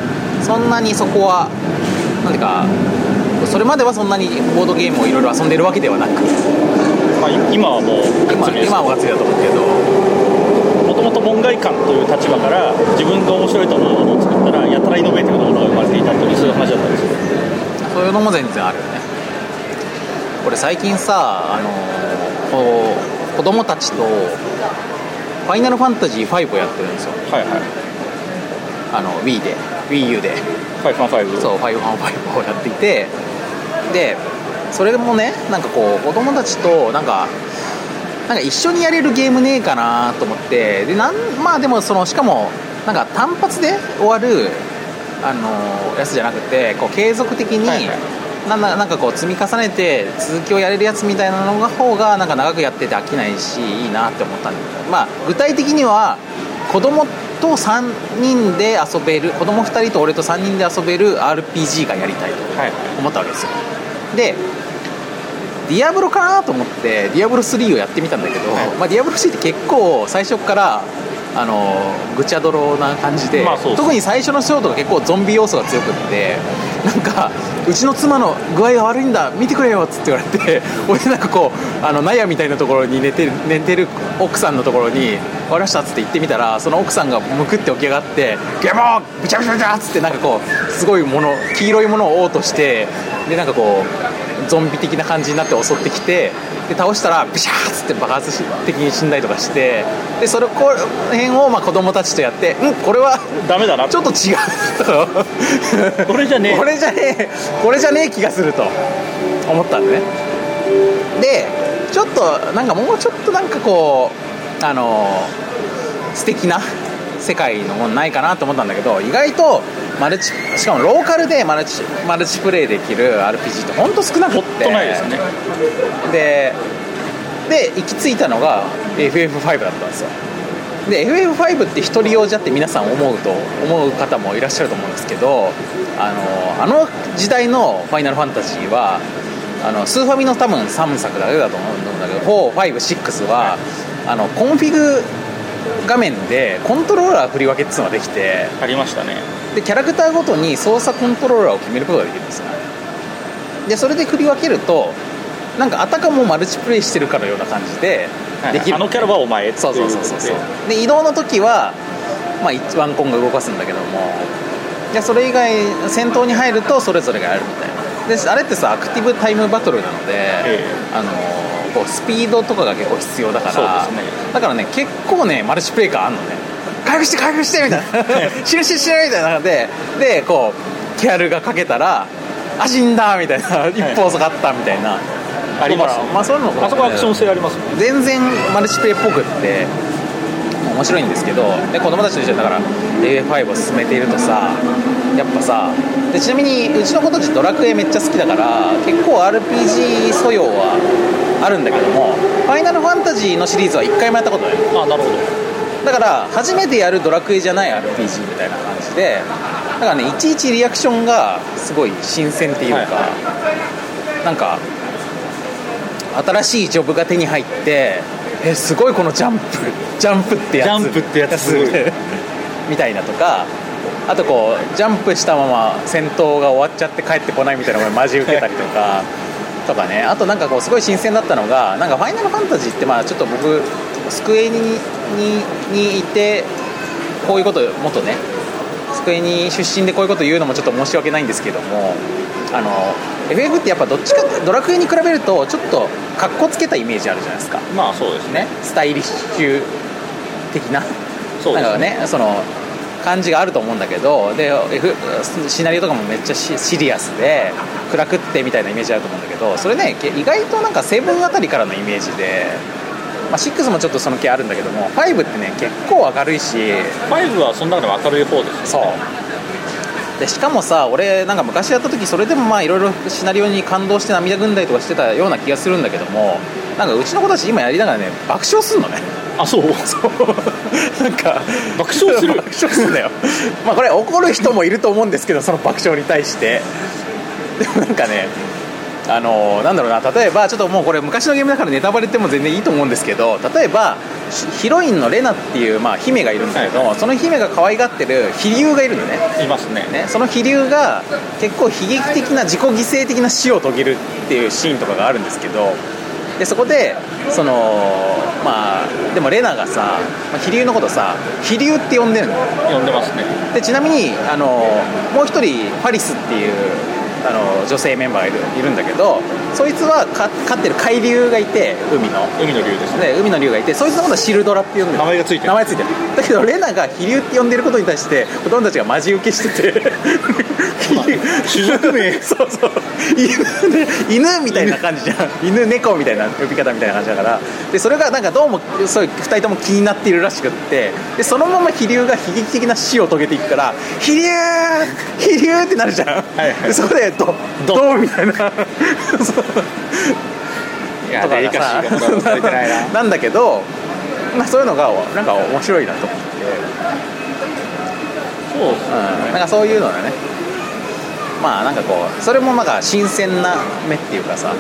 Speaker 2: そんなにそこはなんていうかそれまではそんなにボードゲームをいろいろ遊んでるわけではなく
Speaker 3: まあ、い今はもう
Speaker 2: 今今はお祭りだと思うけど
Speaker 3: もともと門外観という立場から自分が面白いと思うものを作ったらやたらイノベーティブなものが生まれていたというそういう話だったんですよ
Speaker 2: そういうのも全然あるよねこれ最近さあのこう子供たちと「ファイナルファンタジー5」をやってるんですよ
Speaker 3: はいはい
Speaker 2: あの Wii で WiiU で
Speaker 3: ファイファンファイブ
Speaker 2: そう「ファイブファンファイブをやっていてでそれもねなんかこう子供たちとなんかなんか一緒にやれるゲームねえかなと思ってでなんまあでもそのしかもなんか単発で終わるあのやつじゃなくてこう継続的に、
Speaker 3: はいはい
Speaker 2: なんだなんかこう積み重ねて続きをやれるやつみたいなのが方がなんか長くやってて飽きないしいいなって思ったんでまあ具体的には子供と3人で遊べる子供2人と俺と3人で遊べる RPG がやりたいと
Speaker 3: はい
Speaker 2: 思ったわけですよでディアブロかなと思ってディアブロ3をやってみたんだけど、まあ、ディアブロ3って結構最初からあのぐちゃ泥な感じで,、
Speaker 3: まあそうそう
Speaker 2: 特に最初のショートが結構ゾンビ要素が強くってなんかうちの妻の具合が悪いんだ見てくれよっつって言われて 俺なんかこうあの納屋みたいなところに寝てる寝てる奥さんのところに「終わりました」っつって行ってみたらその奥さんがむくって起き上がって「ゲボーぐちゃぐちゃぐちゃ」っつってなんかこうすごいもの黄色いものを嘔吐してでなんかこうゾンビ的な感じになって襲ってきてで倒したらビシャーっつって爆発的に死んだりとかしてでそれこの辺をまあ子供たちとやって「うんこれは
Speaker 3: ダメだな
Speaker 2: ちょっと違う」と
Speaker 3: これじゃねえ
Speaker 2: これじゃねえこれじゃねえ気がすると思ったんでねでちょっとなんかもうちょっとなんかこうあの素敵な世界のもんないかなと思ったんだけど意外とマルチしかもローカルでマルチマルチプレイできる RPG ってほんと少なく
Speaker 3: ほ
Speaker 2: っ
Speaker 3: ってとないですね
Speaker 2: でで行き着いたのが FF5 だったんですよで FF5 って一人用じゃって皆さん思うと思う方もいらっしゃると思うんですけどあのあの時代の「ファイナルファンタジーは」あのスーファミの多分3作だけだと思うんだけど456はあのコンフィグ画面でコントローラー振り分けっていうのができて
Speaker 3: ありましたね
Speaker 2: でキャラクターごとに操作コントローラーを決めることができるんですよでそれで振り分けるとなんかあたかもマルチプレイしてるかのような感じでできる、
Speaker 3: あのキャラはお前
Speaker 2: そうそうそうそうそう
Speaker 3: っていこと
Speaker 2: で移動の時は、まあ、一ワンコンが動かすんだけどもいやそれ以外戦闘に入るとそれぞれがやるみたいなであれってさアクティブタイムバトルなので、
Speaker 3: え
Speaker 2: あのこうスピードとかが結構必要だから
Speaker 3: そうですね
Speaker 2: だからね結構ねマルチプレイ感あんのね回復して回復してみた いな死ぬ死ぬ死ぬみたいなのででこうケアルがかけたらあ死んだみたいな一歩遅かったみたいな、
Speaker 3: あります
Speaker 2: だからまあそういうのも
Speaker 3: であそこアクション性ありますもんね
Speaker 2: 全然マルチプレイっぽくって面白いんですけどで子供たちと一緒にだから A5 を進めているとさやっぱさでちなみにうちの子たちドラクエめっちゃ好きだから結構 RPG 素養はあるんだけども「ファイナルファンタジー」のシリーズは1回もやったことない
Speaker 3: あなるほ
Speaker 2: だ
Speaker 3: ど
Speaker 2: から初めてやるドラクエじゃない RPG みたいな感じでだからねいちいちリアクションがすごい新鮮っていうか、
Speaker 3: はい
Speaker 2: なんか新しいジョブが手に入ってえすごいこのジャンプ ジャンプってやつ
Speaker 3: ジャンプってやつすごい
Speaker 2: みたいなとかあとこうジャンプしたまま戦闘が終わっちゃって帰ってこないみたいなのがマジ受けたりとか とかねあとなんかこうすごい新鮮だったのが「なんかファイナルファンタジー」ってまあちょっと僕スクエニにににいてこういうこともっとねスクエニ出身でこういうこと言うのもちょっと申し訳ないんですけどもあの FF ってやっぱどっちかドラクエに比べるとちょっとかっこつけたイメージあるじゃないですか
Speaker 3: まあそうですね
Speaker 2: ねスタイリッシュ的な
Speaker 3: そうで
Speaker 2: なん
Speaker 3: す
Speaker 2: かねその感じがあると思うんだけどで、F、シナリオとかもめっちゃシシリアスで暗くってみたいなイメージあると思うんだけどそれねけ意外となんかセブンあたりからのイメージで、まあ、6もちょっとその気あるんだけども5ってね結構明るいし
Speaker 3: ファイブはその中でも明るい方です
Speaker 2: そうでしかもさ俺なんか昔やった時それでもまあいろいろシナリオに感動して涙ぐんだりとかしてたような気がするんだけどもなんかうちの子たち今やりながらね爆笑すんのね
Speaker 3: あそう
Speaker 2: なんか
Speaker 3: 爆笑する
Speaker 2: 爆笑すんだよまあこれ怒る人もいると思うんですけどその爆笑に対してでもなんかねあのなんだろうな例えばちょっともうこれ昔のゲームだからネタバレっても全然いいと思うんですけど例えばヒヒロインのレナっていう、まあ、姫がいるんだけど、その姫が可愛がってる飛竜がいるのね
Speaker 3: いますね
Speaker 2: ね、その飛竜が結構悲劇的な自己犠牲的な死を遂げるっていうシーンとかがあるんですけどでそこでそのまあでもレナがさまあ飛竜のことさ飛竜って呼んでるの
Speaker 3: 呼んでますね
Speaker 2: でちなみにあのもう一人パリスっていうあの女性メンバーがいるいるんだけどそいつはか飼ってる海竜がいて海の
Speaker 3: 海の竜ですね
Speaker 2: で海の竜がいてそいつのことはシルドラって呼んでる
Speaker 3: 名前がついてる
Speaker 2: 名前ついてるだけどレナが飛竜って呼んでることに対して子供たちがマジ受けしてて
Speaker 3: 種族名
Speaker 2: そうそう犬で犬みたいな感じじゃん犬猫みたいな呼び方みたいな感じだからでそれがなんかどうもそう2人とも気になっているらしくってでそのまま飛竜が悲劇的な死を遂げていくから飛竜飛竜ってなるじゃん、
Speaker 3: いはい
Speaker 2: でそこでドドドみたいなそう
Speaker 3: い
Speaker 2: とか
Speaker 3: デリカシーがまだ分かれてない な
Speaker 2: んだけど、まあ、そういうのがなんか面白いなと思って、
Speaker 3: そうです
Speaker 2: うん、なんかそういうのがねまあなんかこうそれもなんか新鮮な目っていうかさ、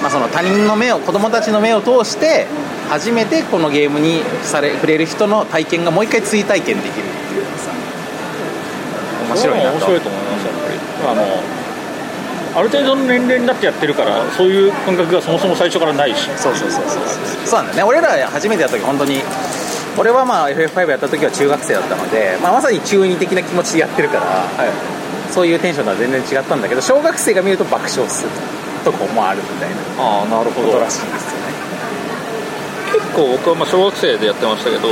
Speaker 2: まあ、その他人の目を子供たちの目を通して初めてこのゲームにされ触れる人の体験がもう一回追体験できるっていうかさ面白いなと
Speaker 3: 面白いと思いますやっぱりあのある程度の年齢になってやってるからそういう感覚がそもそも最初からないし
Speaker 2: そうそうそうそうそうなんだよね俺ら初めてやった時本当に俺はまあ FF5 やった時は中学生だったので、まあ、まさに中二的な気持ちでやってるから、そういうテンションとは全然違ったんだけど小学生が見ると爆笑するとこもあるみたいな
Speaker 3: ああなる
Speaker 2: こ
Speaker 3: ほ
Speaker 2: と
Speaker 3: ど
Speaker 2: らしいんですよね
Speaker 3: 結構僕はまあ小学生でやってましたけど、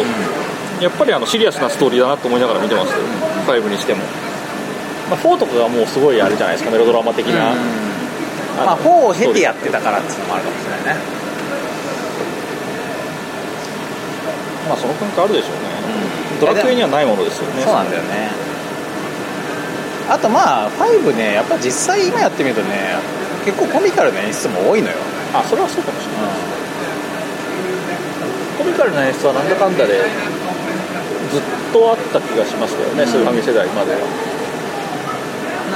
Speaker 3: やっぱりあのシリアスなストーリーだなと思いながら見てますよ、5にしても、まあ、4とかがもうすごいあれじゃないですかメロドラマ的な、の
Speaker 2: まあ4を経てやってたからっていうのもあるかもしれないね
Speaker 3: まあその感覚あるでしょうね、ドラクエにはないものですよね
Speaker 2: そうなんだよねあとまあ5ねやっぱ実際今やってみるとね結構コミカルな演出も多いのよ、
Speaker 3: あそれはそうかもしれないコミカルな演出はなんだかんだでずっとあった気がしますけどね、スーファミ世代までは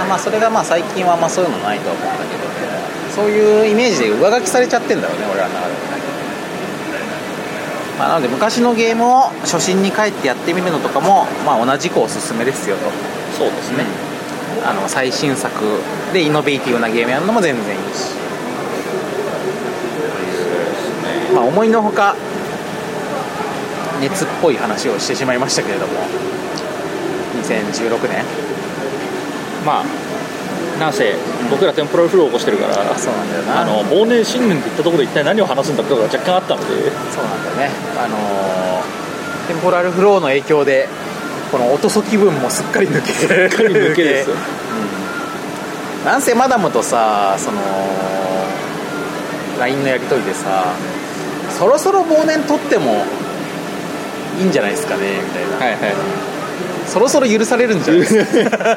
Speaker 2: まあ、それがまあ最近はまあそういうのないとは思うんだけどねそういうイメージで上書きされちゃってんだろうね俺らの中でもね、まあ、なので昔のゲームを初心に帰ってやってみるのとかも、まあ、同じくおすすめですよと、
Speaker 3: そうですね、
Speaker 2: あの最新作でイノベーティブなゲームやるのも全然いいし、まあ、思いのほか熱っぽい話をしてしまいましたけれども2016年
Speaker 3: まあなんせ僕らテンポラルフローを起こしてるから
Speaker 2: あそうなんだよな
Speaker 3: あの忘年新年って言ったところで一体何を話すんだってことが若干あったので
Speaker 2: そうなんだよねあのーテンポラルフローの影響でこの音そ気分もすっかり抜けすっか
Speaker 3: り抜け ですよ
Speaker 2: なんせマダムとさその LINE のやり取りでさそろそろ忘年取ってもいいんじゃないですかねみたいな、
Speaker 3: いはい
Speaker 2: そろそろ許されるんじゃないです か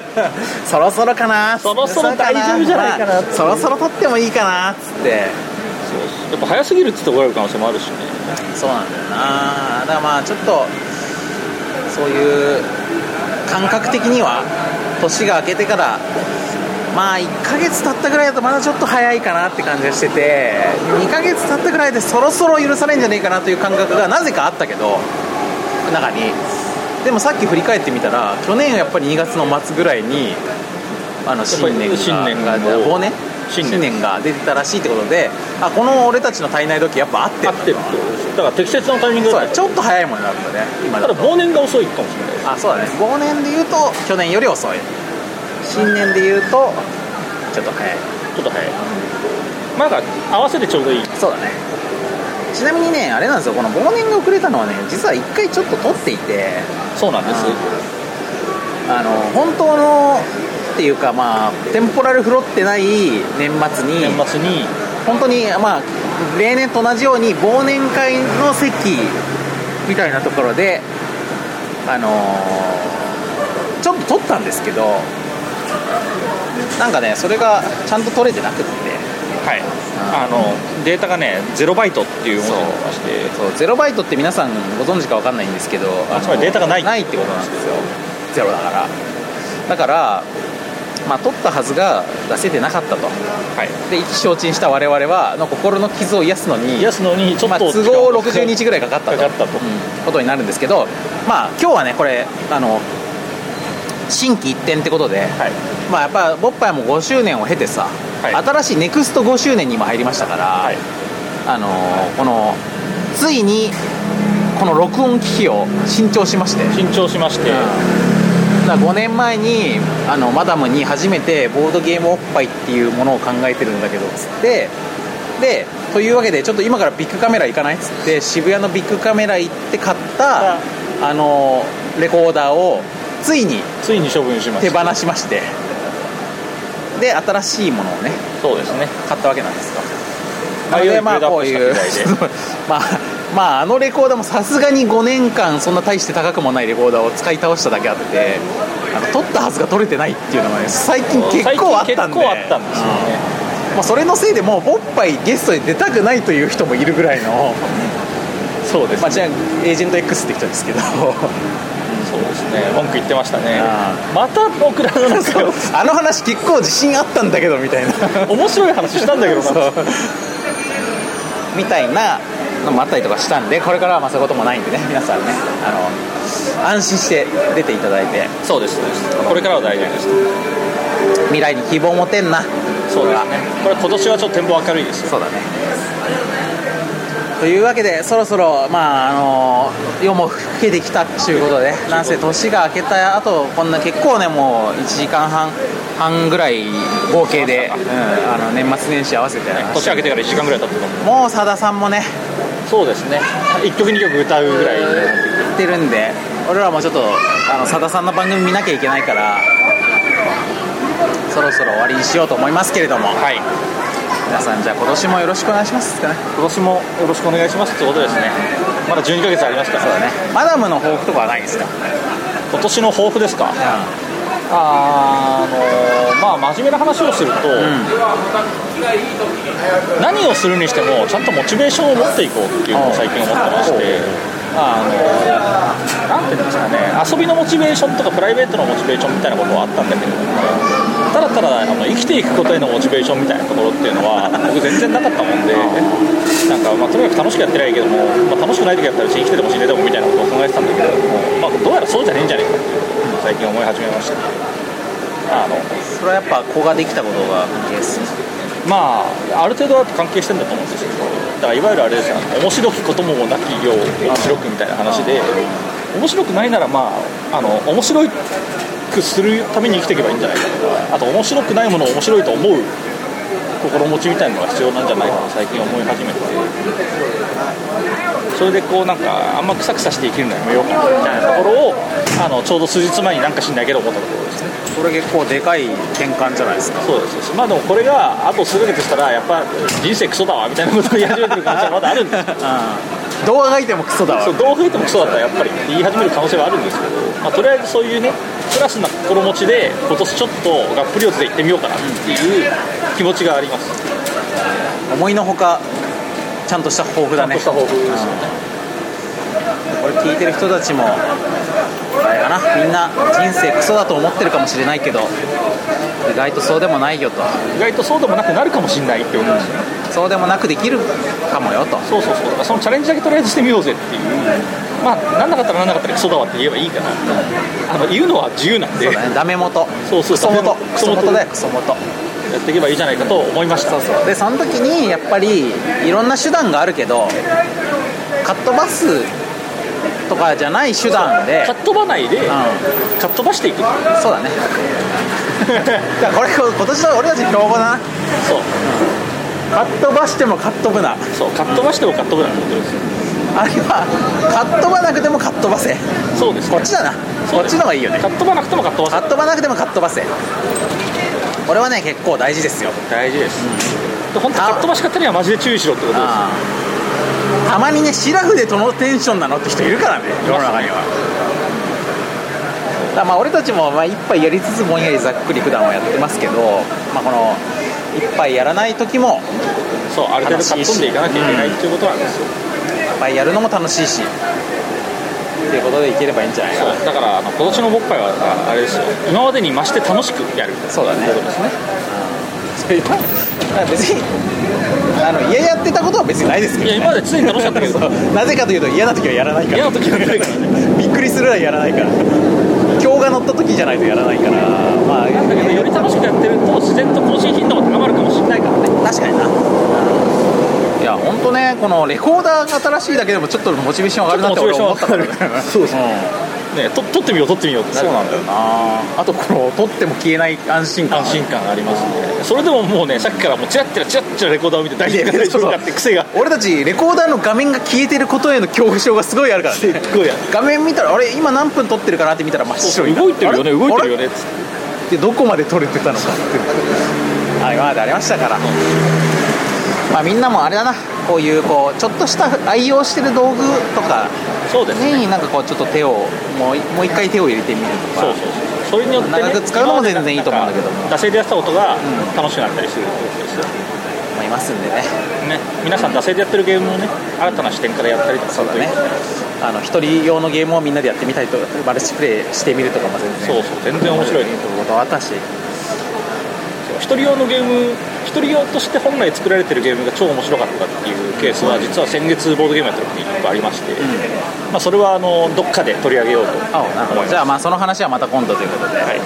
Speaker 2: そろそろかな
Speaker 3: そろそろ大丈夫じゃないかな
Speaker 2: まあそろそろ取ってもいいかなっつって
Speaker 3: そうやっぱ早すぎるって言って怒られる可能性もあるしね
Speaker 2: そうなんだよなだからまあちょっとそういう感覚的には年が明けてからまあ1ヶ月経ったぐらいだとまだちょっと早いかなって感じがしてて2ヶ月経ったぐらいでそろそろ許されんじゃねえかなという感覚がなぜかあったけど中にでもさっき振り返ってみたら去年やっぱり2月の末ぐらいにあの新年が
Speaker 3: 新年が
Speaker 2: 忘年
Speaker 3: 新年
Speaker 2: 新年が出てたらしいってことであこの俺たちの体内時計やっぱ合って
Speaker 3: あ
Speaker 2: る
Speaker 3: ってるってことですだから適切なタイミン
Speaker 2: そ
Speaker 3: グ
Speaker 2: うだ
Speaker 3: だった
Speaker 2: ちょっと早いもんなったね今
Speaker 3: た
Speaker 2: だ
Speaker 3: だ
Speaker 2: と
Speaker 3: 忘年が遅いかもしれないです
Speaker 2: あそうだね忘年で言うと去年より遅い新年で言うとちょっと早い
Speaker 3: ちょっと早いまあなんか合わせてちょうどいい
Speaker 2: そうだねちなみにねあれなんですよこの忘年が遅れたのはね実は1回ちょっと取っていて
Speaker 3: そうなんです
Speaker 2: あの本当のっていうかまあテンポラルフロってない年末に
Speaker 3: 年末に
Speaker 2: 本当にまあ例年と同じように忘年会の席みたいなところであのーちょっと撮ったんですけどなんかねそれがちゃんと取れてなくって
Speaker 3: はいあのデータがね0バイトっていうものになりまして
Speaker 2: そう0バイトって皆さんご存知か分かんないんですけどあの
Speaker 3: つまりデータがない
Speaker 2: ないってことなんですよゼロだからだからまあ取ったはずが出せてなかったと
Speaker 3: はい
Speaker 2: で意気消沈した我々はの心の傷を癒すのに
Speaker 3: 癒すのにちょ
Speaker 2: ま
Speaker 3: っ
Speaker 2: あ、
Speaker 3: と
Speaker 2: 都合60日ぐらいかかったと
Speaker 3: かかったと
Speaker 2: うんことになるんですけど、まあ、今日はねこれあの新規一転ってことで、
Speaker 3: はい
Speaker 2: まあ、やっぱボッパイも5周年を経てさ、
Speaker 3: はい
Speaker 2: 新しいネクスト5周年にも入りましたから、
Speaker 3: はい
Speaker 2: あのこのついにこの録音機器を新調しまして
Speaker 3: 緊張しまして
Speaker 2: だ5年前にあのマダムに初めてボードゲームおっぱいっていうものを考えてるんだけどっつってでというわけでちょっと今からビッグカメラ行かないっつって渋谷のビッグカメラ行って買った
Speaker 3: あ
Speaker 2: あのレコーダーをついに
Speaker 3: ついに処分しま
Speaker 2: 手
Speaker 3: し
Speaker 2: 放
Speaker 3: た
Speaker 2: しましてで新しいものをね
Speaker 3: そうですね
Speaker 2: 買ったわけなんですよなの
Speaker 3: 迷い
Speaker 2: でまあこういう
Speaker 3: ビルドアップした
Speaker 2: まあまああのレコーダーもさすがに5年間そんな大して高くもないレコーダーを使い倒しただけあってあの撮ったはずが撮れてないっていうのがね最近結構あったんで
Speaker 3: 最近結構あったんですよね
Speaker 2: うんもうそれのせいでもうボッパイゲストで出たくないという人もいるぐらいの、
Speaker 3: そうです
Speaker 2: まあ、じゃあエージェント X って人ですけ ど
Speaker 3: そうですね文句言ってましたね
Speaker 2: あ
Speaker 3: また僕らのなんか
Speaker 2: そうあの話結構自信あったんだけどみたいな
Speaker 3: 面白い話したんだけどな
Speaker 2: みたいなのもあったりとかしたんでこれからはまあそういうこともないんでね皆さんねあの安心して出ていただいて
Speaker 3: そうですそうですこれからは大丈夫です
Speaker 2: 未来に希望を持てんな
Speaker 3: そうですねこれ今年はちょっと展望明るいですよ
Speaker 2: そうだねというわけでそろそろまああの夜も更けてきたっていうことでなんせ年が明けた後こんな結構ねもう1時間半半ぐらい合計で、うん、あの年末年始合わせて
Speaker 3: 年明けてから1時間ぐらい経ったと思う
Speaker 2: もうさださんもね
Speaker 3: そうですね1曲2曲歌うぐらい
Speaker 2: やってるんで俺らもちょっとあのさださんの番組見なきゃいけないからそろそろ終わりにしようと思いますけれども
Speaker 3: はい
Speaker 2: 皆さんじゃあ今年もよろしくお願いしますかね
Speaker 3: 今年もよろしくお願いしますってことですねまだ12ヶ月ありますから
Speaker 2: そうだねマダムの抱負とかはないですか
Speaker 3: 今年の抱負ですかあーあのーまあ真面目な話をすると、何をするにしてもちゃんとモチベーションを持っていこうっていうのを最近思ってましてあのーなんていうんですかね遊びのモチベーションとかプライベートのモチベーションみたいなことはあったんだけれどもただただあの生きていくことへのモチベーションみたいなところっていうのは僕全然なかったもんでなんかまあとにかく楽しくやってりゃいいけども、まあ、楽しくない時だったら生きてても死んでてもみたいなことを考えてたんだけれども、まあ、どうやらそうじゃねえんじゃねえかっていうことを最近思い始めましたねあの
Speaker 2: それはやっぱ子ができたことが関係する
Speaker 3: まあ、ある程度は関係してんだと思うんですけど、だからいわゆるあれですよ、面白きこともなきよう面白くみたいな話で、面白くないなら、まあ、あの面白くするために生きていけばいいんじゃないかとか、あと面白くないものを面白いと思う心持ちみたいなのが必要なんじゃないかと最近思い始めて、それでこうなんか、あんまくさくさして生きるのやめようかなみたいなところを、あのちょうど数日前になんかしんないけど思ったところですね。
Speaker 2: それ結構でかい転換じゃないですか
Speaker 3: そうですまあでもこれがあと数ヶ月したらやっぱ人生クソだわみたいなことを言い始めてる可能性はまだあるんですよ
Speaker 2: 動画がいてもクソだわ
Speaker 3: そうどう吹いてもクソだったらやっぱり言い始める可能性はあるんですけど、まあ、とりあえずそういうねプラスな心持ちで今年ちょっとがっぷり四つで行ってみようかなっていう気持ちがあります
Speaker 2: 思いのほかちゃんとした抱負だね
Speaker 3: ちゃんとした抱負ですよ
Speaker 2: うんこれ聞いてる人たちもあれかなみんな人生クソだと思ってるかもしれないけど意外とそうでもないよと
Speaker 3: 意外とそうでもなくなるかもしれないって思うんですよね
Speaker 2: そうでもなくできるかもよと
Speaker 3: そうそうそうだからそのチャレンジだけとりあえずしてみようぜっていうまあなんなかったらなんなかったらクソだわって言えばいいかなあの言うのは自由なんで
Speaker 2: そうだねダメ元
Speaker 3: そうそう
Speaker 2: クソ元
Speaker 3: ダメ元
Speaker 2: クソ元だよクソ元
Speaker 3: やっていけばいいじゃないかと思いました
Speaker 2: そうそうでその時にやっぱりいろんな手段があるけどカットバスとかじゃない手段で
Speaker 3: かっ飛ばないで、かっ飛ばして いく
Speaker 2: そうだねだからこれ今年の俺たち標語だな
Speaker 3: そう
Speaker 2: カットバしてもカットぶな
Speaker 3: そうかっ飛ばしてもかっ飛ぶなんてことですよ
Speaker 2: あるいはカットばなくてもカットばせ
Speaker 3: そうです
Speaker 2: こっちだなこっちの方がいいよね
Speaker 3: かっ飛ばなくてもかっ飛ば
Speaker 2: カ
Speaker 3: さ
Speaker 2: ットばなくてもカットばせこれはね結構大事ですよ
Speaker 3: 大事です、で本当
Speaker 2: あ
Speaker 3: かっ飛ばし方にはマジで注意しろってことです
Speaker 2: ああたまにねシラフでどのテンションなのって人いるからね世の中にはからまあ俺たちもまあ一杯やりつつぼんやりざっくり普段はやってますけど、まあ、この一杯やらない時も
Speaker 3: そうある程度かっ飛んでいかなきゃいけないっていうことなんですよ、
Speaker 2: まあ、やるのも楽しいしっていうことでいければいいんじゃないかな
Speaker 3: そうだからあの今年の僕会はああれですよ今までに増して楽しくやる
Speaker 2: そうだね
Speaker 3: ってことですね
Speaker 2: それはまあ別にあの嫌やってたことは別にないですけ
Speaker 3: い
Speaker 2: ど
Speaker 3: や今まで常に楽しかったけど
Speaker 2: そうなぜかというと嫌な時はやらないから
Speaker 3: 嫌な時はやらないから
Speaker 2: びっくりするらいやらないから今日が乗った時じゃないとやらないからまあ
Speaker 3: なんだけどより楽しくやってると自然と更新頻度も高まるかもしれないからね
Speaker 2: 確かにないや本当ねこのレコーダーが新しいだけでもちょっとモチベーション上がるなって俺思ったから
Speaker 3: ちょっとモチベーション上がるそうそうねと撮ってみよう撮ってみようって
Speaker 2: そうなんだよなあとこの撮っても消えない安心感
Speaker 3: 安心感ありますねそれでももうねさっきからもうチラッチラチラッチラレコーダーを見て大丈夫か大丈夫かって癖が
Speaker 2: 俺たちレコーダーの画面が消えてることへの恐怖症がすごいあるから
Speaker 3: すっ
Speaker 2: ね
Speaker 3: ごいや
Speaker 2: 画面見たらあれ今何分撮ってるかなって見たら真っ白にな
Speaker 3: 動いてるよ
Speaker 2: あ
Speaker 3: ね
Speaker 2: れ
Speaker 3: 動いてるよね
Speaker 2: あれってどこまで撮れてたのかってはい今までありましたから、まあみんなもあれだなこういうこうちょっとした愛用してる道具とか
Speaker 3: そうですね
Speaker 2: になんかこうちょっと手をもうもう一回手を入れてみると
Speaker 3: そ
Speaker 2: か
Speaker 3: うそうそうそれによって、ね、
Speaker 2: 長く使うのも全然いいと思うんだけども
Speaker 3: 惰性でやってたことが楽しくなったりするってことですよ
Speaker 2: 思いますんでね
Speaker 3: ね皆さん惰性でやってるゲームをね新たな視点からやったりとかす
Speaker 2: そう
Speaker 3: る
Speaker 2: だ
Speaker 3: といい
Speaker 2: ねあの一人用のゲームをみんなでやってみたりとかマルチプレイしてみるとかも全然
Speaker 3: そうそう全然面白いね
Speaker 2: ことあったし
Speaker 3: 一人用のゲーム一人用として本来作られてるゲームが超面白かったっていうケースは実は先月ボードゲームやった時に1個ありまして、まあ、それはあのどっかで取り上げようと思い
Speaker 2: あなるほ
Speaker 3: ま
Speaker 2: ど
Speaker 3: す
Speaker 2: じゃあまあその話はまた今度ということではい、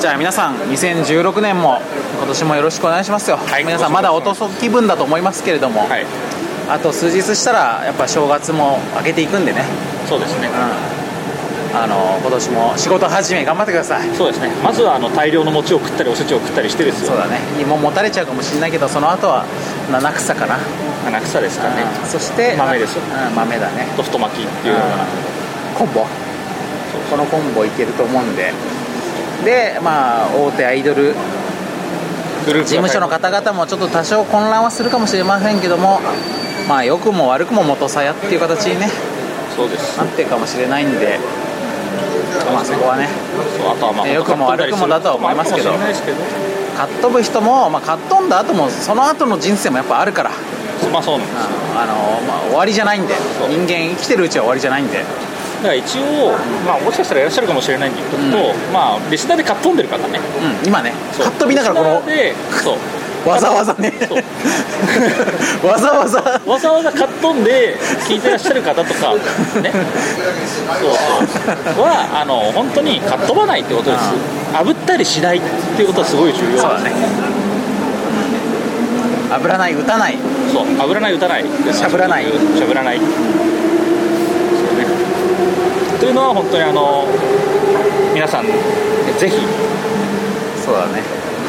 Speaker 2: じゃあ皆さん2016年も今年もよろしくお願いしますよ、
Speaker 3: い
Speaker 2: 皆さんまだおとそ気分だと思いますけれども、
Speaker 3: はい
Speaker 2: あと数日したらやっぱ正月も明けていくんでね、
Speaker 3: そうですね
Speaker 2: うん、あの今年も仕事始め頑張ってください
Speaker 3: そうですねまずはあの大量の餅を食ったりおせちを食ったりしてです
Speaker 2: そ
Speaker 3: よ
Speaker 2: うだね芋もたれちゃうかもしれないけどその後は七草かな、
Speaker 3: 七草ですかね
Speaker 2: うんそして
Speaker 3: 豆ですよ
Speaker 2: うん、豆だね
Speaker 3: と太巻きっていうのが
Speaker 2: コンボこのコンボいけると思うんででまあ大手アイドル
Speaker 3: グルー
Speaker 2: 事
Speaker 3: プ
Speaker 2: 務所の方々もちょっと多少混乱はするかもしれませんけどもまあ良くも悪くも元さやっていう形にね
Speaker 3: そうです
Speaker 2: なってるかもしれないんでまあそこはね
Speaker 3: そうあとはまあ
Speaker 2: え良くも悪くもだとは思いますけど
Speaker 3: あるかもしれないですけ
Speaker 2: かっ飛ぶ人も、まあ、かっ飛んだ後もその後の人生もやっぱあるから
Speaker 3: どまあそうなんです
Speaker 2: あの、まあ、終わりじゃないんで
Speaker 3: そう
Speaker 2: 人間生きてるうちは終わりじゃないんで
Speaker 3: だから一応、まあ、もしかしたらいらっしゃるかもしれないんで言っとくと、まあリスナーでかっ飛んでる方ね
Speaker 2: うん今ね
Speaker 3: そう
Speaker 2: かっ飛びながらこの
Speaker 3: リスナーでそう
Speaker 2: わざわざね
Speaker 3: そ う
Speaker 2: わざわざ
Speaker 3: わざわざ買っとんで聞いてらっしゃる方とか、ね、そうそうはあの本当に買っ飛ばないってことです、炙ったりしないっていうことはすごい重要です
Speaker 2: そうだね炙らない打たない
Speaker 3: そう炙らない打たない
Speaker 2: しゃぶらない
Speaker 3: しゃぶらないそうねというのは本当にあの皆さんぜひ
Speaker 2: そうだね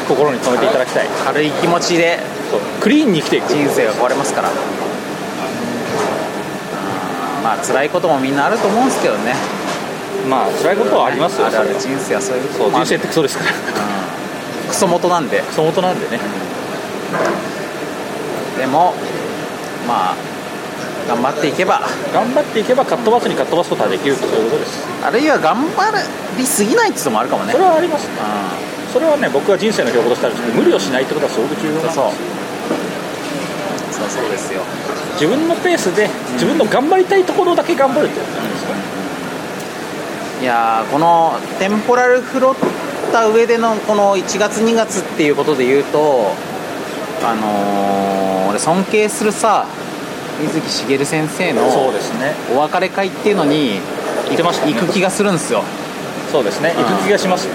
Speaker 3: 心に留めていただきたい
Speaker 2: 軽い気持ちで
Speaker 3: そうクリーンに生きていく
Speaker 2: 人生が壊れますからうんまあ辛いこともみんなあると思うんですけどね
Speaker 3: まあ辛いことはありますよ、
Speaker 2: あるある人生はそういうこ
Speaker 3: そ
Speaker 2: と
Speaker 3: う
Speaker 2: まあ
Speaker 3: 人生ってクソですから
Speaker 2: クソ元なんで
Speaker 3: クソ元なんでね
Speaker 2: でもまあ頑張っていけば
Speaker 3: 頑張っていけばかっ飛ばすにかっ飛ばすことはできるとそういうことです
Speaker 2: あるいは頑張りすぎないっていうのもあるかもね
Speaker 3: それはありますね
Speaker 2: う
Speaker 3: それはね僕は人生の標語としてあるんですけど無理をしないってことはすごく重要なん
Speaker 2: ん
Speaker 3: です
Speaker 2: そう
Speaker 3: よ
Speaker 2: そうそうですよ
Speaker 3: 自分のペースで自分の頑張りたいところだけ頑張るってことじゃないですか
Speaker 2: いやーこのテンポラルフロッタ上でのこの1月2月っていうことで言うとあのー俺尊敬するさ水木しげる先生の
Speaker 3: そうですね
Speaker 2: お別れ会っていうのに
Speaker 3: 言ってましたね
Speaker 2: 行く気がするんですよ
Speaker 3: そうですね
Speaker 2: うん
Speaker 3: 行く気がしますね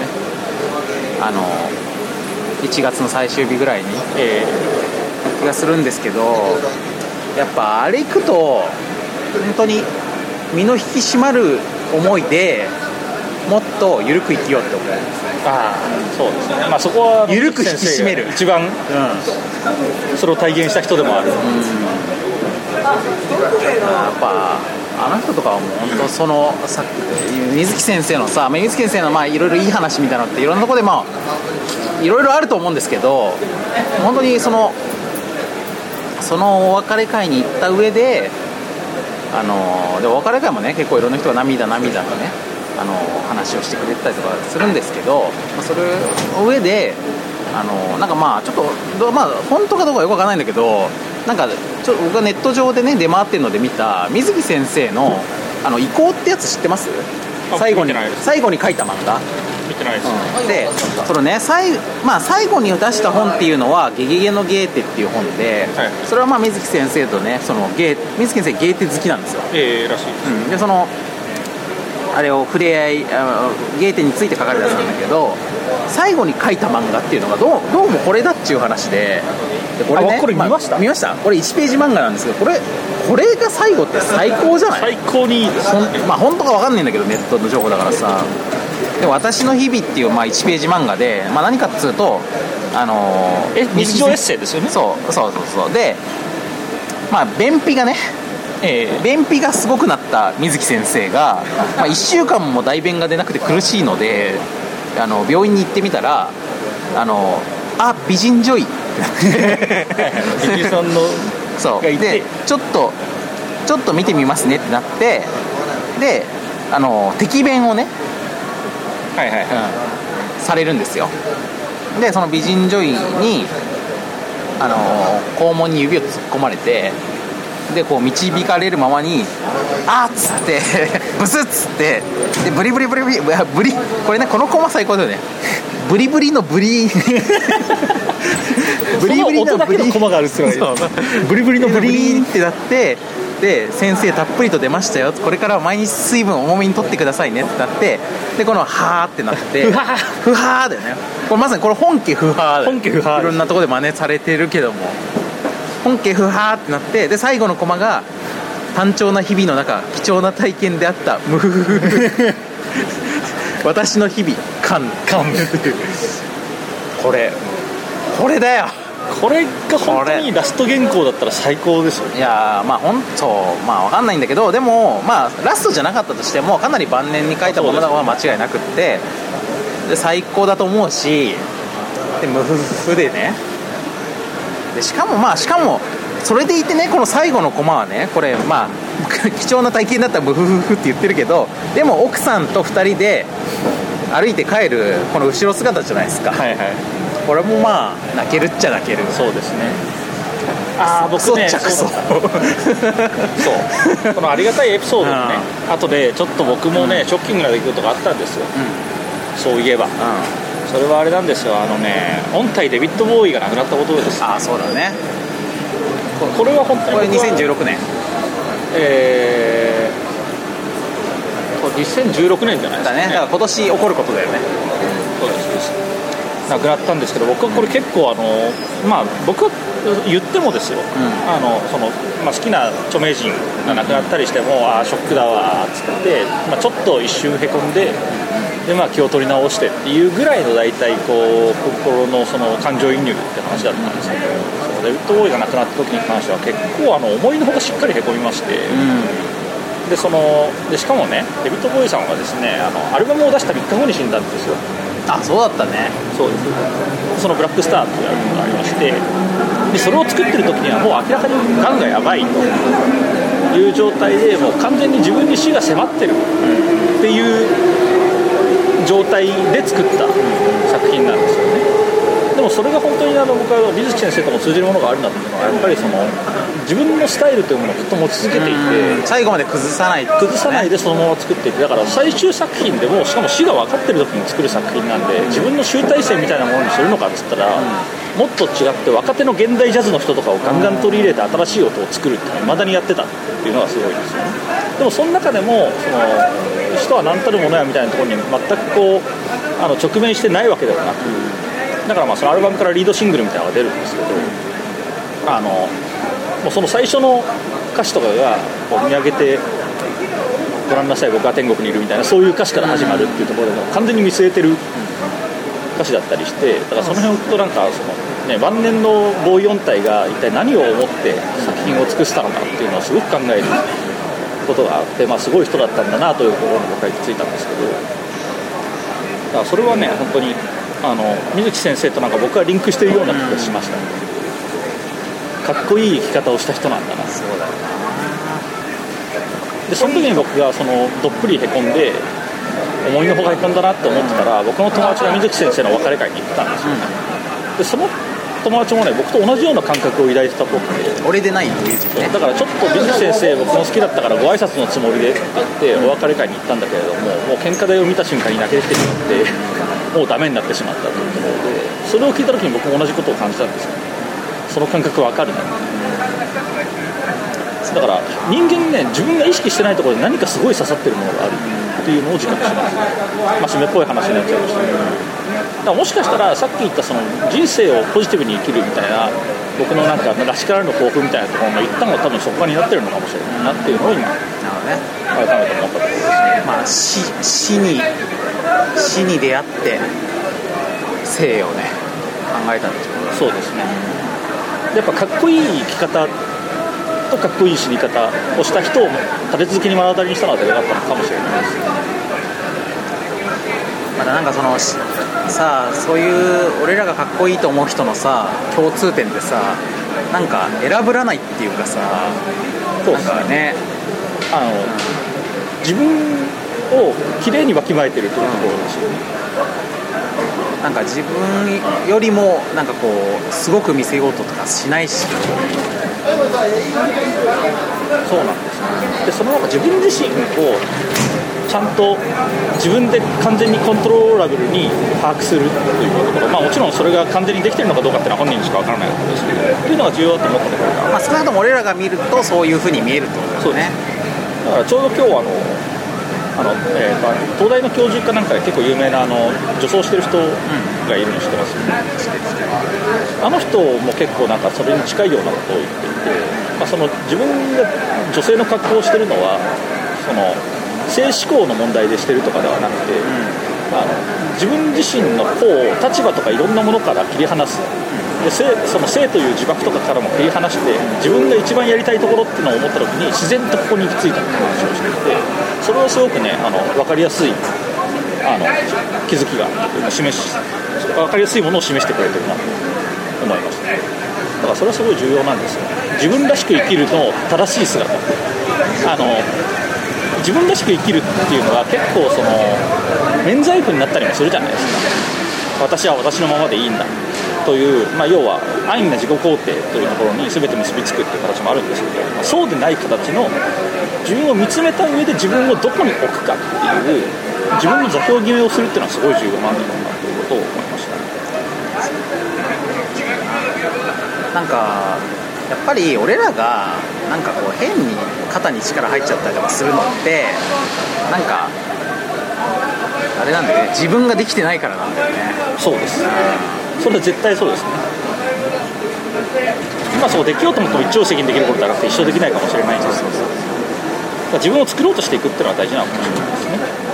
Speaker 2: あのー1月の最終日ぐらいに
Speaker 3: え
Speaker 2: 気がするんですけどやっぱあれ行くと本当に身の引き締まる思いでもっと緩く生きようって思う
Speaker 3: ーああそうですねまあそこは
Speaker 2: 緩く引き締める
Speaker 3: 一番
Speaker 2: うん
Speaker 3: それを体現した人でもある
Speaker 2: やっぱあの人とかはもう本当そのさ水木先生のさまあ水木先生のまあいろいろいい話みたいなのっていろんなところでまあいろいろあると思うんですけど本当にそのそのお別れ会に行った上であのでお別れ会もね結構いろんな人が涙涙のねあの話をしてくれてたりとかするんですけど、まあ、それの上であのなんかまあちょっとどまあ本当かどうかよくわからないんだけどなんかちょ僕がネット上でね出回ってるので見た水木先生の「あの移行」ってやつ知ってます
Speaker 3: あ
Speaker 2: 最後に
Speaker 3: 見てないです
Speaker 2: 最後に書いた漫画
Speaker 3: 見てないですね、
Speaker 2: でそのね最,、まあ、最後に出した本っていうのは「ゲゲゲのゲーテ」っていう本で、
Speaker 3: はい
Speaker 2: それはまあ水木先生とねそのゲー水木先生ゲーテ好きなんですよ、
Speaker 3: ええらしいです、
Speaker 2: うんでそのあれを触れ合いあのゲーテについて書かれたやつなんだけど最後に書いた漫画っていうのがどうどうもこれだっていう話ででこ
Speaker 3: あこれ見ました
Speaker 2: あ見ましたこれ1ページ漫画なんですけどこれこれが最後って最高じゃない
Speaker 3: 最高にいいです
Speaker 2: ほんまあ本当か分かんないんだけどネットの情報だからさでも「私の日々」っていう、まあ、1ページ漫画で、まあ、何かっつうと、あのー
Speaker 3: え日常エッセイですよね
Speaker 2: そうそうそうそうでまあ便秘がね
Speaker 3: ええ
Speaker 2: 便秘がすごくなった水木先生が、まあ、1週間も大便が出なくて苦しいのであの病院に行ってみたらあのあ美人女医ってなって
Speaker 3: 劇さんの
Speaker 2: そう
Speaker 3: がいて
Speaker 2: でちょっとちょっと見てみますねってなってであの敵弁をね、
Speaker 3: はいはい
Speaker 2: されるんですよでその美人女医にあの肛門に指を突っ込まれてでこう導かれるままに「あーっ!」つって ブスッつってでブリブリブリブリうわブリこれねこのコマ最高だよねブリブリのブ リブリブリ
Speaker 3: その音
Speaker 2: の
Speaker 3: だ
Speaker 2: ブ
Speaker 3: け
Speaker 2: リ
Speaker 3: のコマがあるっすよね
Speaker 2: そうブリブリのブリーンってなってで先生たっぷりと出ましたよこれからは毎日水分重めに取ってくださいねってなってでこの「はー」ってなって
Speaker 3: ふはー
Speaker 2: ふはーだよねこれまさにこれ本家ふはーだよ
Speaker 3: 本家ふはー
Speaker 2: いろんなとこで真似されてるけども本家ふはーってなってで最後のコマが単調な日々の中貴重な体験であったムフフフ フ私の日々カンカンこれこれだよ
Speaker 3: これが本当にラスト原稿だったら最高ですよね
Speaker 2: いやーまあ本当まあわかんないんだけどでもまあラストじゃなかったとしてもかなり晩年に書いたものは間違いなくってで最高だと思うしで無夫婦でねでしかもまあしかもそれでいてねこの最後のコマはねこれまあ 貴重な体験だったら無夫婦って言ってるけどでも奥さんと2人で歩いて帰るこの後ろ姿じゃないですか、
Speaker 3: はいはい
Speaker 2: これもまあ泣けるっちゃ泣ける
Speaker 3: そうですねああ
Speaker 2: ク
Speaker 3: 僕
Speaker 2: ソ
Speaker 3: ね
Speaker 2: っちゃクソ
Speaker 3: そうそうこのありがたいエピソード のね後でちょっと僕もねショッキングな出来事があったんですよ、そういえ ば
Speaker 2: う
Speaker 3: それはあれなんですよあのね本体デビッド・ボーイが亡くなったことです
Speaker 2: ん、ああそうだね
Speaker 3: これは本当に
Speaker 2: これ
Speaker 3: 僕は
Speaker 2: 2016年
Speaker 3: えーこれ2016年じゃないです
Speaker 2: だ
Speaker 3: か
Speaker 2: ねだから今年起こることだよね
Speaker 3: そうですそうです亡くなったんですけど僕はこれ結構あのまあ僕は言ってもですよ、あのそのまあ、好きな著名人が亡くなったりしても、ああショックだわーっつって、まあ、ちょっと一瞬へこんでで、まあ、気を取り直してっていうぐらいの大体こう心のその感情移入って話だったんですけどそうデビッド・ボーイが亡くなった時に関しては結構あの思いのほかしっかりへこみまして。でそのでしかもねデビッド・ボーイさんはですねあのアルバムを出した3日後に死んだんですよ
Speaker 2: あそうだったね
Speaker 3: そうですそのブラックスターというアルバムがありましてでそれを作ってる時にはもう明らかにがんがやばいという状態でもう完全に自分に死が迫ってるっていう状態で作った作品なんですよねでもそれが本当にあの僕は水木先生とも通じるものがあるなっていうのはやっぱりその自分のスタイルというものをずっと持ち続けていて、
Speaker 2: 最後まで崩さない崩
Speaker 3: 崩さないでそのまま作っていてだから最終作品でもしかも死が分かってる時に作る作品なんで自分の集大成みたいなものにするのかっつったら、もっと違って若手の現代ジャズの人とかをガンガン取り入れて新しい音を作るっていうのを未だにやってたっていうのがすごいですよねでもその中でもその人は何たるものやみたいなところに全くこうあの直面してないわけではなくだからまあそのアルバムからリードシングルみたいなのが出るんですけどあのもうその最初の歌詞とかがこう見上げてご覧なさい僕は天国にいるみたいなそういう歌詞から始まるっていうところでも完全に見据えてる歌詞だったりしてだからその辺をとなんかその、ね、晩年のボーイ音体が一体何を思って作品を尽くしたのかっていうのをすごく考えることがあって、まあ、すごい人だったんだなというところに僕は行き着いたんですけどだからそれはね本当にあの水木先生となんか僕はリンクしてるような気がしました、かっこいい生き方をした人なんだなそうだでその時に僕がそのどっぷりへこんで思いのほかいかんだなって思ってたら、僕の友達が水木先生の別れ会に行ったんですよね、でその友達もね僕と同じような感覚を抱いてたっぽくて
Speaker 2: 俺でないっていう時期ね
Speaker 3: だからちょっと水木先生僕も好きだったからご挨拶のつもりでって言ってお別れ会に行ったんだけれどももう喧嘩台を見た瞬間に泣けてきてしまってもうダメになってしまったというところでそれを聞いた時に僕も同じことを感じたんですよねその感覚わかるねだから人間ね自分が意識してないところで何かすごい刺さってるものがあるっていうのを自覚しますまあ締めっぽい話になっちゃいましたけどだからもしかしたらさっき言ったその人生をポジティブに生きるみたいな僕のなんからしからぬ抱負みたいなところの一旦は多分そこになってるのかもしれないなっていうのを今
Speaker 2: なのね
Speaker 3: 改めて思ったところです
Speaker 2: まあ死死に死に出会って生をね考えたってことだ
Speaker 3: そうですねやっぱかっこいい生き方とかっこいい死に方をした人を立て続けに目の当たりにしたのはよかったのかもしれないです
Speaker 2: またなんかそのしさあそういう俺らがかっこいいと思う人のさ共通点ってさなんか選ぶらないっていうかさ
Speaker 3: そう
Speaker 2: なんかね
Speaker 3: あの自分を綺麗にわきまえてるっていうところですよね、
Speaker 2: なんか自分よりもなんかこうすごく見せようととかしないし
Speaker 3: そうなんですねでそのなんか自分自身をちゃんと自分で完全にコントローラブルに把握するというところ、まあ、もちろんそれが完全にできてるのかどうかっていうのは本人にしかわからないことですけどっていうのが重要だと思ったところが
Speaker 2: まあ、少なくとも俺らが見るとそういうふうに見えるってことだ
Speaker 3: そう
Speaker 2: よ
Speaker 3: で
Speaker 2: ね
Speaker 3: すだからちょうど今日あのあの、えーと東大の教授かなんかで結構有名なあの女装してる人がいるの知ってます、あの人も結構なんかそれに近いようなことを言っていて、まあ、その自分が女性の格好をしてるのはその性思考の問題でしてるとかではなくて、まああの自分自身の個を立場とかいろんなものから切り離すで性その性という自爆とかからも切り離して自分が一番やりたいところっていうのを思った時に自然とここに行き着いたって話をしていてそれはすごくねあの分かりやすいあの気づきが示し分かりやすいものを示してくれてるなと思いましただからそれはすごい重要なんですよ自分らしく生きるの正しい姿あの自分らしく生きるっていうのは結構その免罪符になったりもするじゃないですか私は私のままでいいんだという、まあ、要は安易な自己肯定というところに全て結びつくっていう形もあるんですけど、まあそうでない形の自分を見つめた上で自分をどこに置くかっていう自分の座標決めをするっていうのはすごい重要なんだろうなということを思いました
Speaker 2: なんかやっぱり俺らがなんかこう変に肩に力入っちゃったりとかするのってなんかあれなんだよね自分ができてないからなんだよね
Speaker 3: そうですそれは絶対そうですね今そうできようと思っても一朝責任できることじゃなくて一生できないかもしれないんですけどだから自分を作ろうとしていくっていうのは大事なのかもしれないですね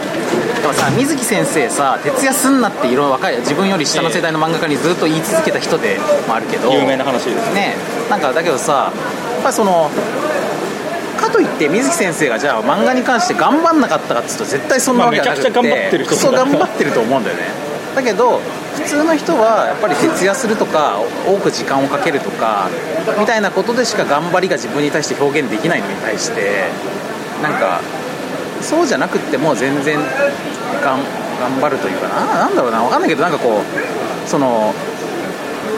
Speaker 2: でもさ水木先生さ徹夜すんなっていろいろ若い自分より下の世代の漫画家にずっと言い続けた人でもあるけど
Speaker 3: 有名な話です
Speaker 2: ねなんかだけどさやっぱりそのかといって水木先生がじゃあ漫画に関して頑張んなかったかっつうと絶対そんなわけはなくて、
Speaker 3: まあめちゃくちゃ頑張ってる人
Speaker 2: ク
Speaker 3: とか
Speaker 2: ソ頑張ってると思うんだよねだけど普通の人はやっぱり徹夜するとか多く時間をかけるとかみたいなことでしか頑張りが自分に対して表現できないのに対してなんかそうじゃなくっても全然がん頑張るというかななんだろうな分かんないけどなんかこうその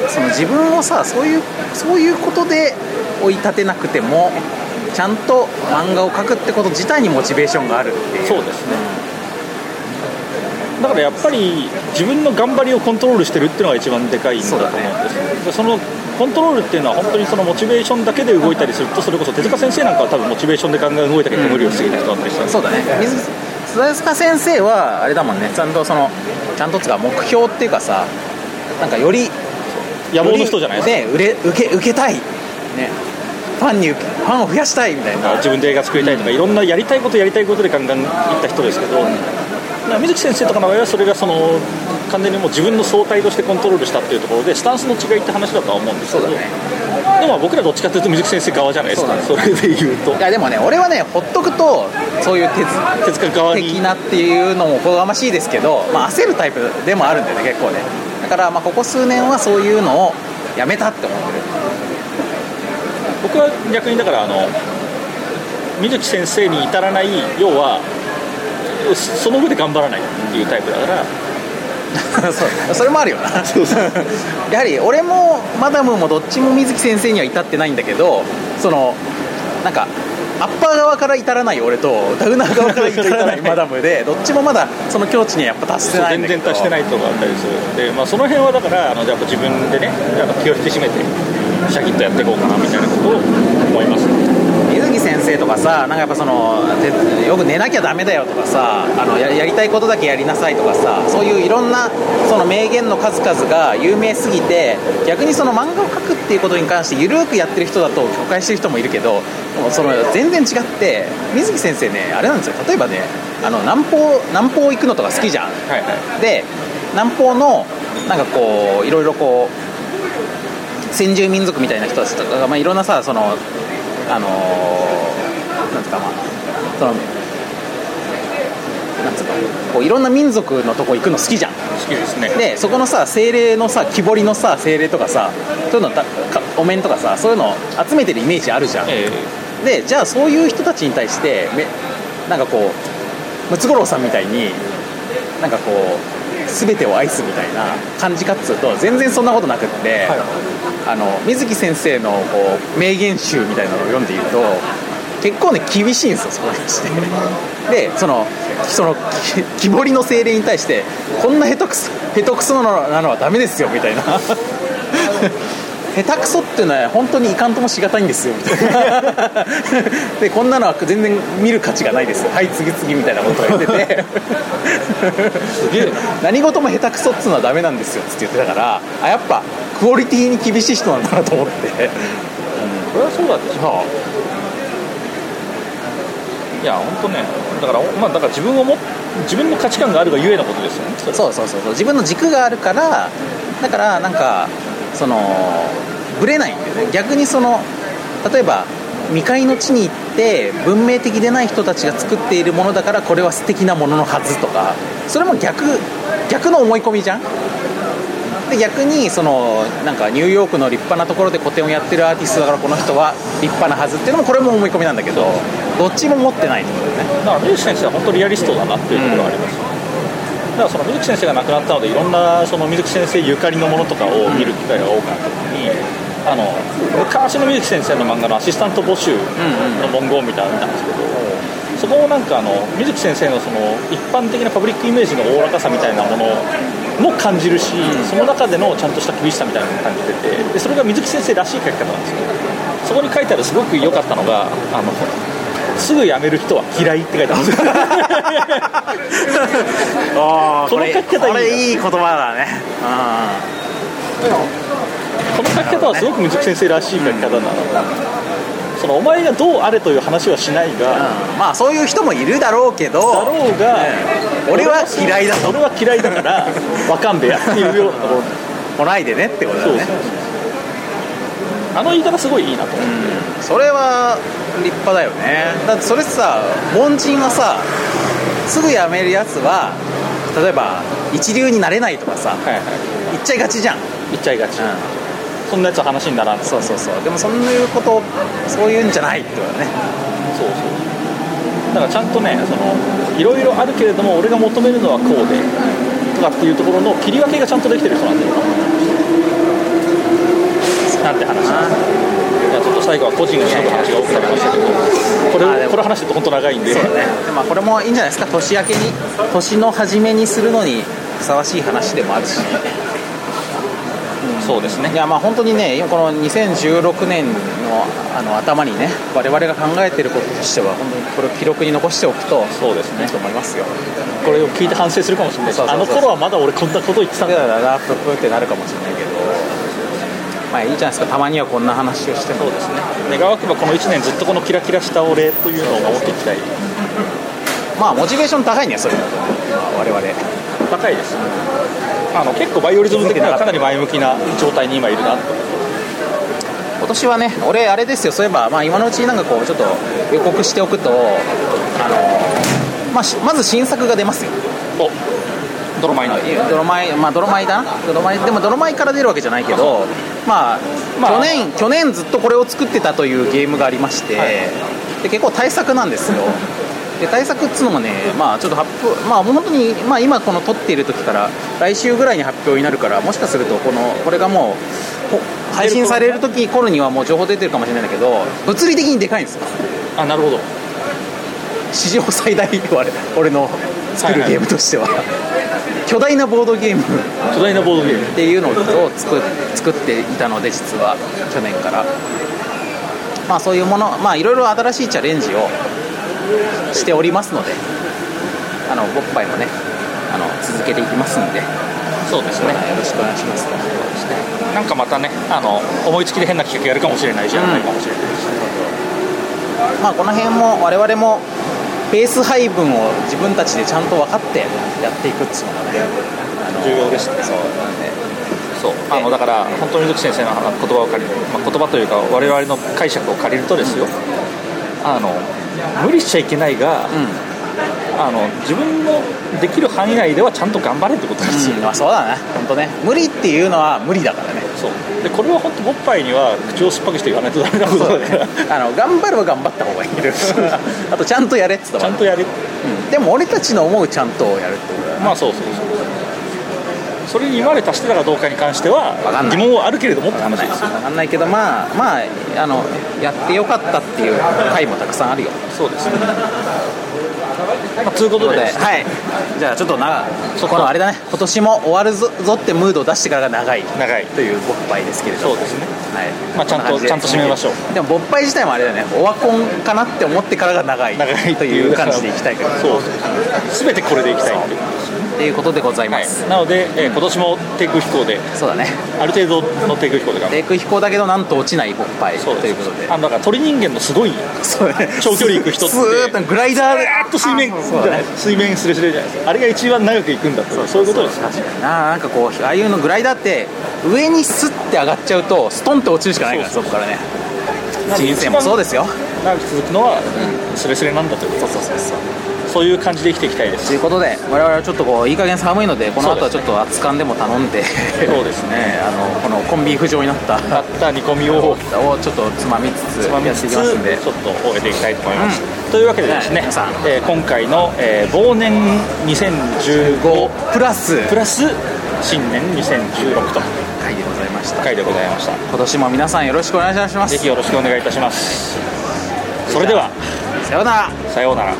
Speaker 2: その自分をさそういうそういうことで追い立てなくてもちゃんと漫画を描くってこと自体にモチベーションがあるっていう
Speaker 3: そうですねだからやっぱり自分の頑張りをコントロールしてるっていうのが一番でかいんだと思うんですよでそのコントロールっていうのは本当にそのモチベーションだけで動いたりするとそれこそ手塚先生なんかは多分モチベーションで考え動いたけど無理をしていた人だったりしたんです
Speaker 2: そうだね水鈴塚先生はあれだもんねちゃんとそのちゃんとつうか目標っていうかさなんかより
Speaker 3: 野望の人じゃないですか
Speaker 2: ね売れ受け受けたいねファンに受けファンを増やしたいみたいな
Speaker 3: 自分で映画作りたいとか、いろんなやりたいことやりたいことでガンガンいった人ですけど、だから水木先生とかの場合はそれがその完全にもう自分の総体としてコントロールしたっていうところでスタンスの違いって話だとは思うんですけど、
Speaker 2: そうだね
Speaker 3: でも僕らどっちかというと水木先生側じゃないですか
Speaker 2: そ
Speaker 3: そ,、れで言うと
Speaker 2: いやでもね俺はねほっとくとそういう手
Speaker 3: 手塚側に
Speaker 2: 的なっていうのもおこがましいですけど、まあ、焦るタイプでもあるんだよね結構ねだからまあここ数年はそういうのをやめたって思ってる
Speaker 3: 僕は逆にだからあの水木先生に至らない要はその上で頑張らないっていうタイプだから
Speaker 2: そうそれもあるよな やはり俺もマダムもどっちも水木先生には至ってないんだけどそのなんかアッパー側から至らない俺とダウナー側から至らないマダムでどっちもまだその境地にはやっぱ達してないんだけ
Speaker 3: 全然
Speaker 2: ど
Speaker 3: 達してないとかあったりするので、まあ、その辺はだからあのやっぱ自分でねやっぱ気を引き締めてシャキッとやっていこうかなみたいなことを思います
Speaker 2: 水木先生とかさなんかやっぱそのてよく寝なきゃダメだよとかさあのややりたいことだけやりなさいとかさそういういろんなその名言の数々が有名すぎて逆にその漫画を描くっていうことに関して緩くやってる人だと誤解してる人もいるけどでもその全然違って水木先生ねあれなんですよ例えばねあの南方南方行くのとか好きじゃん
Speaker 3: はいはい
Speaker 2: で南方のなんかこういろいろこう先住民族みたいな人たちとかが、まあ、いろんなさそのあのーなんつうかまあそのなんつうかこういろんな民族のとこ行くの好きじゃん
Speaker 3: 好きですね
Speaker 2: でそこのさ精霊のさ木彫りのさ精霊とかさそういうのたかお面とかさそういうのを集めてるイメージあるじゃん
Speaker 3: え
Speaker 2: でじゃあそういう人たちに対してめなんかこうムツゴロウさんみたいになんかこう全てを愛すみたいな感じかっつうと全然そんなことなくって、
Speaker 3: えはい
Speaker 2: あの水木先生のこう名言集みたいなのを読んでいると結構ね厳しいんですよそこにしてでそのその き木彫りの精霊に対してこんな下手くそ下手くそなのはダメですよみたいな 下手くそっていうのは本当にいかんともしがたいんですよみたいな でこんなのは全然見る価値がないですはい次々みたいなことを言ってて
Speaker 3: すげえ な
Speaker 2: 何事も下手くそっつうのはダメなんですよっつって言ってたからあやっぱクオリティに厳しい人なんだなと思って
Speaker 3: これはそうだでしょいや本当ねだから、まあ、だから自分をも自分の価値観があるがゆえのことですよねそれ
Speaker 2: そうそうそうそう自分の軸があるからだからなんかそのぶれないんだよね逆にその例えば未開の地に行って文明的でない人たちが作っているものだからこれは素敵なもののはずとかそれも逆逆の思い込みじゃんで逆にそのなんかニューヨークの立派なところで個展をやってるアーティストだからこの人は立派なはずっていうのもこれも思い込みなんだけどどっちも持ってないってことだよね
Speaker 3: だから水木先生は本当リアリストだなっていうところがあります、だからその水木先生が亡くなったのでいろんなその水木先生ゆかりのものとかを見る機会が多かった時に、あの昔の水木先生の漫画のアシスタント募集の文言みたいなのを見たんですけど、そこもなんかあの水木先生のその一般的なパブリックイメージのおおらかさみたいなものも感じるし、その中でのちゃんとした厳しさみたいなのも感じててでそれが水木先生らしい書き方なんですよそこに書いてあるすごく良かったのがあのすぐ辞める人は嫌いって書いてあるんですよ
Speaker 2: あ
Speaker 3: ーこれこの書き方いいなこれ
Speaker 2: いい言葉だねうん
Speaker 3: この書き方はすごく水木先生らしい書き方なの、そのお前がどうあれという話はしないが、
Speaker 2: うんまあそういう人もいるだろうけど
Speaker 3: だろうが、
Speaker 2: うん俺は嫌いだと
Speaker 3: 俺は嫌いだからわかんべやっていうようなところ
Speaker 2: 来ないでねってことだ
Speaker 3: そう
Speaker 2: よ
Speaker 3: そう
Speaker 2: ね
Speaker 3: そうあの言い方すごいいいなと思う、
Speaker 2: それは立派だよねだってそれさ凡人はさすぐ辞めるやつは例えば一流になれないとかさ
Speaker 3: はいはい
Speaker 2: 言っちゃいがちじゃん、うん、
Speaker 3: 言っちゃいがち、そんなやつは話にならんと
Speaker 2: そうそうそうでもそういうことそういうんじゃないってことだね
Speaker 3: そうそうだからちゃんとねそのいろいろあるけれども俺が求めるのはこうでとかっていうところの切り分けがちゃんとできてる人なんだよななんて話なんですいやちょっと最後は個人がしのぶ話が多くなりましたけどこれ
Speaker 2: まあで
Speaker 3: を
Speaker 2: も
Speaker 3: これ話してると本当長いんで
Speaker 2: そうだねでまあこれもいいんじゃないですか年明けに年の初めにするのにふさわしい話でもあるし
Speaker 3: そうですね
Speaker 2: いやまあ本当にね、今この2016年のあの頭にね、我々が考えていることとしては、本当にこれを記録に残しておくと、
Speaker 3: そうです
Speaker 2: い
Speaker 3: ね
Speaker 2: いと思いますよ。
Speaker 3: これを聞いて反省するかもしれないです
Speaker 2: そうそうそうそう
Speaker 3: あの頃はまだ俺こんなこと言ってたん
Speaker 2: だ
Speaker 3: だ
Speaker 2: らだらプップってなるかもしれないけど、まあいいじゃないですか、たまにはこんな話をして
Speaker 3: そ
Speaker 2: も
Speaker 3: う。ですね願わくばこの1年ずっとこのキラキラした俺というのを守っていきたい
Speaker 2: まあモチベーション高いね、それだと。我々。
Speaker 3: 高いですあの結構バイオリズム的にはかなり前向きな状態に今いるなと
Speaker 2: 今年はね、俺あれですよ、そういえば、まあ今のうちになんかこう、ちょっと予告しておくと、あの、まあしまず新作が出ますよ。
Speaker 3: お泥米の
Speaker 2: 泥米まあ泥米だな泥米でも泥米から出るわけじゃないけどまあ、
Speaker 3: まあ
Speaker 2: 去年去年ずっとこれを作ってたというゲームがありまして、
Speaker 3: はい
Speaker 2: で結構大作なんですよで対策っつうのもね、まあ、ちょっと発表、まあ、もう本当に、まあ、今、この撮っている時から、来週ぐらいに発表になるから、もしかするとこの、これがもう、ほ配信される時頃にはもう情報出てるかもしれないんだけど、物理的にでかいんですよ、
Speaker 3: あなるほど
Speaker 2: 史上最大、俺俺の作るゲームとしては、巨大なボードゲームっ
Speaker 3: 巨大なボードゲーム
Speaker 2: ていうのを作作っていたので、実は、去年から。まあ、そういうもの、まあ、いろいろ新しいチャレンジをしておりますので、あの、ボッパイもね、あの、続けていきますんで、
Speaker 3: そうです
Speaker 2: ね
Speaker 3: ね
Speaker 2: よろしくお願いします。
Speaker 3: なんかまたねあの思いつきで変な企画やるかもしれないじゃ
Speaker 2: うん
Speaker 3: ないかもしれないし
Speaker 2: まあ、この辺も我々もペース配分を自分たちでちゃんと分かってやっていくっつうのがね、あの
Speaker 3: 重要ですね
Speaker 2: そうなんで、
Speaker 3: そうあのだから本当に水木先生の言葉を借りる、まあ、言葉というか我々の解釈を借りるとですよ、あの無理しちゃいけないが、あの自分のできる範囲内ではちゃんと頑張れってことですよ、
Speaker 2: うん、まあ、そうだな、本当ね、無理っていうのは無理だからね。
Speaker 3: そうでこれは本当ボッパイには口を酸っぱくして言わないとダメなことだから
Speaker 2: あの頑張れば頑張った方がいい あとちゃんとやれっつった
Speaker 3: ち
Speaker 2: か
Speaker 3: ゃ
Speaker 2: ら
Speaker 3: んとやれ
Speaker 2: うんでも俺たちの思うちゃんとをやるってことだな
Speaker 3: まあそうそうそうそれに今まで達してたかどうかに関しては
Speaker 2: わかんない
Speaker 3: 疑問はあるけれどもって
Speaker 2: 分かん
Speaker 3: 話
Speaker 2: ない
Speaker 3: ですよ
Speaker 2: 分かんないけどまあまああのやってよかったっていう回もたくさんあるよ
Speaker 3: そうですね、まあ、ということ
Speaker 2: と
Speaker 3: で
Speaker 2: いうことではいじゃあちょっとなそこのあれだね今年も終わるぞぞってムードを出してからが長い
Speaker 3: 長い
Speaker 2: という勃発ですけれど
Speaker 3: そ
Speaker 2: も
Speaker 3: うですね
Speaker 2: はい
Speaker 3: まあちゃんと
Speaker 2: こな感じで
Speaker 3: ちゃんと締めましょ
Speaker 2: でも勃発自体もあれだよねオワコンかなって思ってからが長い
Speaker 3: 長い
Speaker 2: という感じでいきたい から
Speaker 3: そう全てこれでいきたいっていう
Speaker 2: ということでございま
Speaker 3: はい
Speaker 2: す、、
Speaker 3: なので、えー今年も低空飛行で
Speaker 2: そうだね
Speaker 3: ある程度の低空飛行で頑張
Speaker 2: 低
Speaker 3: る
Speaker 2: 空飛行だけどなんと落ちない勃発と
Speaker 3: そうです
Speaker 2: いうことで
Speaker 3: あのだから鳥人間のすごい
Speaker 2: そうだね
Speaker 3: 長距離行く人って
Speaker 2: スーッとグライダーで
Speaker 3: あーっと水面じ
Speaker 2: そう
Speaker 3: ゃ
Speaker 2: だ
Speaker 3: ない
Speaker 2: ね
Speaker 3: 水面すれすれじゃないですかあれが一番長く行くんだってそういうことですよ
Speaker 2: 確かにななんかこうああいうのグライダーって上にスッて上がっちゃうとストンって落ちるしかないからそ
Speaker 3: そう
Speaker 2: こからね人生もそうですよ
Speaker 3: 長く続くのはすれすれなんだということ
Speaker 2: そうそうそう
Speaker 3: そういう感じで生きていきたいです
Speaker 2: ということで我々はちょっとこういい加減寒いのでこの後
Speaker 3: そ
Speaker 2: は
Speaker 3: う
Speaker 2: ちょ
Speaker 3: です
Speaker 2: っ
Speaker 3: ね
Speaker 2: と熱燗でも頼んで
Speaker 3: そうですね
Speaker 2: ねあのこのコンビーフ状になった
Speaker 3: あった煮込みを
Speaker 2: をちょっとつまみつつ
Speaker 3: つまみ
Speaker 2: やっ
Speaker 3: つ
Speaker 2: てい
Speaker 3: つ
Speaker 2: き
Speaker 3: ち
Speaker 2: ま
Speaker 3: ょっ
Speaker 2: すんで
Speaker 3: と終えていきたいと思います、というわけでですね、
Speaker 2: はい皆さん
Speaker 3: えー今回の、えー忘年2015
Speaker 2: 5プラス
Speaker 3: プラス新年2016と
Speaker 2: 回でございました
Speaker 3: 回でございました
Speaker 2: 今年も皆さんよろしくお願いしま
Speaker 3: ぜ
Speaker 2: す
Speaker 3: ひよろしくお願いいたしますそれでは
Speaker 2: さようなら
Speaker 3: さようなら